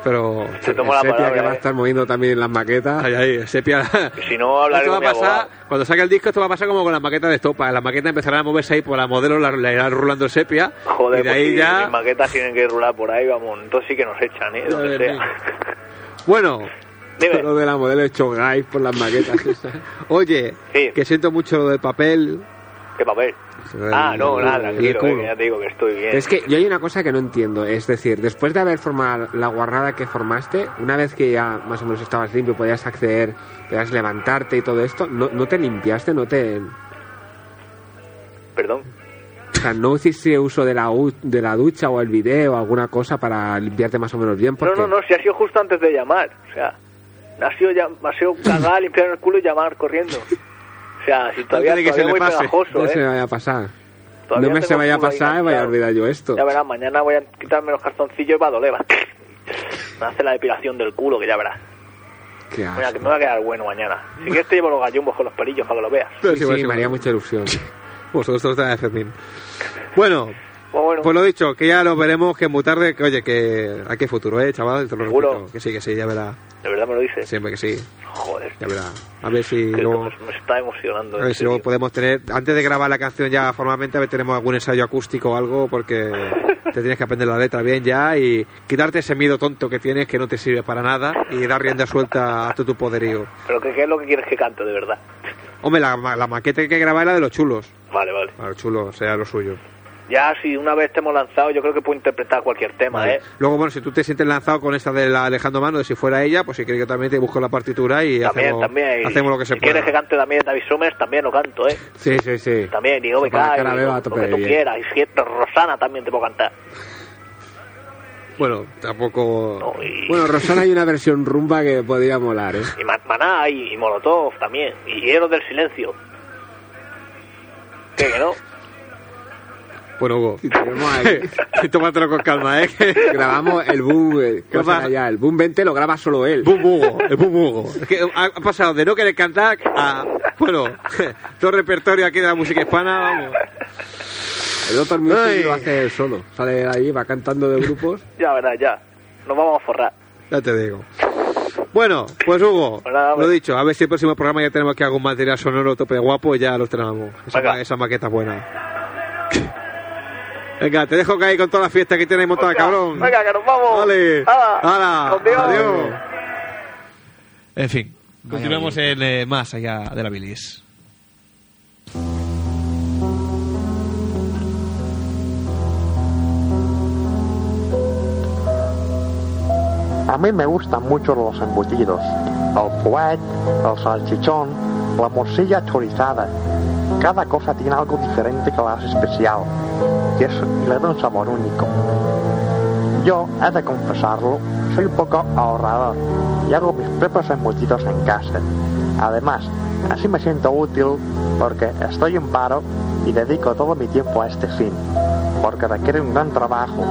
Speaker 1: Pero.
Speaker 12: Se tomó la
Speaker 1: sepia
Speaker 12: palabra,
Speaker 1: que va a
Speaker 12: eh.
Speaker 1: estar moviendo también las maquetas. Ay, ay, sepia.
Speaker 12: Si no, hablaré
Speaker 1: Esto
Speaker 12: con mi
Speaker 1: va a pasar,
Speaker 12: abogado.
Speaker 1: cuando saque el disco, esto va a pasar como con las maquetas de estopa. Las maquetas empezarán a moverse ahí por la modelo, la, la irán rulando el sepia.
Speaker 12: Joder,
Speaker 1: y de
Speaker 12: pues
Speaker 1: ahí
Speaker 12: sí,
Speaker 1: ya.
Speaker 12: mis maquetas tienen que rular por ahí, vamos. Entonces sí que nos echan, ¿eh? Donde
Speaker 1: Joder,
Speaker 12: sea.
Speaker 1: Bueno,
Speaker 12: Dime.
Speaker 1: lo de la modelo hecho guys por las maquetas. Oye,
Speaker 12: Sí.
Speaker 1: que siento mucho lo del papel.
Speaker 12: ¿Qué papel? Ah, no, nada, tranquilo, eh, que ya te digo que estoy bien.
Speaker 2: Es que yo hay una cosa que no entiendo, es decir, después de haber formado la guarrada que formaste, una vez que ya más o menos estabas limpio, podías acceder, podías levantarte y todo esto, no, no te limpiaste, no te...
Speaker 12: Perdón.
Speaker 2: O sea, no hiciste uso de la, u- de la ducha o el video o alguna cosa para limpiarte más o menos bien,
Speaker 12: No,
Speaker 2: porque...
Speaker 12: no, no, si ha sido justo antes de llamar. O sea, ha sido, ya, ha sido cagar, limpiar el culo y llamar corriendo. O sea, si todavía,
Speaker 2: Antes de que
Speaker 12: todavía
Speaker 2: se
Speaker 12: voy
Speaker 2: le pase.
Speaker 12: pegajoso,
Speaker 2: no
Speaker 12: ¿eh?
Speaker 2: se me vaya a pasar.
Speaker 12: Todavía
Speaker 2: no me se
Speaker 12: tengo
Speaker 2: vaya a
Speaker 12: culo
Speaker 2: pasar
Speaker 12: ahí
Speaker 2: y vaya a
Speaker 12: enganchado.
Speaker 2: olvidar yo esto.
Speaker 12: Ya verás, mañana voy a quitarme los calzoncillos y va a doler. va. Me hace la depilación del culo, que ya verás.
Speaker 2: Qué
Speaker 12: Mira,
Speaker 2: asco.
Speaker 12: que me va a quedar bueno mañana. Si quieres te llevo los gallumbos con los pelillos para que lo veas.
Speaker 2: Sí, sí, me haría mucha ilusión.
Speaker 1: Vosotros de Fermín. Bueno,
Speaker 12: Pues bueno,
Speaker 1: pues lo dicho, que ya lo veremos, que es muy tarde, que oye, que aquí hay futuro, eh, chaval, te lo
Speaker 12: Seguro.
Speaker 1: repito, que sí, que sí, ya verá,
Speaker 12: de verdad me lo dices.
Speaker 1: siempre que sí,
Speaker 12: Joder,
Speaker 1: ya verá. A ver si
Speaker 12: que
Speaker 1: luego,
Speaker 12: me está emocionando.
Speaker 1: a
Speaker 12: en
Speaker 1: ver si
Speaker 12: serio.
Speaker 1: luego podemos tener, antes de grabar la canción ya formalmente, a ver tenemos algún ensayo acústico o algo, porque te tienes que aprender la letra bien ya y quitarte ese miedo tonto que tienes que no te sirve para nada y dar rienda suelta a todo tu poderío.
Speaker 12: Pero que, ¿qué es lo que quieres que cante, de verdad?
Speaker 1: Hombre, la, ma- la maqueta que hay que grabar es la de los chulos,
Speaker 12: Vale, vale.
Speaker 1: a los chulos, sea lo suyo.
Speaker 12: Ya, si una vez te hemos lanzado, yo creo que puedo interpretar cualquier tema,
Speaker 1: Vale.
Speaker 12: ¿eh?
Speaker 1: Luego, bueno, si tú te sientes lanzado con esta de la Alejandro Mano, de si fuera ella, pues si quieres yo también te busco la partitura y
Speaker 12: También,
Speaker 1: hacemos,
Speaker 12: también. y-
Speaker 1: hacemos lo que se
Speaker 12: si quieres
Speaker 1: pueda.
Speaker 12: que cante también David Summers, también lo canto, ¿eh?
Speaker 2: Sí, sí, sí.
Speaker 12: También, digo, me
Speaker 2: Para la
Speaker 12: cae,
Speaker 2: cara beba, a
Speaker 12: lo
Speaker 2: tope
Speaker 12: que
Speaker 2: de
Speaker 12: tú
Speaker 2: bien.
Speaker 12: quieras. Y si es Rosana, también te puedo cantar.
Speaker 1: Bueno, tampoco...
Speaker 2: Bueno, Rosana hay una versión rumba que podría molar, ¿eh?
Speaker 12: Y Ma- Maná y, y Molotov también. Y Héroes del Silencio. ¿Qué, que no?
Speaker 1: Bueno, Hugo,
Speaker 2: tenemos ahí-
Speaker 1: tómatelo con calma, ¿eh?
Speaker 2: Grabamos el boom, eh, ¿cómo
Speaker 1: Graba-
Speaker 2: será ya? El boom 20 lo graba solo él.
Speaker 1: Boom Hugo, el boom Hugo. Es que ha ha pasado de no querer cantar a... Bueno, todo el repertorio aquí de la música hispana, vamos.
Speaker 2: El otro Music
Speaker 1: Ay.
Speaker 2: lo hace él solo. Sale ahí, va cantando de grupos.
Speaker 12: Ya verás, ya. Nos vamos a forrar.
Speaker 1: Ya te digo. Bueno, pues Hugo,
Speaker 12: Hola,
Speaker 1: lo
Speaker 12: bueno.
Speaker 1: dicho, a ver si el próximo programa ya tenemos que algún material sonoro tope de guapo y ya los tenemos. Esa, ma- esa maqueta es buena. Venga, te dejo caer con toda la fiesta que tenéis montada, cabrón.
Speaker 12: Venga, que nos vamos.
Speaker 1: Vale.
Speaker 12: Hala.
Speaker 1: Hala.
Speaker 12: Con Dios.
Speaker 1: Adiós.
Speaker 21: En fin, continuamos en, eh, más allá de la bilis.
Speaker 22: A mí me gustan mucho los embutidos. El fuet, el salchichón, la morcilla chorizada. Cada cosa tiene algo diferente que la hace especial. Y eso le da un sabor único. Yo, he de confesarlo, soy un poco ahorrador y hago mis propios embutidos en casa. Además, así me siento útil porque estoy en paro y dedico todo mi tiempo a este fin, porque requiere un gran trabajo.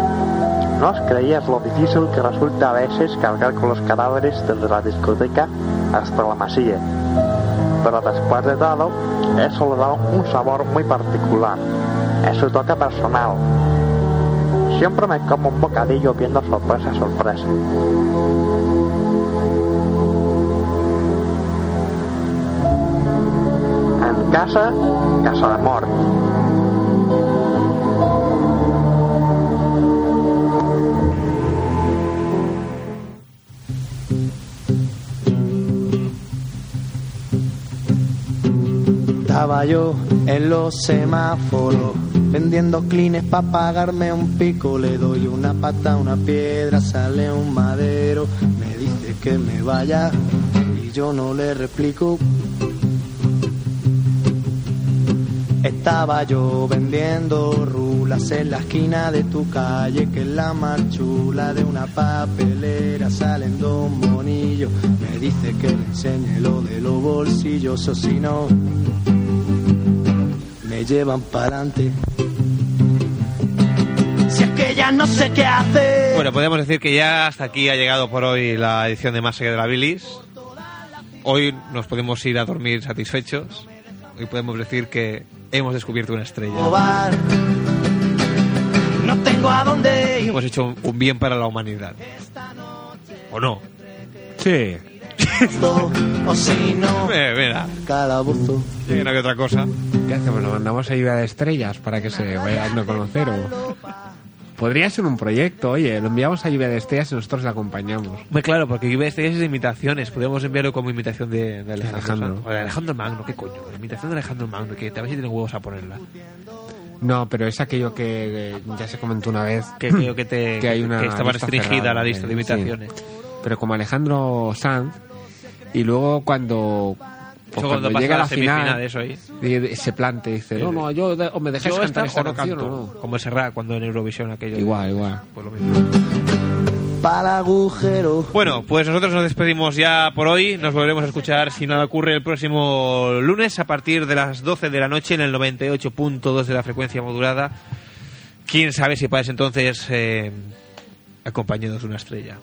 Speaker 22: ¿No os creías lo difícil que resulta a veces cargar con los cadáveres desde la discoteca hasta la masía? Pero después de todo, eso le da un sabor muy particular, es su toque personal. Siempre me como un bocadillo viendo sorpresa, sorpresa. En casa, casa de amor.
Speaker 23: Estaba yo en los semáforos vendiendo clines pa' pagarme un pico. Le doy una pata a una piedra, sale un madero, me dice que me vaya y yo no le replico. Estaba yo vendiendo rulas en la esquina de tu calle, que es la más chula de una papelera. Salen dos monillos, me dice que le enseñe lo de los bolsillos, o si no, me llevan para adelante. Si es que ya no sé qué hacer.
Speaker 1: Bueno, podemos decir que ya hasta aquí ha llegado por hoy la edición de Más que de la Bilis. Hoy nos podemos ir a dormir satisfechos y podemos decir que hemos descubierto una estrella.
Speaker 13: robar. No tengo a dónde ir.
Speaker 1: Hemos hecho un- un bien para la humanidad. ¿O no?
Speaker 2: Sí.
Speaker 13: o si no.
Speaker 1: Eh, mira,
Speaker 23: Calabozo.
Speaker 1: eh, no hay otra cosa.
Speaker 2: ¿Qué hacemos? ¿Lo mandamos a ayuda de estrellas para que se vaya dando a conocer? o- Podría ser un proyecto, oye, lo enviamos a lluvia de estrellas y nosotros la acompañamos.
Speaker 1: Muy claro, porque Lluvia de Estrellas es de imitaciones. Podríamos enviarlo como imitación de, de Alejandro.
Speaker 2: Alejandro.
Speaker 1: Sanz. O de Alejandro Magno, ¿qué coño? La imitación de Alejandro Magno, que a ver si tiene huevos a ponerla.
Speaker 2: No, pero es aquello que eh, ya se comentó una vez.
Speaker 1: Que creo que, te,
Speaker 2: que hay una
Speaker 1: que estaba
Speaker 2: lista
Speaker 1: restringida
Speaker 2: cerrada,
Speaker 1: la lista de
Speaker 2: eh, sí.
Speaker 1: imitaciones.
Speaker 2: Pero como Alejandro Sanz, y luego cuando, pues
Speaker 1: Eso cuando pasa
Speaker 2: llega a
Speaker 1: la
Speaker 2: la final,
Speaker 1: semifinal, eso ahí.
Speaker 2: y- y se plantea y dice, no, no, yo de- o me dejáis
Speaker 1: Yo esta
Speaker 2: cantar esta
Speaker 1: o no
Speaker 2: canción
Speaker 1: canto.
Speaker 2: o no.
Speaker 1: Como Serrat cuando en Eurovisión aquello. Pues
Speaker 2: Igual, igual.
Speaker 23: Para agujero.
Speaker 1: Bueno, pues nosotros nos despedimos ya por hoy. Nos volveremos a escuchar si nada ocurre el próximo lunes a partir de las 12 de la noche en el 98.2 de la frecuencia modulada. Quién sabe si para ese entonces eh, acompañados de una estrella.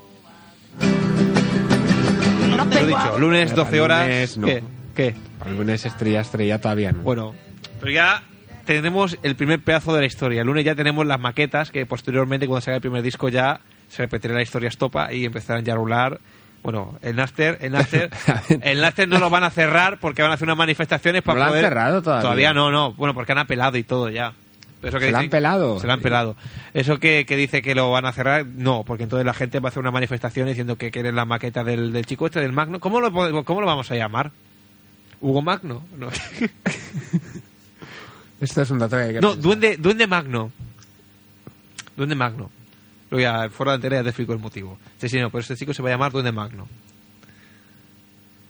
Speaker 1: Lo dicho, lunes
Speaker 2: Pero
Speaker 1: 12
Speaker 2: para
Speaker 1: horas.
Speaker 2: lunes, no.
Speaker 1: ¿Qué? ¿Qué?
Speaker 2: Para el lunes estrella, estrella todavía no.
Speaker 1: Bueno, pero ya tenemos el primer pedazo de la historia. El lunes ya tenemos las maquetas que posteriormente, cuando salga el primer disco, ya se repetirá la historia estopa y empezarán ya a rular. Bueno, el Naster, el Naster, el Naster no lo van a cerrar porque van a hacer unas manifestaciones para
Speaker 2: ¿No lo han
Speaker 1: poder.
Speaker 2: cerrado todavía?
Speaker 1: no, no. Bueno, porque han apelado y todo ya. Pero Eso que
Speaker 2: ¿Se la
Speaker 1: dicen-
Speaker 2: han pelado?
Speaker 1: Se la han pelado. Eso que, que dice que lo van a cerrar, no, porque entonces la gente va a hacer una manifestación diciendo que quieren la maqueta del, del chico este, del Magno. ¿Cómo lo, podemos- ¿Cómo lo vamos a llamar? ¿Hugo Magno? No.
Speaker 2: Esto es un dato que hay que
Speaker 1: No, duende, duende magno. Duende magno. Lo voy a, fuera de antena ya te explico el motivo. Sí, sí, no, pero este chico se va a llamar Duende Magno.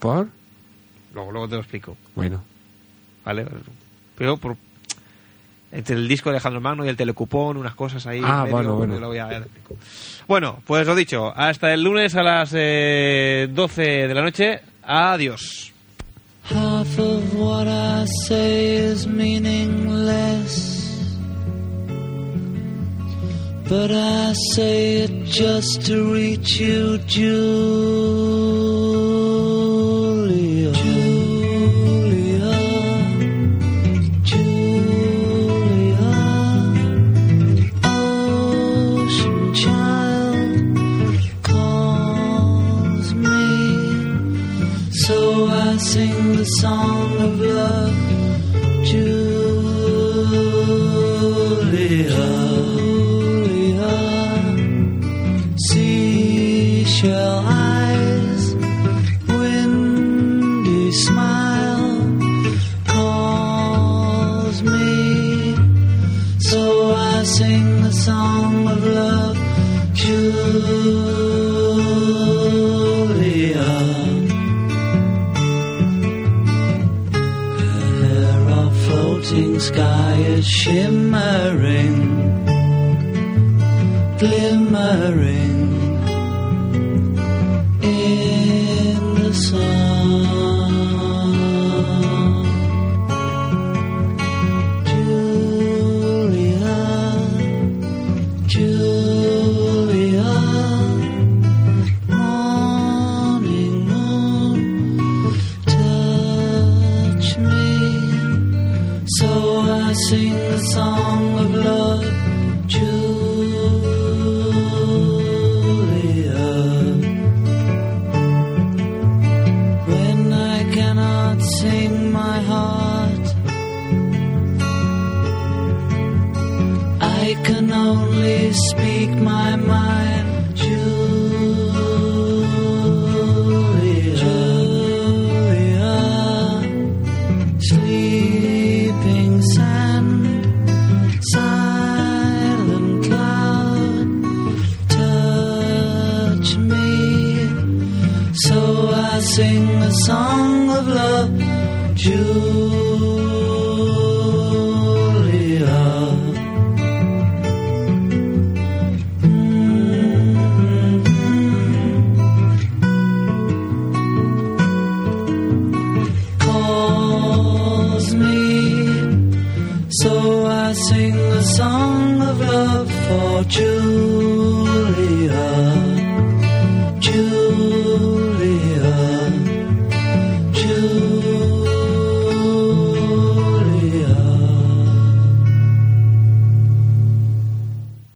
Speaker 2: ¿Por?
Speaker 1: Luego, luego te lo explico.
Speaker 2: Bueno.
Speaker 1: ¿Vale? Pero por, entre el disco de Alejandro Magno y el telecupón, unas cosas ahí.
Speaker 2: Ah,
Speaker 1: en medio,
Speaker 2: bueno, bueno.
Speaker 1: yo lo voy a- ya te explico. Bueno, pues lo dicho, hasta el lunes a las eh, 12 de la noche. Adiós.
Speaker 24: Half of what I say is meaningless, but I say it just to reach you, Julia. Julia, Julia, ocean child calls me. So I sing the song of love, Julia. Julia. Seashell eyes, windy smile calls me. So I sing the song of love, Julia. There our floating sky is shimmering, glimmering in the sun. Julia, Julia, morning moon touch me. So I sing the song of love, Julia. When I cannot sing my heart, I can only speak my mind. Julia. Julia, sleeping sand, So I sing a song of love for June.